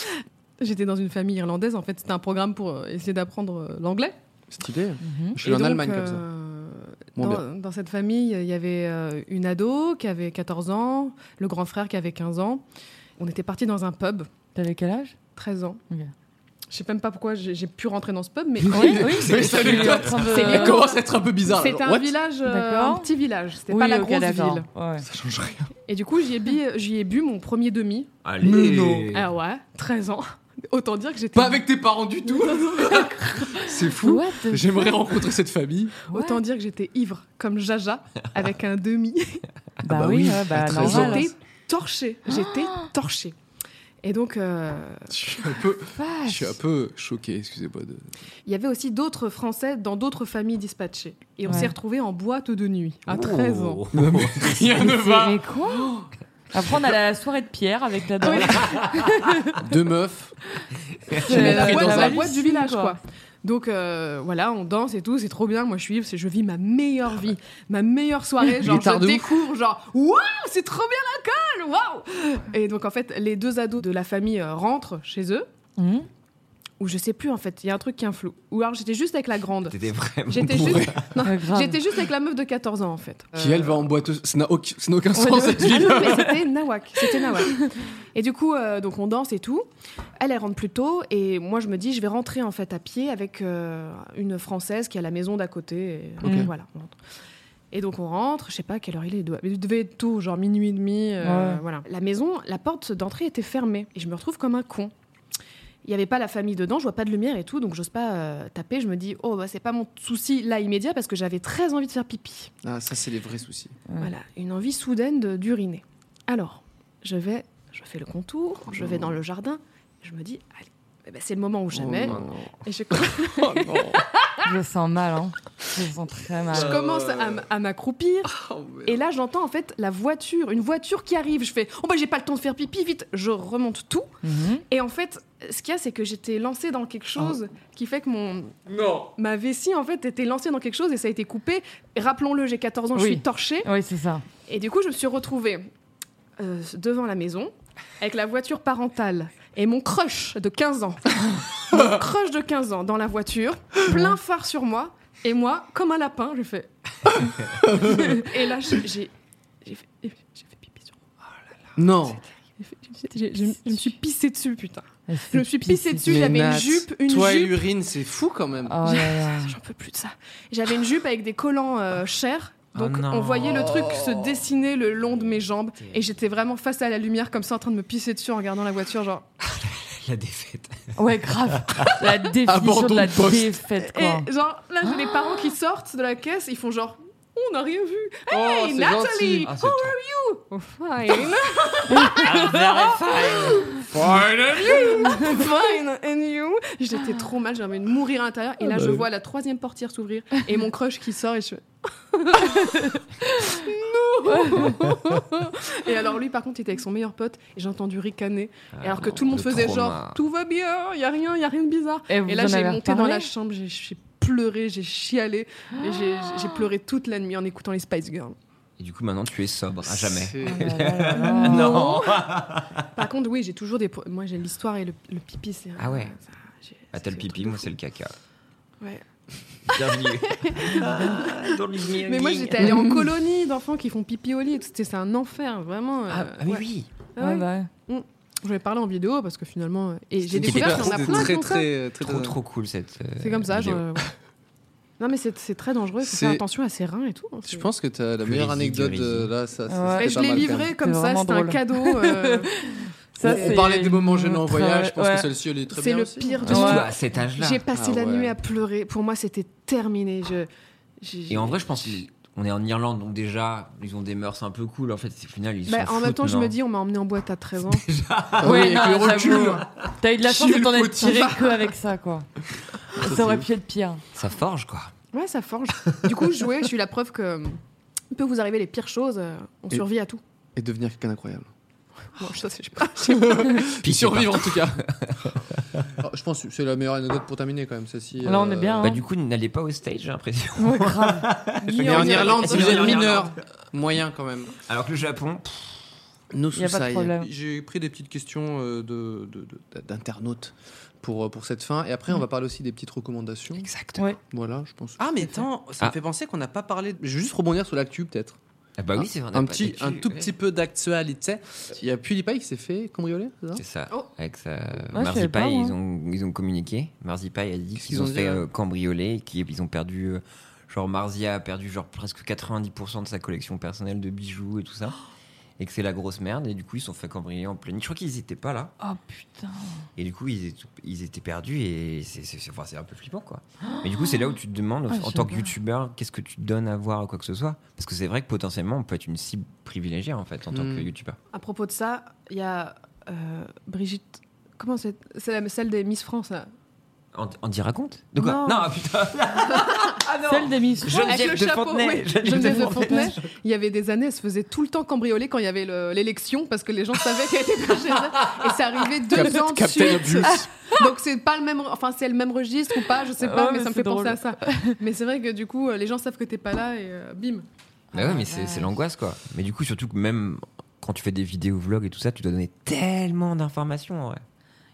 [SPEAKER 3] j'étais dans une famille irlandaise. En fait, c'était un programme pour euh, essayer d'apprendre euh, l'anglais.
[SPEAKER 1] Stylé.
[SPEAKER 2] Mhm.
[SPEAKER 1] Je suis
[SPEAKER 3] Et
[SPEAKER 1] en
[SPEAKER 3] donc,
[SPEAKER 1] Allemagne comme ça.
[SPEAKER 3] euh,
[SPEAKER 1] Moins
[SPEAKER 3] Dans, dans cette famille, il y avait euh, une ado qui avait 14 ans, le grand frère qui avait 15 ans. On était partis dans un pub,
[SPEAKER 2] T'avais quel âge
[SPEAKER 3] 13 ans.
[SPEAKER 2] Ok.
[SPEAKER 3] Je sais même pas pourquoi j'ai j'ai pu rentrer dans ce pub, mais
[SPEAKER 2] oui,
[SPEAKER 1] Mais ça lui
[SPEAKER 2] en train de-
[SPEAKER 1] Elle commence à être un peu bizarre.
[SPEAKER 3] c'était
[SPEAKER 1] genre,
[SPEAKER 3] un
[SPEAKER 1] what
[SPEAKER 3] village, euh,
[SPEAKER 2] D'accord.
[SPEAKER 3] un petit village. C'était
[SPEAKER 2] Oui,
[SPEAKER 3] pas la
[SPEAKER 2] ok,
[SPEAKER 3] grosse
[SPEAKER 2] d'accord.
[SPEAKER 3] ville.
[SPEAKER 2] Ouais.
[SPEAKER 1] Ça change rien.
[SPEAKER 3] Et du coup, j'y ai, bu- j'y ai bu mon premier demi.
[SPEAKER 4] Allez.
[SPEAKER 3] Ah ouais, 13 ans. Autant dire que j'étais.
[SPEAKER 1] Pas avec tes parents du tout. C'est fou.
[SPEAKER 2] What the-
[SPEAKER 1] J'aimerais rencontrer cette famille.
[SPEAKER 3] Autant dire que j'étais ivre, comme Jaja, avec un demi.
[SPEAKER 2] Bah
[SPEAKER 1] bah
[SPEAKER 2] oui,
[SPEAKER 1] oui,
[SPEAKER 2] ouais, bah
[SPEAKER 1] à 13 ans.
[SPEAKER 2] normal.
[SPEAKER 3] J'étais torchée. J'étais torchée. Et donc, euh,
[SPEAKER 1] Je suis un peu, je suis un peu choqué, excusez-moi. De...
[SPEAKER 3] il y avait aussi d'autres Français dans d'autres familles dispatchées. Et on
[SPEAKER 2] Ouais.
[SPEAKER 3] s'est retrouvés en boîte de nuit
[SPEAKER 4] Oh.
[SPEAKER 3] à 13 ans.
[SPEAKER 1] Rien ne va.
[SPEAKER 2] Mais quoi Ah Après, on a la soirée de Pierre avec la dame.
[SPEAKER 1] Deux meufs.
[SPEAKER 2] Je
[SPEAKER 1] l'ai
[SPEAKER 3] Mais la
[SPEAKER 1] pris
[SPEAKER 3] boîte,
[SPEAKER 1] Euh, dans
[SPEAKER 3] la
[SPEAKER 1] un
[SPEAKER 3] boîte du village, quoi. Donc euh, voilà, on danse et tout, c'est trop bien. Moi, je suis ivre, c'est- je vis ma meilleure vie, ma meilleure soirée. Genre,
[SPEAKER 1] tard
[SPEAKER 3] je
[SPEAKER 1] de ouf.
[SPEAKER 3] découvre, genre, waouh, c'est trop bien l'alcool, waouh. Et donc en fait, les deux ados de la famille euh, rentrent chez eux,
[SPEAKER 2] Mhm.
[SPEAKER 3] ou je sais plus en fait, il y a un truc qui est un flou. Ou alors j'étais juste avec la grande.
[SPEAKER 4] Oh, T'étais vraiment.
[SPEAKER 3] J'étais
[SPEAKER 4] bourré.
[SPEAKER 3] juste, non,
[SPEAKER 2] Ouais, grave.
[SPEAKER 3] j'étais juste avec la meuf de 14 ans en fait.
[SPEAKER 1] Qui elle va en boîte. Ça n'a aucun, ça n'a aucun
[SPEAKER 3] Ouais,
[SPEAKER 1] sens
[SPEAKER 3] ouais.
[SPEAKER 1] cette
[SPEAKER 3] Ah
[SPEAKER 1] ville.
[SPEAKER 3] non, mais c'était Nawak, c'était Nawak. Et du coup, euh, donc on danse et tout. Elle, elle rentre plus tôt et moi je me dis, je vais rentrer en fait à pied avec euh, une française qui est à la maison d'à côté. Et,
[SPEAKER 2] Ok.
[SPEAKER 3] Voilà, on rentre. Et donc on rentre, je sais pas à quelle heure il est, il doit- il devait être tôt, genre minuit et demi. euh,
[SPEAKER 2] Ouais.
[SPEAKER 3] Voilà. La maison, la porte d'entrée était fermée et je me retrouve comme un con. Il n'y avait pas la famille dedans, je vois pas de lumière et tout, donc j'ose pas euh, taper. Je me dis, oh, bah, c'est pas mon souci là immédiat parce que j'avais très envie de faire pipi.
[SPEAKER 1] Ah, ça, c'est les vrais soucis.
[SPEAKER 3] Voilà, une envie soudaine de- d'uriner. Alors, je vais, je fais le contour, je vais dans le jardin, je me dis, allez, eh ben, c'est le moment ou jamais.
[SPEAKER 1] Oh non.
[SPEAKER 3] et je, com-
[SPEAKER 1] Oh non.
[SPEAKER 2] Je sens mal, hein. Je sens très mal.
[SPEAKER 3] je
[SPEAKER 1] Ah
[SPEAKER 3] commence à, m- à m'accroupir.
[SPEAKER 1] Oh, merde.
[SPEAKER 3] Et là, j'entends en fait la voiture, une voiture qui arrive. Je fais, oh bah j'ai pas le temps de faire pipi, vite. Je remonte tout.
[SPEAKER 2] Mhm.
[SPEAKER 3] Et en fait, ce qu'il y a, c'est que j'étais lancée dans quelque chose qui fait que mon,
[SPEAKER 1] Oh. Non.
[SPEAKER 3] ma vessie en fait était lancée dans quelque chose et ça a été coupé. Rappelons-le, j'ai 14 ans, je
[SPEAKER 2] Oui.
[SPEAKER 3] suis torchée.
[SPEAKER 2] Oui, c'est ça.
[SPEAKER 3] Et du coup, je me suis retrouvée euh, devant la maison avec la voiture parentale et mon crush de 15 ans. mon crush de 15 ans dans la voiture, plein phare sur moi. Et moi, comme un lapin, j'ai fait. et là, j'ai j'ai- j'ai fait, j'ai fait pipi sur moi. Oh
[SPEAKER 1] Non.
[SPEAKER 3] J'ai fait- j'ai- j'ai- Je me suis pissée dessus, putain.
[SPEAKER 2] Elle
[SPEAKER 3] Je me
[SPEAKER 2] fait
[SPEAKER 3] suis
[SPEAKER 2] pisser
[SPEAKER 3] pissée dessus,
[SPEAKER 1] Mais
[SPEAKER 3] j'avais une
[SPEAKER 1] Nat,
[SPEAKER 3] jupe, une
[SPEAKER 1] Toi et
[SPEAKER 3] jupe. Ah.
[SPEAKER 1] l'urine, c'est fou quand même.
[SPEAKER 2] Oh là là.
[SPEAKER 4] Ah.
[SPEAKER 3] J'en peux plus de ça. J'avais une jupe avec des collants euh, chers. Donc
[SPEAKER 4] Oh non.
[SPEAKER 3] on voyait le truc se dessiner le long de mes jambes et j'étais vraiment face à la lumière comme ça en train de me pisser dessus en regardant la voiture genre
[SPEAKER 4] La défaite.
[SPEAKER 2] Ouais, grave. La définition
[SPEAKER 1] Abandon
[SPEAKER 2] de la
[SPEAKER 1] de poste.
[SPEAKER 2] défaite,
[SPEAKER 3] et
[SPEAKER 2] quoi.
[SPEAKER 3] genre là j'ai les parents qui sortent de la caisse ils font genre on n'a rien vu
[SPEAKER 1] Oh,
[SPEAKER 3] hey
[SPEAKER 1] c'est
[SPEAKER 3] Nathalie
[SPEAKER 1] gentil.
[SPEAKER 4] Ah, c'est trop-
[SPEAKER 3] oh, fine fine and you j'étais trop mal j'avais envie de mourir à l'intérieur
[SPEAKER 2] Ah
[SPEAKER 3] et là
[SPEAKER 2] bah
[SPEAKER 3] je vois la troisième portière s'ouvrir et mon crush qui sort et je fais non et alors lui par contre il était avec son meilleur pote et j'ai entendu ricaner Et alors que
[SPEAKER 4] Ah
[SPEAKER 3] tout le
[SPEAKER 4] non,
[SPEAKER 3] monde faisait
[SPEAKER 4] trauma.
[SPEAKER 3] genre tout va bien, il y a rien, il y a rien de bizarre.
[SPEAKER 2] Et
[SPEAKER 3] Et,
[SPEAKER 2] vous
[SPEAKER 3] là
[SPEAKER 2] en
[SPEAKER 3] j'ai
[SPEAKER 2] avez
[SPEAKER 3] monté dans
[SPEAKER 2] reparlé
[SPEAKER 3] la chambre, j'ai- j'ai pleuré, j'ai chialé, et j'ai j'ai pleuré toute la nuit en écoutant les Spice Girls.
[SPEAKER 4] Et du coup, maintenant, tu es sobre à Ah, jamais.
[SPEAKER 1] C'est-
[SPEAKER 3] Ah,
[SPEAKER 2] Ah
[SPEAKER 3] Oh.
[SPEAKER 4] Non
[SPEAKER 3] Par contre, oui, j'ai toujours des. pro- Moi, j'ai l'histoire et le, le pipi, c'est. un-
[SPEAKER 4] Ah ouais.
[SPEAKER 3] ça, j'ai-
[SPEAKER 4] Bah, t'as le
[SPEAKER 3] c'est un
[SPEAKER 4] pipi,
[SPEAKER 3] truc de
[SPEAKER 4] moi,
[SPEAKER 3] fou.
[SPEAKER 4] c'est le caca.
[SPEAKER 3] Ouais.
[SPEAKER 4] Bienvenue. Don't leave me
[SPEAKER 3] Mais moi,
[SPEAKER 4] hanging.
[SPEAKER 3] j'étais allée en colonie d'enfants qui font pipi au lit. C'était c'est un enfer, vraiment.
[SPEAKER 4] Ah,
[SPEAKER 3] euh,
[SPEAKER 4] ah oui,
[SPEAKER 3] ouais.
[SPEAKER 4] oui.
[SPEAKER 3] Ah ouais.
[SPEAKER 2] Ouais, bah ouais.
[SPEAKER 3] J'en ai parlé en vidéo parce que finalement. euh, Et j'ai
[SPEAKER 4] une
[SPEAKER 3] découvert qu'il y en a
[SPEAKER 1] C'était
[SPEAKER 3] plein hein.
[SPEAKER 1] très, euh,
[SPEAKER 3] qui font ça.
[SPEAKER 1] très, très,
[SPEAKER 4] Trop,
[SPEAKER 1] très-
[SPEAKER 4] trop cool cette. euh,
[SPEAKER 3] C'est comme ça.
[SPEAKER 4] vidéo.
[SPEAKER 3] genre, euh, ouais. Non, mais c'est c'est très dangereux. Il faut faire
[SPEAKER 1] C'est-
[SPEAKER 3] attention à ses reins et tout. hein,
[SPEAKER 1] Je
[SPEAKER 3] c'est-
[SPEAKER 1] pense que t'as la
[SPEAKER 4] Plus
[SPEAKER 1] meilleure
[SPEAKER 4] réside,
[SPEAKER 1] anecdote
[SPEAKER 4] réside.
[SPEAKER 1] euh, là. Ça, ça,
[SPEAKER 2] Ouais.
[SPEAKER 1] c'était
[SPEAKER 3] Et je
[SPEAKER 1] pas
[SPEAKER 3] l'ai
[SPEAKER 1] mal, quand
[SPEAKER 3] livré
[SPEAKER 1] même.
[SPEAKER 3] comme
[SPEAKER 2] C'est
[SPEAKER 3] ça,
[SPEAKER 2] vraiment
[SPEAKER 3] c'était un
[SPEAKER 2] drôle.
[SPEAKER 3] cadeau. euh,
[SPEAKER 2] Ça,
[SPEAKER 1] on,
[SPEAKER 2] c'est
[SPEAKER 1] on parlait des moments gênants en
[SPEAKER 2] très-
[SPEAKER 1] voyage. Je pense
[SPEAKER 2] ouais.
[SPEAKER 1] que celle-ci, elle est très
[SPEAKER 3] C'est
[SPEAKER 1] bien.
[SPEAKER 3] le
[SPEAKER 1] aussi.
[SPEAKER 3] pire de
[SPEAKER 4] Surtout
[SPEAKER 2] Ouais.
[SPEAKER 4] à cet âge-là.
[SPEAKER 3] J'ai passé
[SPEAKER 1] Ah
[SPEAKER 3] la
[SPEAKER 1] ouais.
[SPEAKER 3] nuit à pleurer. Pour moi, c'était terminé. Je, j'ai-
[SPEAKER 4] Et en vrai, je pense qu'on est en Irlande, donc déjà, ils ont des mœurs un peu cool. En fait, au final, ils
[SPEAKER 3] Bah,
[SPEAKER 4] sont.
[SPEAKER 3] en même temps, je me dis, on m'a emmené en boîte à 13 ans.
[SPEAKER 1] Ah oui,
[SPEAKER 2] Ouais,
[SPEAKER 1] avec le
[SPEAKER 2] non,
[SPEAKER 1] recul.
[SPEAKER 2] j'avoue. T'as eu de la chance
[SPEAKER 1] Chier
[SPEAKER 2] de t'en
[SPEAKER 1] le
[SPEAKER 2] être
[SPEAKER 1] fautif.
[SPEAKER 2] tiré que avec ça, quoi. Ça aurait pu être pire.
[SPEAKER 4] Ça forge, quoi.
[SPEAKER 3] Ouais, ça forge. Du coup, jouer, je suis la preuve que euh, il peut vous arriver les pires choses. euh, On
[SPEAKER 1] Et-
[SPEAKER 3] survit à tout.
[SPEAKER 1] Et devenir quelqu'un d'incroyable.
[SPEAKER 3] Bon, ça, c'est- je sais pas.
[SPEAKER 1] Puis survivre en tout cas. Ah, je pense que c'est la meilleure anecdote pour terminer quand même, celle-ci. Euh,
[SPEAKER 2] Là, on est bien.
[SPEAKER 4] Bah,
[SPEAKER 2] hein.
[SPEAKER 4] du coup, n'allez pas au stage, j'ai l'impression.
[SPEAKER 2] Ouais, grave.
[SPEAKER 1] Mais en Irlande, si vous
[SPEAKER 4] En
[SPEAKER 1] êtes
[SPEAKER 4] Irlande.
[SPEAKER 1] mineur, moyen quand même.
[SPEAKER 4] Alors que le Japon, pff,
[SPEAKER 1] No
[SPEAKER 2] Y a pas de
[SPEAKER 1] suicide.
[SPEAKER 2] problème.
[SPEAKER 1] J'ai pris des petites questions euh, de- de- de- d'internautes pour, euh, pour cette fin. Et après, on va parler aussi des petites recommandations.
[SPEAKER 4] exactement.
[SPEAKER 2] Ouais.
[SPEAKER 1] Voilà, je pense. Ah, mais attends, ça
[SPEAKER 4] Ah.
[SPEAKER 1] me fait penser qu'on n'a pas parlé. Je vais juste rebondir sur l'actu, peut-être.
[SPEAKER 4] Ah bah oui, c'est vrai. on a
[SPEAKER 1] Un,
[SPEAKER 4] pas
[SPEAKER 1] petit,
[SPEAKER 4] vécu,
[SPEAKER 1] un tout
[SPEAKER 4] ouais.
[SPEAKER 1] petit peu d'actualité. Il y a PewDiePie qui s'est fait cambrioler, c'est ça
[SPEAKER 4] C'est ça.
[SPEAKER 3] Oh.
[SPEAKER 4] Avec sa
[SPEAKER 2] Hein je savais
[SPEAKER 4] Marzipaille,
[SPEAKER 2] pas, moi.
[SPEAKER 4] ils, ont, ils ont communiqué. Marzipaille a dit
[SPEAKER 1] Qu'est-ce
[SPEAKER 4] qu'ils
[SPEAKER 1] qu'ils
[SPEAKER 4] ont,
[SPEAKER 1] ont dit,
[SPEAKER 4] fait
[SPEAKER 1] là
[SPEAKER 4] euh, cambrioler et qu'ils ils ont perdu. euh, genre, Marzia a perdu genre presque 90% de sa collection personnelle de bijoux et tout ça. Et que c'est la grosse merde. Et du coup, ils se sont fait cambrioler en pleine. nuit. Je crois qu'ils étaient pas là.
[SPEAKER 2] Oh putain.
[SPEAKER 4] Et du coup, ils étaient, ils étaient perdus. Et c'est c'est- c'est- enfin, c'est un peu flippant, quoi. Mais du coup, c'est là où tu te demandes,
[SPEAKER 2] Ah,
[SPEAKER 4] en
[SPEAKER 2] je
[SPEAKER 4] tant que
[SPEAKER 2] sais pas.
[SPEAKER 4] youtubeur, qu'est-ce que tu te donnes à voir ou quoi que ce soit Parce que c'est vrai que potentiellement, on peut être une cible privilégiée, en fait, en tant
[SPEAKER 1] Mm.
[SPEAKER 2] Hmm.
[SPEAKER 4] que youtubeur.
[SPEAKER 3] À propos de ça, il y a euh, Brigitte. Comment c'est C'est la- celle des Miss France, là.
[SPEAKER 4] On, on t'y raconte De quoi
[SPEAKER 3] Non.
[SPEAKER 4] Non, ah, putain
[SPEAKER 2] Celle des Miss France.
[SPEAKER 4] Geneviève
[SPEAKER 3] Avec le
[SPEAKER 4] de
[SPEAKER 3] chapeau,
[SPEAKER 4] Fontenay.
[SPEAKER 3] oui.
[SPEAKER 4] Geneviève de
[SPEAKER 3] Geneviève de
[SPEAKER 4] Fontenay.
[SPEAKER 3] Fontenay. Il y avait des années, elle se faisait tout le temps cambrioler quand il y avait le- l'élection parce que les gens savaient qu'elle était pas chez elle. Et ça arrivait deux
[SPEAKER 1] Cap-
[SPEAKER 3] ans de
[SPEAKER 1] Captain
[SPEAKER 3] suite.
[SPEAKER 2] Ah,
[SPEAKER 1] Obvious.
[SPEAKER 3] Donc c'est pas le même, enfin c'est le même registre ou pas, je sais pas,
[SPEAKER 2] Ouais,
[SPEAKER 3] mais,
[SPEAKER 2] mais
[SPEAKER 3] ça me
[SPEAKER 2] c'est
[SPEAKER 3] fait
[SPEAKER 2] drôle.
[SPEAKER 3] penser à ça. Mais c'est vrai que du coup, euh, les gens savent que t'es pas là et euh, bim.
[SPEAKER 4] Bah
[SPEAKER 2] Ah
[SPEAKER 4] ouais, mais c'est c'est l'angoisse quoi. Mais du coup, surtout que même quand tu fais des vidéos, vlogs et tout ça, tu dois donner tellement d'informations. Ouais.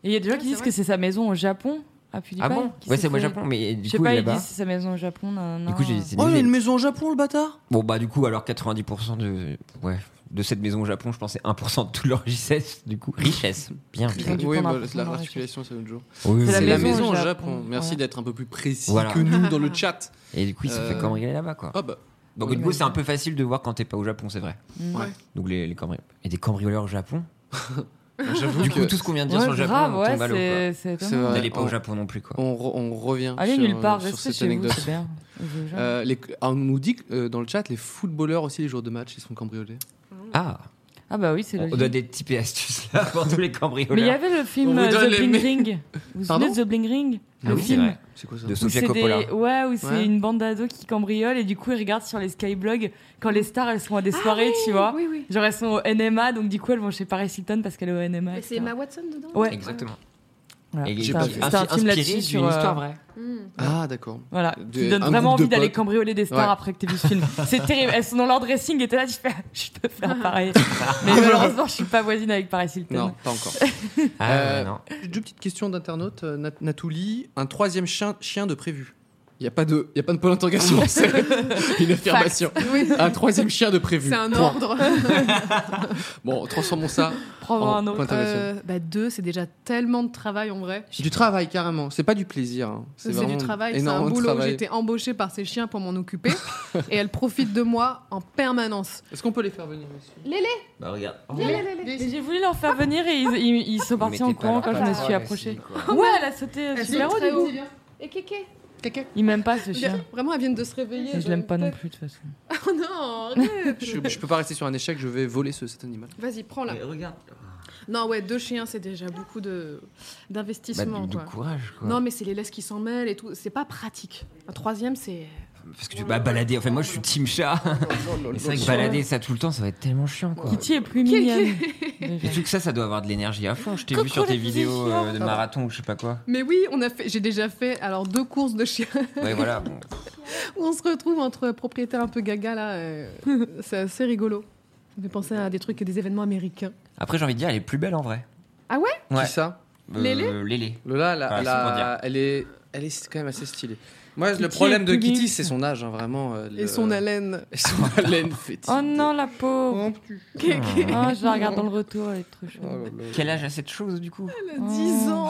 [SPEAKER 2] Et il y a des gens
[SPEAKER 3] Ouais,
[SPEAKER 2] qui
[SPEAKER 3] c'est
[SPEAKER 2] disent
[SPEAKER 3] vrai.
[SPEAKER 2] que c'est sa maison au Japon, à PewDiePie.
[SPEAKER 4] Ah bon
[SPEAKER 2] qui
[SPEAKER 4] Ouais,
[SPEAKER 2] s'est
[SPEAKER 4] c'est moi
[SPEAKER 2] fait-
[SPEAKER 4] Japon, mais
[SPEAKER 2] Je
[SPEAKER 4] du
[SPEAKER 2] sais
[SPEAKER 4] coup,
[SPEAKER 2] pas, ils
[SPEAKER 4] là-bas.
[SPEAKER 2] disent que c'est sa maison au Japon. nan, nan,
[SPEAKER 4] Du coup, j'ai
[SPEAKER 2] nan.
[SPEAKER 4] c'est
[SPEAKER 1] Oh, il a
[SPEAKER 4] nul.
[SPEAKER 1] une maison au Japon, le bâtard
[SPEAKER 4] Bon, bah, du coup, alors 90% de, ouais, de cette maison au Japon, je pense, c'est 1% de toute leur richesse. Du coup, richesse. Bien,
[SPEAKER 2] Ils ont
[SPEAKER 4] bien.
[SPEAKER 2] dû
[SPEAKER 1] Oui,
[SPEAKER 2] prendre un
[SPEAKER 1] bah,
[SPEAKER 2] peu
[SPEAKER 1] la
[SPEAKER 2] dans la
[SPEAKER 1] articulation, c'est l'autre jour.
[SPEAKER 4] Oui,
[SPEAKER 2] C'est
[SPEAKER 4] oui,
[SPEAKER 1] C'est la
[SPEAKER 4] oui.
[SPEAKER 1] maison au Japon.
[SPEAKER 2] Ouais.
[SPEAKER 1] Merci d'être un peu plus précis
[SPEAKER 4] Voilà.
[SPEAKER 1] que nous dans le chat.
[SPEAKER 4] Et du coup, ils se
[SPEAKER 1] Euh,
[SPEAKER 4] fait cambrioler là-bas, quoi.
[SPEAKER 2] oh,
[SPEAKER 1] Ah bah,
[SPEAKER 4] Donc,
[SPEAKER 1] oui,
[SPEAKER 4] du coup, c'est un peu facile de voir quand t'es pas au Japon, c'est vrai.
[SPEAKER 2] Mm.
[SPEAKER 1] Ouais.
[SPEAKER 4] Donc, les, les cambrioleurs. Et des cambrioleurs au Japon
[SPEAKER 1] j'avoue
[SPEAKER 4] Du
[SPEAKER 1] que
[SPEAKER 4] coup, tout ce qu'on vient de dire
[SPEAKER 2] Ouais,
[SPEAKER 4] sur le Japon,
[SPEAKER 2] grave,
[SPEAKER 4] on
[SPEAKER 2] ouais,
[SPEAKER 4] tombe à l'eau, quoi.
[SPEAKER 2] c'est- c'est
[SPEAKER 1] C'est
[SPEAKER 2] étonnant.
[SPEAKER 1] vrai.
[SPEAKER 4] N'allez pas
[SPEAKER 1] on-
[SPEAKER 4] au Japon non plus, quoi.
[SPEAKER 1] on, re- on revient
[SPEAKER 2] Allez
[SPEAKER 1] sur,
[SPEAKER 2] nulle part,
[SPEAKER 1] sur
[SPEAKER 2] restez
[SPEAKER 1] cette
[SPEAKER 2] chez vous,
[SPEAKER 1] anecdote.
[SPEAKER 2] c'est bien. Je- je-
[SPEAKER 1] Euh, les- ah, on nous dit que, euh, dans le chat, les footballeurs aussi, les jours de match, ils sont cambriolés.
[SPEAKER 4] Ah,
[SPEAKER 2] Ah bah oui, c'est
[SPEAKER 4] on
[SPEAKER 2] logique.
[SPEAKER 4] doit des types et astuces là pour tous les
[SPEAKER 2] Mais il y
[SPEAKER 4] cambrioleurs. Ah
[SPEAKER 2] avait le film
[SPEAKER 1] On vous
[SPEAKER 2] euh,
[SPEAKER 1] donne
[SPEAKER 2] The
[SPEAKER 1] les
[SPEAKER 2] Bling
[SPEAKER 1] me-
[SPEAKER 2] Ring. Vous vous souvenez
[SPEAKER 1] Pardon
[SPEAKER 2] de The Bling Ring
[SPEAKER 4] Ah
[SPEAKER 2] Le
[SPEAKER 4] oui, c'est
[SPEAKER 2] film
[SPEAKER 4] vrai.
[SPEAKER 1] C'est quoi ça
[SPEAKER 4] De
[SPEAKER 2] où
[SPEAKER 4] Sofia
[SPEAKER 2] c'est des-
[SPEAKER 4] Coppola.
[SPEAKER 2] Ouais, où c'est
[SPEAKER 1] Ouais.
[SPEAKER 2] une bande d'ados qui cambriole et du coup ils regardent sur les skyblogs quand les stars elles sont à des soirées, tu vois.
[SPEAKER 3] Ah, Oui, oui.
[SPEAKER 2] Genre elles sont au NMA donc du coup elles vont chez Paris Hilton parce qu'elle est au NMA.
[SPEAKER 3] Et
[SPEAKER 2] etc.
[SPEAKER 3] c'est Emma Watson dedans
[SPEAKER 2] Ouais.
[SPEAKER 4] Exactement.
[SPEAKER 2] Voilà.
[SPEAKER 4] Et
[SPEAKER 2] Ah, C'est
[SPEAKER 4] j'ai
[SPEAKER 2] un-
[SPEAKER 4] pas
[SPEAKER 2] c'est
[SPEAKER 4] vu.
[SPEAKER 2] un film
[SPEAKER 4] Inspiré
[SPEAKER 2] là-dessus
[SPEAKER 4] d'une
[SPEAKER 2] sur euh,
[SPEAKER 4] histoire vraie.
[SPEAKER 3] Hmm.
[SPEAKER 1] Ah, d'accord.
[SPEAKER 2] Voilà,
[SPEAKER 1] De-
[SPEAKER 2] qui donne
[SPEAKER 1] un
[SPEAKER 2] vraiment
[SPEAKER 1] groupe de
[SPEAKER 2] envie d'aller
[SPEAKER 1] potes.
[SPEAKER 2] cambrioler des stars
[SPEAKER 1] Ouais.
[SPEAKER 2] après que t'aies vu ce film. C'est terrible. Elles sont dans leur dressing et t'es là, tu fais, je peux faire pareil. Mais malheureusement, je suis pas voisine avec Paris Hilton.
[SPEAKER 1] Non, pas encore.
[SPEAKER 4] Ah,
[SPEAKER 1] Euh,
[SPEAKER 4] non.
[SPEAKER 1] Deux petites questions d'internaute. Euh, Nat- Natouli, un troisième chien, chien de prévu. Il n'y a pas de, il y a pas de point d'interrogation. C'est une affirmation.
[SPEAKER 3] Oui.
[SPEAKER 1] Un troisième chien de prévu.
[SPEAKER 3] C'est un
[SPEAKER 1] Point.
[SPEAKER 3] ordre.
[SPEAKER 1] Bon, transformons ça
[SPEAKER 2] Prends
[SPEAKER 1] en
[SPEAKER 2] un
[SPEAKER 1] point
[SPEAKER 2] autre.
[SPEAKER 1] d'interrogation.
[SPEAKER 3] Euh, bah deux, c'est déjà tellement de travail en vrai.
[SPEAKER 1] Du travail carrément. C'est pas du plaisir. hein.
[SPEAKER 3] C'est
[SPEAKER 1] vraiment
[SPEAKER 3] du travail, c'est un
[SPEAKER 1] énormément de
[SPEAKER 3] boulot.
[SPEAKER 1] travail.
[SPEAKER 3] J'étais embauchée par ces chiens pour m'en occuper et elle profite de moi en permanence.
[SPEAKER 1] Est-ce qu'on peut les faire venir ici
[SPEAKER 4] Bah regarde.
[SPEAKER 2] Mais J'ai voulu leur faire venir et ils, ils- ils sont partis en courant quand je
[SPEAKER 1] Ah
[SPEAKER 2] me suis approchée.
[SPEAKER 4] Bah,
[SPEAKER 2] Ouais, elle a sauté euh, super haut du coup.
[SPEAKER 3] Et Kéké
[SPEAKER 2] Il m'aime pas ce chien.
[SPEAKER 3] Vraiment, elle vient de se réveiller.
[SPEAKER 2] Et je l'aime pas non plus de toute façon.
[SPEAKER 3] Oh non, arrête.
[SPEAKER 1] je, je peux pas rester sur un échec. Je vais voler ce, cet animal.
[SPEAKER 3] Vas-y, prends-la.
[SPEAKER 4] regarde.
[SPEAKER 3] Non, ouais, deux chiens, c'est déjà beaucoup de
[SPEAKER 4] Bah,
[SPEAKER 3] d'investissement.
[SPEAKER 4] du, du
[SPEAKER 3] quoi.
[SPEAKER 4] courage quoi.
[SPEAKER 3] Non, mais c'est les laisses qui s'en mêlent et tout. C'est pas pratique. Un troisième, c'est.
[SPEAKER 4] parce que tu vas balader. Enfin, moi, je suis team chat. Mais c'est vrai que balader ça tout le temps, ça va être tellement chiant, quoi.
[SPEAKER 2] Kitty est plus
[SPEAKER 3] Quel-
[SPEAKER 2] mignonne.
[SPEAKER 4] Et tout que ça, ça doit avoir de l'énergie à fond. Je t'ai vu
[SPEAKER 2] Coucou,
[SPEAKER 4] sur tes
[SPEAKER 2] les
[SPEAKER 4] vidéos
[SPEAKER 2] petits
[SPEAKER 4] euh, de marathon ou je sais pas quoi.
[SPEAKER 3] Mais oui, on a fait, j'ai déjà fait alors deux courses de chiens
[SPEAKER 4] Ouais, voilà. bon.
[SPEAKER 3] où on se retrouve entre propriétaires un peu gaga là. euh, c'est assez rigolo. Ça fait penser à des trucs, des événements américains.
[SPEAKER 4] Après, j'ai envie de dire, elle est plus belle en vrai.
[SPEAKER 3] Ah ouais
[SPEAKER 4] Ouais.
[SPEAKER 1] Qui ça
[SPEAKER 4] Euh,
[SPEAKER 3] Lélé
[SPEAKER 4] Lélé.
[SPEAKER 1] Lola, la-
[SPEAKER 4] Ouais, c'est
[SPEAKER 1] la-
[SPEAKER 4] pour dire.
[SPEAKER 1] elle est, elle est quand même assez stylée. Moi,
[SPEAKER 2] Kitty
[SPEAKER 1] le problème de
[SPEAKER 2] est plus
[SPEAKER 1] Kitty,
[SPEAKER 2] mignonne.
[SPEAKER 1] c'est son âge, hein, vraiment. euh,
[SPEAKER 3] Et
[SPEAKER 1] le-
[SPEAKER 3] son haleine.
[SPEAKER 1] Et son haleine fétide.
[SPEAKER 2] Oh non, la pauvre.
[SPEAKER 1] Oh,
[SPEAKER 2] Oh, je la regarde dans le retour, elle est trop chouette.
[SPEAKER 1] là là.
[SPEAKER 4] Quel âge a cette chose, du coup
[SPEAKER 3] Elle a 10 ans.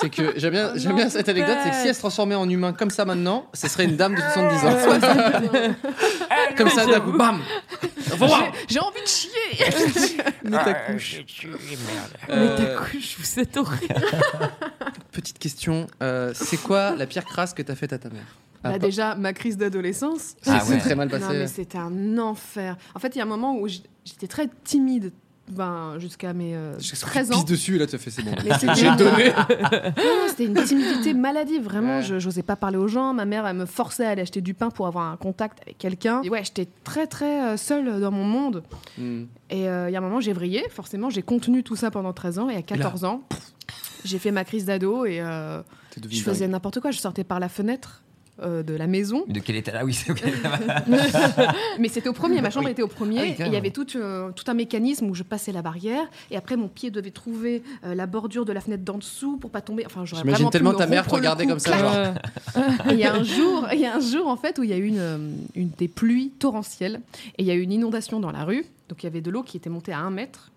[SPEAKER 1] C'est que j'aime bien,
[SPEAKER 2] Oh
[SPEAKER 1] j'aime
[SPEAKER 2] non,
[SPEAKER 1] bien cette anecdote, c'est que si elle se transformait en humain comme ça maintenant, ce serait une dame de
[SPEAKER 3] Ah,
[SPEAKER 1] 70 ans. comme ça, d'un coup, bam Enfin,
[SPEAKER 4] Ah,
[SPEAKER 1] waouh
[SPEAKER 3] J'ai envie de chier.
[SPEAKER 1] Ah,
[SPEAKER 2] Mais
[SPEAKER 1] Euh,
[SPEAKER 2] ta couche, vous êtes horrible.
[SPEAKER 1] Petite question, euh, c'est quoi la pire crasse que t'as faite à ta mère Ah,
[SPEAKER 3] Bah,
[SPEAKER 1] pas-
[SPEAKER 3] déjà, ma crise d'adolescence.
[SPEAKER 1] C'est
[SPEAKER 4] Ah ouais.
[SPEAKER 1] très mal
[SPEAKER 3] Non,
[SPEAKER 1] passé.
[SPEAKER 3] mais c'était un enfer. En fait, il y a un moment où j- j'étais très timide ben, jusqu'à mes euh,
[SPEAKER 1] Je
[SPEAKER 3] 13 ans.
[SPEAKER 1] pisse dessus, là, tu as fait, c'est bon.
[SPEAKER 3] Mais c'était-
[SPEAKER 1] J'ai donné.
[SPEAKER 3] Non, C'était une timidité maladive, vraiment.
[SPEAKER 1] Ouais.
[SPEAKER 3] Je n'osais pas parler aux gens. Ma mère, elle me forçait à aller acheter du pain pour avoir un contact avec quelqu'un. Et ouais, j'étais très, très euh, seule dans mon monde.
[SPEAKER 1] Hmm.
[SPEAKER 3] Et euh, il y a un moment, j'ai vrillé. Forcément, j'ai contenu tout ça pendant 13 ans. Et à 14 ans, j'ai fait ma crise d'ado et euh,
[SPEAKER 1] T'es devenue
[SPEAKER 3] je faisais
[SPEAKER 1] dingue.
[SPEAKER 3] n'importe quoi. Je sortais par la fenêtre euh, de la maison.
[SPEAKER 4] De quel état là Oui, c'est ok.
[SPEAKER 3] Mais c'était au premier, ma chambre
[SPEAKER 4] Oui.
[SPEAKER 3] était au premier.
[SPEAKER 4] Ah oui,
[SPEAKER 3] et il y
[SPEAKER 4] carrément.
[SPEAKER 3] avait tout, euh, tout un mécanisme où je passais la barrière et après mon pied devait trouver euh, la bordure de la fenêtre d'en dessous pour pas tomber. Enfin, j'aurais
[SPEAKER 1] J'imagine
[SPEAKER 3] vraiment pu
[SPEAKER 1] tellement
[SPEAKER 3] me
[SPEAKER 1] ta mère
[SPEAKER 3] rompre le
[SPEAKER 1] regardait
[SPEAKER 3] cou,
[SPEAKER 1] comme ça,
[SPEAKER 3] clac.
[SPEAKER 1] genre.
[SPEAKER 2] Euh,
[SPEAKER 3] Et Il y a un jour, il y a un jour en fait où il y a eu une, euh, une des pluies torrentielles et il y a eu une inondation dans la rue. Donc il y avait de l'eau qui était montée à un mètre.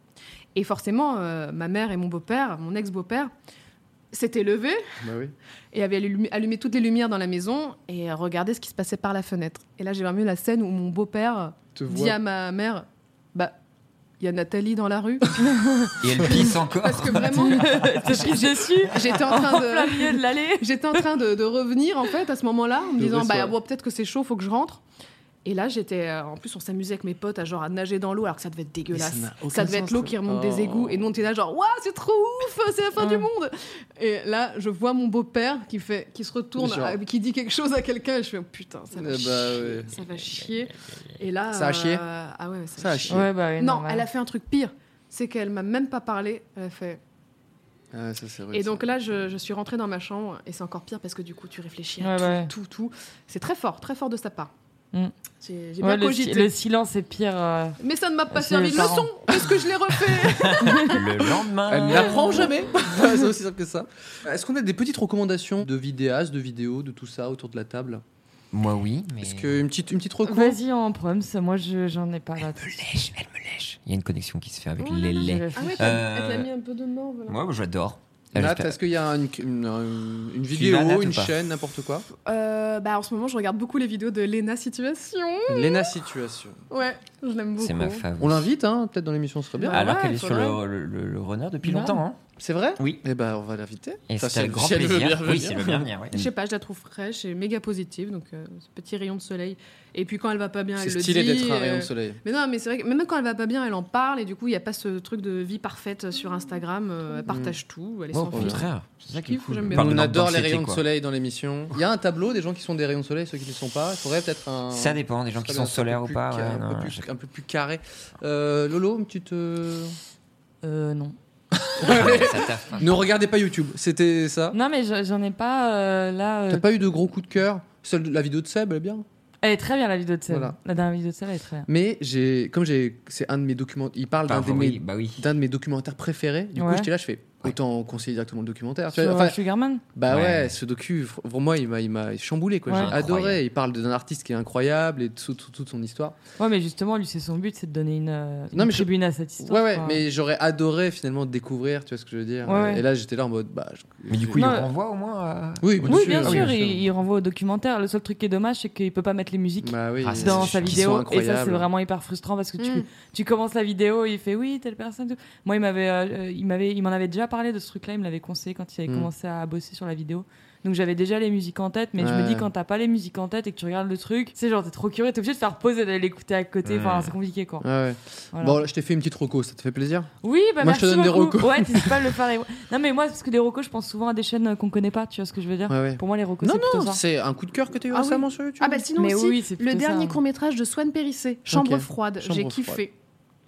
[SPEAKER 3] Et forcément, euh, ma mère et mon beau-père, mon ex-beau-père, s'étaient levés
[SPEAKER 1] Bah oui.
[SPEAKER 3] et avait allumé, allumé toutes les lumières dans la maison et regardé ce qui se passait par la fenêtre. Et là, j'ai vraiment eu la scène où mon beau-père
[SPEAKER 1] Te
[SPEAKER 3] dit
[SPEAKER 1] vois.
[SPEAKER 3] à ma mère Bah, il y a Nathalie dans la rue.
[SPEAKER 4] Et elle pisse encore.
[SPEAKER 3] Parce que vraiment,
[SPEAKER 2] T'es prise dessus
[SPEAKER 3] j'étais en
[SPEAKER 2] en
[SPEAKER 3] train
[SPEAKER 2] plein
[SPEAKER 3] de.
[SPEAKER 2] milieu de l'allée.
[SPEAKER 3] J'étais en train de, de revenir en fait à ce moment-là en me
[SPEAKER 1] De
[SPEAKER 3] disant bah
[SPEAKER 1] recevoir.
[SPEAKER 3] bon, peut-être que c'est chaud, faut que je rentre. Et là j'étais euh, en plus on s'amusait avec mes potes à genre à nager dans l'eau alors que ça devait être dégueulasse.
[SPEAKER 1] Mais ça n'a aucun
[SPEAKER 3] devait
[SPEAKER 1] sens,
[SPEAKER 3] être l'eau
[SPEAKER 1] ça.
[SPEAKER 3] qui remonte
[SPEAKER 1] Oh. Hein.
[SPEAKER 3] des égouts et nous on était là genre waouh c'est trop ouf c'est la fin du
[SPEAKER 2] Ouais.
[SPEAKER 3] monde. Et là je vois mon beau-père qui fait qui se retourne
[SPEAKER 1] Genre.
[SPEAKER 3] euh, qui dit quelque chose à quelqu'un et je fais oh, putain ça va
[SPEAKER 1] Eh bah, ouais.
[SPEAKER 3] chier ça va chier. Et là
[SPEAKER 1] Ça a chié
[SPEAKER 3] ah ouais ça,
[SPEAKER 1] Ça
[SPEAKER 3] va
[SPEAKER 1] a
[SPEAKER 3] chier.
[SPEAKER 1] chié.
[SPEAKER 2] Ouais, bah oui,
[SPEAKER 3] Non,
[SPEAKER 2] normal.
[SPEAKER 3] elle a fait un truc pire, c'est qu'elle m'a même pas parlé, elle a fait
[SPEAKER 1] Ah, ça, c'est vrai,
[SPEAKER 3] et
[SPEAKER 1] ça.
[SPEAKER 3] donc là, je, je suis rentrée dans ma chambre, et c'est encore pire parce que du coup, tu réfléchis à
[SPEAKER 2] Ouais, bah
[SPEAKER 3] tout,
[SPEAKER 2] ouais.
[SPEAKER 3] tout, tout. C'est très fort, très fort de sa part.
[SPEAKER 2] Mm.
[SPEAKER 3] J'ai j'ai
[SPEAKER 2] Ouais,
[SPEAKER 3] bien
[SPEAKER 2] le, si-
[SPEAKER 3] cogité.
[SPEAKER 2] le silence est pire. euh,
[SPEAKER 3] Mais ça ne m'a pas
[SPEAKER 2] C'est
[SPEAKER 3] servi
[SPEAKER 2] les
[SPEAKER 3] de
[SPEAKER 2] parents.
[SPEAKER 3] leçon, parce que je l'ai refait.
[SPEAKER 4] Le lendemain.
[SPEAKER 1] Elle n'apprend jamais. Ah. c'est aussi simple que ça. Est-ce qu'on a des petites recommandations de vidéastes, de vidéos, de tout ça autour de la table
[SPEAKER 4] Moi, oui. Mais...
[SPEAKER 1] Est-ce qu'une petite, une petite reco
[SPEAKER 2] Vas-y en proms, moi je- j'en ai pas là.
[SPEAKER 4] Elle me lèche, elle me lèche. Il y a une connexion qui se fait avec
[SPEAKER 3] Oh là là,
[SPEAKER 4] les
[SPEAKER 2] Je
[SPEAKER 4] laits.
[SPEAKER 2] vais
[SPEAKER 1] Ah
[SPEAKER 2] faire-
[SPEAKER 3] ouais,
[SPEAKER 4] t'as- elle t'a mis
[SPEAKER 3] un peu de mort, voilà.
[SPEAKER 4] Moi, j'adore. Euh,
[SPEAKER 1] Nat,
[SPEAKER 4] j'espère-
[SPEAKER 1] est-ce qu'il y a une, une- une- une
[SPEAKER 4] vas, Nat,
[SPEAKER 1] vidéo,
[SPEAKER 4] ou
[SPEAKER 1] une
[SPEAKER 4] pas
[SPEAKER 1] chaîne, n'importe quoi
[SPEAKER 3] bah, en ce moment, je regarde beaucoup les vidéos de Lena Situation.
[SPEAKER 1] Lena Situation.
[SPEAKER 3] Ouais, je l'aime beaucoup.
[SPEAKER 4] C'est ma fave.
[SPEAKER 1] On l'invite, hein peut-être dans l'émission, ce serait bien.
[SPEAKER 3] Ah,
[SPEAKER 4] Alors
[SPEAKER 3] ouais,
[SPEAKER 4] qu'elle est sur
[SPEAKER 3] faudrait.
[SPEAKER 4] le, le, le- le runner depuis
[SPEAKER 2] Ouais.
[SPEAKER 4] longtemps. hein.
[SPEAKER 1] C'est vrai
[SPEAKER 4] Oui.
[SPEAKER 1] Eh ben, on va l'inviter.
[SPEAKER 4] Et
[SPEAKER 1] Ça,
[SPEAKER 4] c'est
[SPEAKER 1] c'est
[SPEAKER 4] un grand
[SPEAKER 1] si elle veut bien
[SPEAKER 4] plaisir. Oui,
[SPEAKER 1] venir.
[SPEAKER 4] c'est le bien. ouais.
[SPEAKER 3] Je sais pas, je la trouve fraîche et méga positive, donc euh, ce petit rayon de soleil. Et puis quand elle va pas bien,
[SPEAKER 1] C'est
[SPEAKER 3] elle le dit.
[SPEAKER 1] stylé d'être un
[SPEAKER 3] euh,
[SPEAKER 1] rayon de soleil.
[SPEAKER 3] Mais non, mais c'est vrai que même quand elle va pas bien, elle en parle et du coup, il n'y a pas ce truc de vie parfaite sur Instagram. euh, elle partage tout, elle est
[SPEAKER 4] Moi, au
[SPEAKER 3] sans filtre.
[SPEAKER 4] contraire. C'est ça qui est
[SPEAKER 3] Kiffe,
[SPEAKER 4] cool.
[SPEAKER 3] j'aime
[SPEAKER 4] On
[SPEAKER 3] bien.
[SPEAKER 4] parle
[SPEAKER 1] On
[SPEAKER 4] de
[SPEAKER 1] adore les
[SPEAKER 4] l'anxiété,
[SPEAKER 1] rayons de
[SPEAKER 4] quoi.
[SPEAKER 1] soleil dans l'émission. Il y a un tableau des gens qui sont des rayons de soleil, ceux qui ne le sont pas. Il faudrait peut-être un.
[SPEAKER 4] Ça dépend des gens qui
[SPEAKER 1] Ça
[SPEAKER 4] sont
[SPEAKER 1] serait bien, un
[SPEAKER 4] solaires
[SPEAKER 1] peu
[SPEAKER 4] ou
[SPEAKER 1] plus
[SPEAKER 4] pas.
[SPEAKER 1] ca-
[SPEAKER 4] ouais,
[SPEAKER 1] un,
[SPEAKER 4] non,
[SPEAKER 1] peu plus,
[SPEAKER 4] je-
[SPEAKER 1] un peu plus carré. Euh, Lolo, une petite. euh,
[SPEAKER 2] Euh, non.
[SPEAKER 4] ça taffe.
[SPEAKER 1] Ne regardez pas YouTube, c'était ça.
[SPEAKER 2] Non mais je- j'en ai pas euh, là. euh,
[SPEAKER 1] Ah. T'as pas eu de gros coups de cœur Celle de, La vidéo de Seb, elle est bien.
[SPEAKER 2] Elle est très bien la vidéo de Seb.
[SPEAKER 1] Voilà.
[SPEAKER 2] La dernière vidéo de Seb elle est très bien.
[SPEAKER 1] Mais j'ai, comme j'ai, c'est un de mes documents. Il parle d'un
[SPEAKER 4] Enfin,
[SPEAKER 1] des,
[SPEAKER 4] oui,
[SPEAKER 1] mes,
[SPEAKER 4] bah oui.
[SPEAKER 1] d'un de mes documentaires préférés. Du coup,
[SPEAKER 2] Ouais.
[SPEAKER 1] j'étais là, je fais autant conseiller directement le documentaire. Tu
[SPEAKER 2] Sur,
[SPEAKER 1] vois, enfin,
[SPEAKER 2] euh, Sugarman
[SPEAKER 1] bah ouais.
[SPEAKER 4] Ouais.
[SPEAKER 1] ce docu, fr- pour moi, il m'a, il m'a chamboulé quoi.
[SPEAKER 2] Ouais.
[SPEAKER 1] J'ai
[SPEAKER 4] Incroyable.
[SPEAKER 1] adoré. Il parle d'un artiste qui est incroyable et de sous- tout- toute son histoire.
[SPEAKER 2] Ouais mais justement lui c'est son but c'est de donner une, euh,
[SPEAKER 1] Non,
[SPEAKER 2] une
[SPEAKER 1] mais je-
[SPEAKER 2] tribune à cette histoire.
[SPEAKER 1] ouais ouais,
[SPEAKER 2] quoi.
[SPEAKER 1] mais j'aurais adoré finalement découvrir. Tu vois ce que je veux dire
[SPEAKER 2] Ouais, ouais.
[SPEAKER 1] Et là, j'étais là en mode, bah. je-
[SPEAKER 4] Mais du coup, il
[SPEAKER 2] Non, euh,
[SPEAKER 4] renvoie au moins à.
[SPEAKER 1] Oui,
[SPEAKER 4] au-
[SPEAKER 1] bien sûr,
[SPEAKER 2] Oui
[SPEAKER 1] Ah
[SPEAKER 2] bien
[SPEAKER 1] oui,
[SPEAKER 2] sûr,
[SPEAKER 1] bien sûr.
[SPEAKER 2] il, il renvoie au documentaire. Le seul truc qui est dommage c'est qu'il peut pas mettre les musiques.
[SPEAKER 1] Bah oui.
[SPEAKER 4] Ah, ça,
[SPEAKER 2] dans sa
[SPEAKER 4] c'est chiant.
[SPEAKER 1] Ils sont
[SPEAKER 2] vidéo et ça c'est
[SPEAKER 1] incroyables.
[SPEAKER 2] vraiment hyper frustrant parce que tu,
[SPEAKER 3] Mm.
[SPEAKER 2] tu commences la vidéo il fait oui telle personne tout. moi il m'avait euh, euh, il m'avait il m'en avait déjà parlé de ce truc là il me l'avait conseillé quand il avait
[SPEAKER 1] Mm.
[SPEAKER 2] commencé à bosser sur la vidéo Donc j'avais déjà les musiques en tête, mais je me
[SPEAKER 1] Ouais.
[SPEAKER 2] dis quand t'as pas les musiques en tête et que tu regardes le truc, tu sais, genre t'es trop curieux, t'es obligé de faire pause et d'aller l'écouter à côté. Enfin,
[SPEAKER 4] Ouais.
[SPEAKER 2] c'est compliqué quoi.
[SPEAKER 1] Ah ouais.
[SPEAKER 2] Voilà.
[SPEAKER 1] Bon, là, je t'ai fait une petite roco, ça te fait plaisir
[SPEAKER 2] Oui,
[SPEAKER 1] Moi,
[SPEAKER 2] bah
[SPEAKER 1] je
[SPEAKER 2] merci
[SPEAKER 1] te donne des
[SPEAKER 2] beaucoup.
[SPEAKER 1] recos.
[SPEAKER 2] Ouais, t'hésites pas à le faire. et- Non, mais moi, parce que les recos, je pense souvent à des chaînes euh, qu'on connaît pas, tu vois ce que je veux dire
[SPEAKER 1] Ouais, ouais.
[SPEAKER 2] Pour moi, les recos,
[SPEAKER 1] Non,
[SPEAKER 2] c'est plutôt
[SPEAKER 1] non,
[SPEAKER 2] ça.
[SPEAKER 1] c'est un coup de cœur que t'as eu
[SPEAKER 3] Ah oui.
[SPEAKER 1] récemment sur YouTube.
[SPEAKER 3] Ah bah sinon
[SPEAKER 2] Mais
[SPEAKER 3] aussi,
[SPEAKER 2] oui, c'est
[SPEAKER 3] le
[SPEAKER 2] plutôt
[SPEAKER 3] dernier
[SPEAKER 2] ça.
[SPEAKER 3] court métrage de Swan Périssé, Chambre
[SPEAKER 1] Ok.
[SPEAKER 3] froide,
[SPEAKER 1] Chambre
[SPEAKER 3] j'ai
[SPEAKER 1] froide.
[SPEAKER 3] kiffé.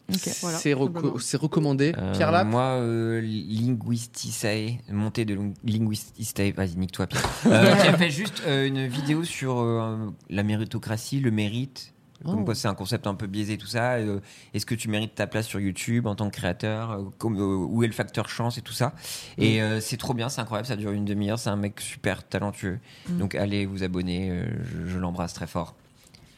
[SPEAKER 2] Ok, voilà.
[SPEAKER 1] C'est reco-
[SPEAKER 3] Simplement.
[SPEAKER 1] c'est recommandé.
[SPEAKER 4] Euh,
[SPEAKER 1] Pierre Lap
[SPEAKER 4] Moi, euh, Linguisticae, montée de lung- Linguisticae, vas-y, nique-toi, Pierre. Euh, qui a fait juste euh, une vidéo sur euh, la méritocratie, le mérite. Comme
[SPEAKER 1] Oh.
[SPEAKER 4] quoi, c'est un concept un peu biaisé, tout ça. Euh, Est-ce que tu mérites ta place sur YouTube en tant que créateur Euh, comme, euh, Où est le facteur chance et tout ça
[SPEAKER 1] Mm.
[SPEAKER 4] Et euh, c'est trop bien, c'est incroyable, ça dure une demi-heure. C'est un mec super talentueux.
[SPEAKER 1] Mm.
[SPEAKER 4] Donc, allez vous abonner, euh, je, je l'embrasse très fort.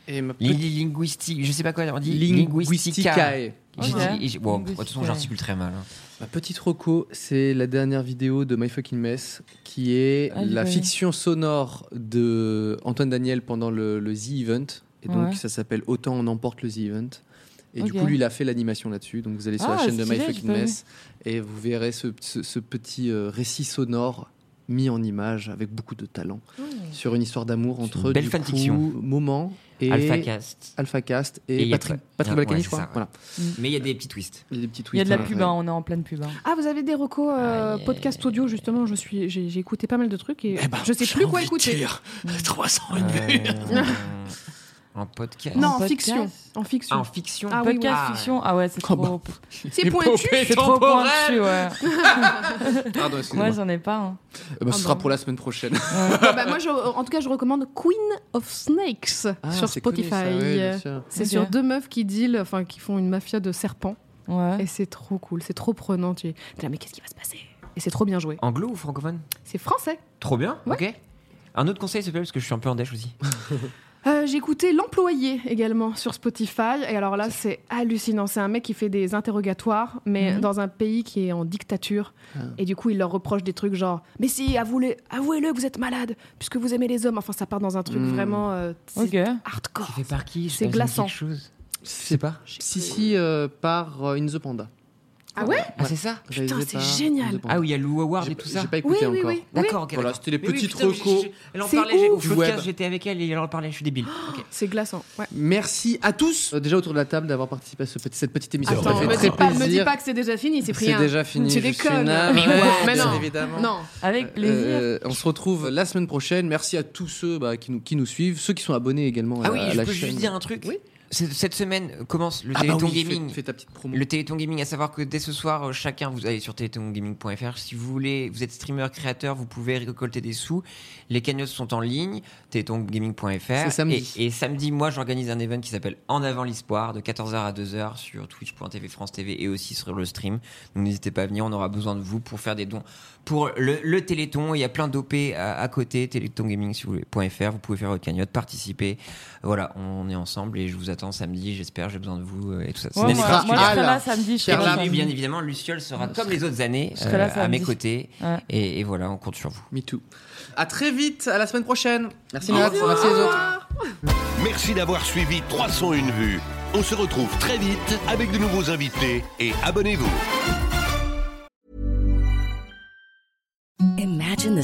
[SPEAKER 1] Et ma petite-
[SPEAKER 4] Li- Linguistique, je sais pas quoi on dit. Linguisticae.
[SPEAKER 1] Linguisticae.
[SPEAKER 4] J'ai
[SPEAKER 2] Ok.
[SPEAKER 4] dit- j'ai- wow, de toute façon,
[SPEAKER 2] Linguisticae.
[SPEAKER 4] j'articule très mal. hein.
[SPEAKER 1] Ma petite roco, c'est la dernière vidéo de My Fucking Mess, qui est
[SPEAKER 2] Ah, j'ai
[SPEAKER 1] la
[SPEAKER 2] pas vu.
[SPEAKER 1] fiction sonore de Antoine Daniel pendant le, le The Event. Et donc,
[SPEAKER 2] Ouais.
[SPEAKER 1] ça s'appelle Autant on emporte le The Event. Et du
[SPEAKER 2] Ok.
[SPEAKER 1] coup, lui, il a fait l'animation là-dessus. Donc, vous allez sur la
[SPEAKER 2] Ah,
[SPEAKER 1] chaîne de My
[SPEAKER 2] stylé, j'ai
[SPEAKER 1] Fucking
[SPEAKER 2] pas vu.
[SPEAKER 1] Mess et vous verrez ce, ce- ce petit euh, récit sonore mis en image avec beaucoup de talent sur une histoire d'amour
[SPEAKER 4] C'est une
[SPEAKER 1] entre
[SPEAKER 4] belle
[SPEAKER 1] du
[SPEAKER 4] fanfiction.
[SPEAKER 1] coup, Moment et
[SPEAKER 4] Alpha Cast.
[SPEAKER 1] Alpha Cast
[SPEAKER 4] Et
[SPEAKER 1] et,
[SPEAKER 4] y a
[SPEAKER 1] Patrick,
[SPEAKER 4] pas-
[SPEAKER 1] Patrick
[SPEAKER 4] Ouais,
[SPEAKER 1] Balkany, je
[SPEAKER 4] ouais, c'est
[SPEAKER 1] crois.
[SPEAKER 4] ça, ouais.
[SPEAKER 1] Voilà.
[SPEAKER 4] Mais il y a des petits twists.
[SPEAKER 1] Il y a des petits
[SPEAKER 2] Il y a de la
[SPEAKER 1] tweets, ouais,
[SPEAKER 2] pub,
[SPEAKER 1] ouais.
[SPEAKER 2] hein, on est en pleine pub. hein.
[SPEAKER 3] Ah, vous avez des recos euh,
[SPEAKER 4] Aïe.
[SPEAKER 3] podcast audio, justement, je suis, j'ai, j'ai écouté pas mal de trucs et
[SPEAKER 1] Eh ben,
[SPEAKER 3] je sais
[SPEAKER 1] j'ai
[SPEAKER 3] plus quoi
[SPEAKER 1] envie de
[SPEAKER 3] écouter. Hmm.
[SPEAKER 1] dire, 300
[SPEAKER 4] Euh, en podcast.
[SPEAKER 3] Oh, Non,
[SPEAKER 2] En
[SPEAKER 3] en
[SPEAKER 2] podcast.
[SPEAKER 3] fiction. En fiction.
[SPEAKER 4] En fiction.
[SPEAKER 3] Ah oui,
[SPEAKER 2] Podcast
[SPEAKER 4] oui.
[SPEAKER 2] fiction, ah ouais, c'est
[SPEAKER 1] Oh
[SPEAKER 2] trop,
[SPEAKER 1] bah.
[SPEAKER 3] C'est pointu.
[SPEAKER 2] c'est trop pointu, ouais.
[SPEAKER 1] Pardon,
[SPEAKER 2] Moi,
[SPEAKER 1] excusez-moi.
[SPEAKER 2] j'en ai pas. hein.
[SPEAKER 1] Eh ben, ce
[SPEAKER 3] Ah
[SPEAKER 1] sera
[SPEAKER 3] bon.
[SPEAKER 1] pour la semaine prochaine.
[SPEAKER 3] Ah bah, moi, je- en tout cas, je recommande Queen of Snakes
[SPEAKER 1] Ah,
[SPEAKER 3] sur Spotify. c'est
[SPEAKER 2] Ok.
[SPEAKER 3] sur deux meufs qui deal, enfin qui font une mafia de serpents
[SPEAKER 2] Ouais.
[SPEAKER 3] et c'est trop cool, c'est trop prenant. Tu es t'es là, mais qu'est-ce qui va se passer Et c'est trop bien joué.
[SPEAKER 4] Ah. Anglo ou francophone
[SPEAKER 3] C'est français.
[SPEAKER 4] Trop bien.
[SPEAKER 3] Ouais.
[SPEAKER 4] Ok. Un autre conseil, s'il te plaît, parce que je suis un peu en dèche aussi.
[SPEAKER 3] Euh, J'ai écouté L'Employé également sur Spotify. Et alors là, c'est hallucinant. C'est un mec qui fait des interrogatoires, mais
[SPEAKER 2] Mhm.
[SPEAKER 3] dans un pays qui est en dictature.
[SPEAKER 1] Ah.
[SPEAKER 3] Et du coup, il leur reproche des trucs genre Mais si, avouez-le, avouez-le que vous êtes malade, puisque vous aimez les hommes. Enfin, ça part dans un truc
[SPEAKER 1] Mhm.
[SPEAKER 3] vraiment euh, c'est
[SPEAKER 2] Ok.
[SPEAKER 4] Qui
[SPEAKER 3] hardcore.
[SPEAKER 4] fait par qui Je
[SPEAKER 3] C'est
[SPEAKER 4] sais pas,
[SPEAKER 3] glaçant.
[SPEAKER 4] quelque chose.
[SPEAKER 1] C'est
[SPEAKER 4] pas.
[SPEAKER 1] Si, si, euh, par euh, In the Panda.
[SPEAKER 3] Ah ouais
[SPEAKER 4] Ah, c'est ça
[SPEAKER 1] Réalisé
[SPEAKER 3] Putain, c'est
[SPEAKER 1] par
[SPEAKER 3] génial.
[SPEAKER 1] In the Panda.
[SPEAKER 4] Ah oui, il y a Lou Howard
[SPEAKER 1] J'ai
[SPEAKER 4] et tout ça.
[SPEAKER 1] j'ai pas
[SPEAKER 3] Oui,
[SPEAKER 1] écouté
[SPEAKER 3] oui,
[SPEAKER 1] encore.
[SPEAKER 3] oui.
[SPEAKER 4] D'accord, ok.
[SPEAKER 1] Voilà,
[SPEAKER 4] d'accord.
[SPEAKER 1] c'était les
[SPEAKER 4] Oui, oui,
[SPEAKER 1] petites
[SPEAKER 4] putain, mais
[SPEAKER 1] recos.
[SPEAKER 4] j'ai- j'ai- Elle en
[SPEAKER 3] C'est
[SPEAKER 4] parlait, j'ai- au
[SPEAKER 3] ouf.
[SPEAKER 4] podcast,
[SPEAKER 1] Web.
[SPEAKER 4] j'étais avec elle et elle en parlait, je suis débile. Ok.
[SPEAKER 3] C'est glaçant. Ouais.
[SPEAKER 1] Merci à tous, euh, déjà autour de la table, d'avoir participé à ce petit- cette petite émission.
[SPEAKER 3] Attends,
[SPEAKER 1] Ça
[SPEAKER 3] me
[SPEAKER 1] fait
[SPEAKER 3] dis,
[SPEAKER 1] très
[SPEAKER 3] pas, me dis
[SPEAKER 1] plaisir.
[SPEAKER 3] pas que c'est déjà fini, c'est pris
[SPEAKER 1] C'est déjà fini.
[SPEAKER 3] Tu
[SPEAKER 1] je suis
[SPEAKER 3] déconnes.
[SPEAKER 1] navré,
[SPEAKER 3] Ouais, mais
[SPEAKER 1] bien
[SPEAKER 3] non.
[SPEAKER 1] évidemment.
[SPEAKER 3] Non.
[SPEAKER 2] Avec plaisir.
[SPEAKER 1] Euh, on se retrouve la semaine prochaine. Merci à tous ceux bah, qui, nous, qui nous suivent, ceux qui sont abonnés également à,
[SPEAKER 4] Ah oui,
[SPEAKER 1] à
[SPEAKER 4] je
[SPEAKER 1] la
[SPEAKER 4] peux
[SPEAKER 1] chaîne.
[SPEAKER 4] juste dire un truc.
[SPEAKER 1] Oui.
[SPEAKER 4] C'est- Cette semaine commence le
[SPEAKER 1] Ah bah
[SPEAKER 4] Téléthon
[SPEAKER 1] oui, fais-
[SPEAKER 4] Gaming.
[SPEAKER 1] Fais, ta petite promo.
[SPEAKER 4] Le Téléthon Gaming, à savoir que dès ce soir, euh, chacun, vous allez sur téléthongaming.fr. Si vous voulez, vous êtes streamer, créateur, vous pouvez récolter des sous. Les cagnottes sont en ligne, téléthongaming.fr.
[SPEAKER 1] C'est samedi.
[SPEAKER 4] Et, et samedi, moi, j'organise un event qui s'appelle En avant l'espoir, de 14h à 2h sur twitch.tv France TV et aussi sur le stream. Donc n'hésitez pas à venir, on aura besoin de vous pour faire des dons pour le, le Téléthon. Il y a plein d'OP à, à côté, téléthongaming si vous voulez, .fr. Vous pouvez faire votre cagnotte, participer. Voilà, on est ensemble et je vous attends samedi, j'espère, j'ai besoin de vous euh, et tout ça. Ce
[SPEAKER 2] Ouais,
[SPEAKER 4] n'est
[SPEAKER 2] moi,
[SPEAKER 4] pas-
[SPEAKER 1] sera
[SPEAKER 2] moi, je
[SPEAKER 1] à
[SPEAKER 2] serai
[SPEAKER 1] la
[SPEAKER 2] là samedi. je serai
[SPEAKER 4] et
[SPEAKER 1] Pierre
[SPEAKER 2] là
[SPEAKER 1] Lab.
[SPEAKER 4] puis,
[SPEAKER 2] samedi.
[SPEAKER 4] bien évidemment, Luciole sera comme les autres années
[SPEAKER 2] Je serai là
[SPEAKER 4] euh, à
[SPEAKER 2] samedi.
[SPEAKER 4] mes côtés.
[SPEAKER 2] Ouais.
[SPEAKER 4] Et, et voilà, on compte sur vous.
[SPEAKER 1] Me too. À très vite, à la semaine prochaine. Merci
[SPEAKER 3] Au
[SPEAKER 1] Nat, merci les autres.
[SPEAKER 5] Merci d'avoir suivi 301 vues. On se retrouve très vite avec de nouveaux invités et abonnez-vous.
[SPEAKER 7] Imagine the